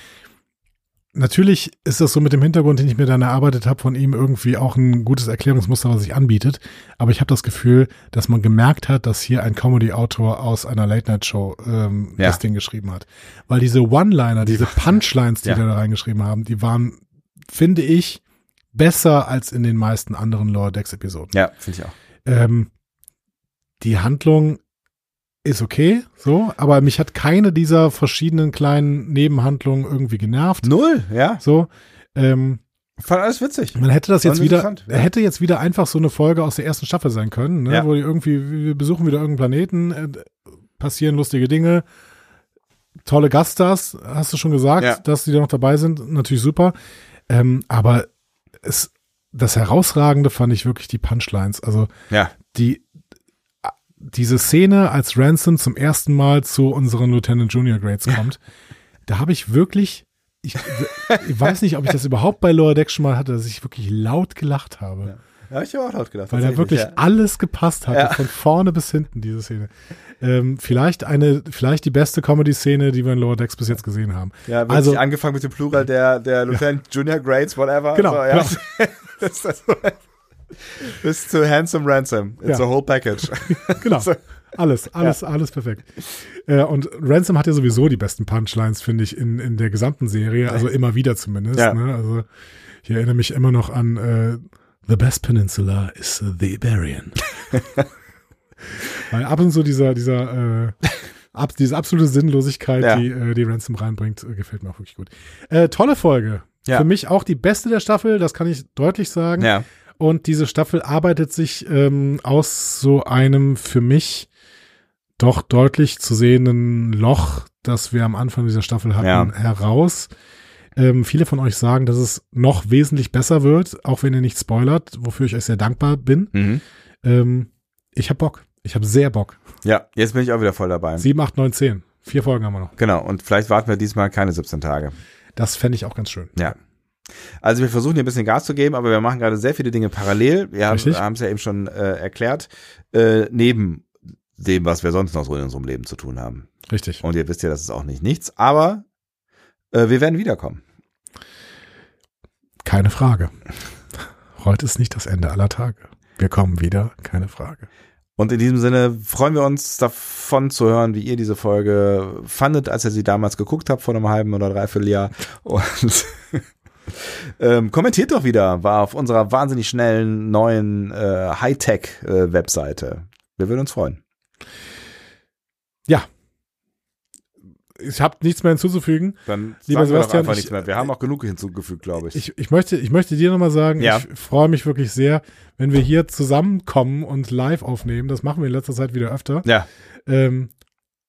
[SPEAKER 2] Natürlich ist das so mit dem Hintergrund, den ich mir dann erarbeitet habe, von ihm irgendwie auch ein gutes Erklärungsmuster, was sich anbietet. Aber ich habe das Gefühl, dass man gemerkt hat, dass hier ein Comedy-Autor aus einer Late-Night-Show ähm,
[SPEAKER 1] Ja.
[SPEAKER 2] das Ding geschrieben hat. Weil diese One-Liner, diese Punchlines, die
[SPEAKER 1] Ja.
[SPEAKER 2] wir da reingeschrieben haben, die waren, finde ich, besser als in den meisten anderen Lordex-Episoden.
[SPEAKER 1] Ja, finde ich auch.
[SPEAKER 2] Ähm, die Handlung ist okay, so, aber mich hat keine dieser verschiedenen kleinen Nebenhandlungen irgendwie genervt.
[SPEAKER 1] Null, ja.
[SPEAKER 2] So. Ähm,
[SPEAKER 1] Fand alles witzig.
[SPEAKER 2] man hätte das jetzt
[SPEAKER 1] Und
[SPEAKER 2] wieder,
[SPEAKER 1] interessant, ja.
[SPEAKER 2] hätte jetzt wieder einfach so eine Folge aus der ersten Staffel sein können, ne?
[SPEAKER 1] Ja.
[SPEAKER 2] wo die irgendwie, wir besuchen wieder irgendeinen Planeten, äh, passieren lustige Dinge, tolle Gaststars, hast du schon gesagt,
[SPEAKER 1] Ja.
[SPEAKER 2] dass die da noch dabei sind, natürlich super. Ähm, aber es, das Herausragende fand ich wirklich die Punchlines. Also
[SPEAKER 1] Ja.
[SPEAKER 2] die, diese Szene, als Ransom zum ersten Mal zu unseren Lieutenant Junior Grades kommt, da habe ich wirklich, ich, ich weiß nicht, ob ich das überhaupt bei Lower Deck schon mal hatte, dass ich wirklich laut gelacht habe.
[SPEAKER 1] Da hab ich aber auch laut gedacht.
[SPEAKER 2] Weil da wirklich
[SPEAKER 1] tatsächlich,
[SPEAKER 2] alles gepasst hat,
[SPEAKER 1] Ja.
[SPEAKER 2] von vorne bis hinten, diese Szene. Ähm, vielleicht eine, vielleicht die beste Comedy-Szene, die wir in Lower Decks bis jetzt gesehen haben.
[SPEAKER 1] Ja, wirklich
[SPEAKER 2] also,
[SPEAKER 1] angefangen mit dem Plural der, der Lieutenant Junior Grades, whatever.
[SPEAKER 2] Genau,
[SPEAKER 1] So, ja. das ist das bis zu Handsome Ransom. It's
[SPEAKER 2] Ja.
[SPEAKER 1] a whole package.
[SPEAKER 2] genau. Alles, alles, alles perfekt. Äh, und Ransom hat ja sowieso die besten Punchlines, finde ich, in, in der gesamten Serie, also immer wieder zumindest.
[SPEAKER 1] Ja.
[SPEAKER 2] Ne? Also ich erinnere mich immer noch an äh, The Best Peninsula is äh, the Iberian. Weil ab und zu dieser, dieser äh, ab, diese absolute Sinnlosigkeit,
[SPEAKER 1] Ja.
[SPEAKER 2] die, äh, die Ransom reinbringt, äh, gefällt mir auch wirklich gut. Äh, tolle Folge.
[SPEAKER 1] Ja.
[SPEAKER 2] Für mich auch die beste der Staffel, das kann ich deutlich sagen.
[SPEAKER 1] ja.
[SPEAKER 2] Und diese Staffel arbeitet sich ähm, aus so einem für mich doch deutlich zu sehenden Loch, das wir am Anfang dieser Staffel hatten,
[SPEAKER 1] Ja.
[SPEAKER 2] heraus. Ähm, viele von euch sagen, dass es noch wesentlich besser wird, auch wenn ihr nicht spoilert, wofür ich euch sehr dankbar bin.
[SPEAKER 1] Mhm.
[SPEAKER 2] Ähm, ich habe Bock. Ich habe sehr Bock.
[SPEAKER 1] Ja, jetzt bin ich auch wieder voll dabei.
[SPEAKER 2] 7, 8, 9, 10. Vier Folgen haben wir noch.
[SPEAKER 1] Genau, und vielleicht warten wir diesmal keine 17 Tage.
[SPEAKER 2] Das fände ich auch ganz schön.
[SPEAKER 1] Ja. Also wir versuchen hier ein bisschen Gas zu geben, aber wir machen gerade sehr viele Dinge parallel. Wir haben
[SPEAKER 2] Richtig.
[SPEAKER 1] es ja eben schon äh, erklärt. Äh, neben dem, was wir sonst noch so in unserem Leben zu tun haben.
[SPEAKER 2] Richtig.
[SPEAKER 1] Und ihr wisst ja, das ist auch nicht nichts, aber äh, wir werden wiederkommen.
[SPEAKER 2] Keine Frage. Heute ist nicht das Ende aller Tage. Wir kommen wieder, keine Frage.
[SPEAKER 1] Und in diesem Sinne freuen wir uns davon zu hören, wie ihr diese Folge fandet, als ihr sie damals geguckt habt, vor einem halben oder dreiviertel Jahr. Und ähm, kommentiert doch wieder, war auf unserer wahnsinnig schnellen neuen äh, Hightech-Webseite. wir würden uns freuen.
[SPEAKER 2] Ich habe nichts mehr hinzuzufügen.
[SPEAKER 1] Dann sagen
[SPEAKER 2] Lieber
[SPEAKER 1] wir doch
[SPEAKER 2] Sebastian,
[SPEAKER 1] einfach
[SPEAKER 2] ich-
[SPEAKER 1] nichts mehr. Wir haben auch genug hinzugefügt, glaube ich.
[SPEAKER 2] Ich, ich, möchte, ich möchte dir nochmal sagen,
[SPEAKER 1] Ja.
[SPEAKER 2] ich freue mich wirklich sehr, wenn wir hier zusammenkommen und live aufnehmen. Das machen wir in letzter Zeit wieder öfter.
[SPEAKER 1] ja,
[SPEAKER 2] Ähm,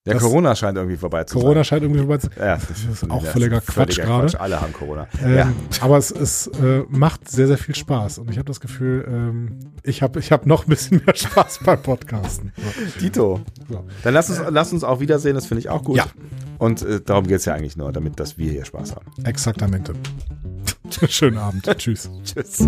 [SPEAKER 1] der
[SPEAKER 2] das-
[SPEAKER 1] Corona scheint irgendwie vorbei zu
[SPEAKER 2] Corona
[SPEAKER 1] sein.
[SPEAKER 2] scheint irgendwie vorbei zu
[SPEAKER 1] Ja,
[SPEAKER 2] Das ist auch völliger Quatsch gerade.
[SPEAKER 1] Alle haben Corona.
[SPEAKER 2] Ähm,
[SPEAKER 1] ja.
[SPEAKER 2] Aber es, es äh, macht sehr, sehr viel Spaß. Und ich habe das Gefühl, ähm, ich habe ich hab noch ein bisschen mehr Spaß beim Podcasten.
[SPEAKER 1] Dito.
[SPEAKER 2] So.
[SPEAKER 1] Dann lass uns, lass uns auch wiedersehen, das finde ich auch gut.
[SPEAKER 2] Ja.
[SPEAKER 1] Und äh, darum geht es ja eigentlich nur, damit dass wir hier Spaß haben.
[SPEAKER 2] Exaktamente. Schönen Abend. Tschüss.
[SPEAKER 1] Tschüss.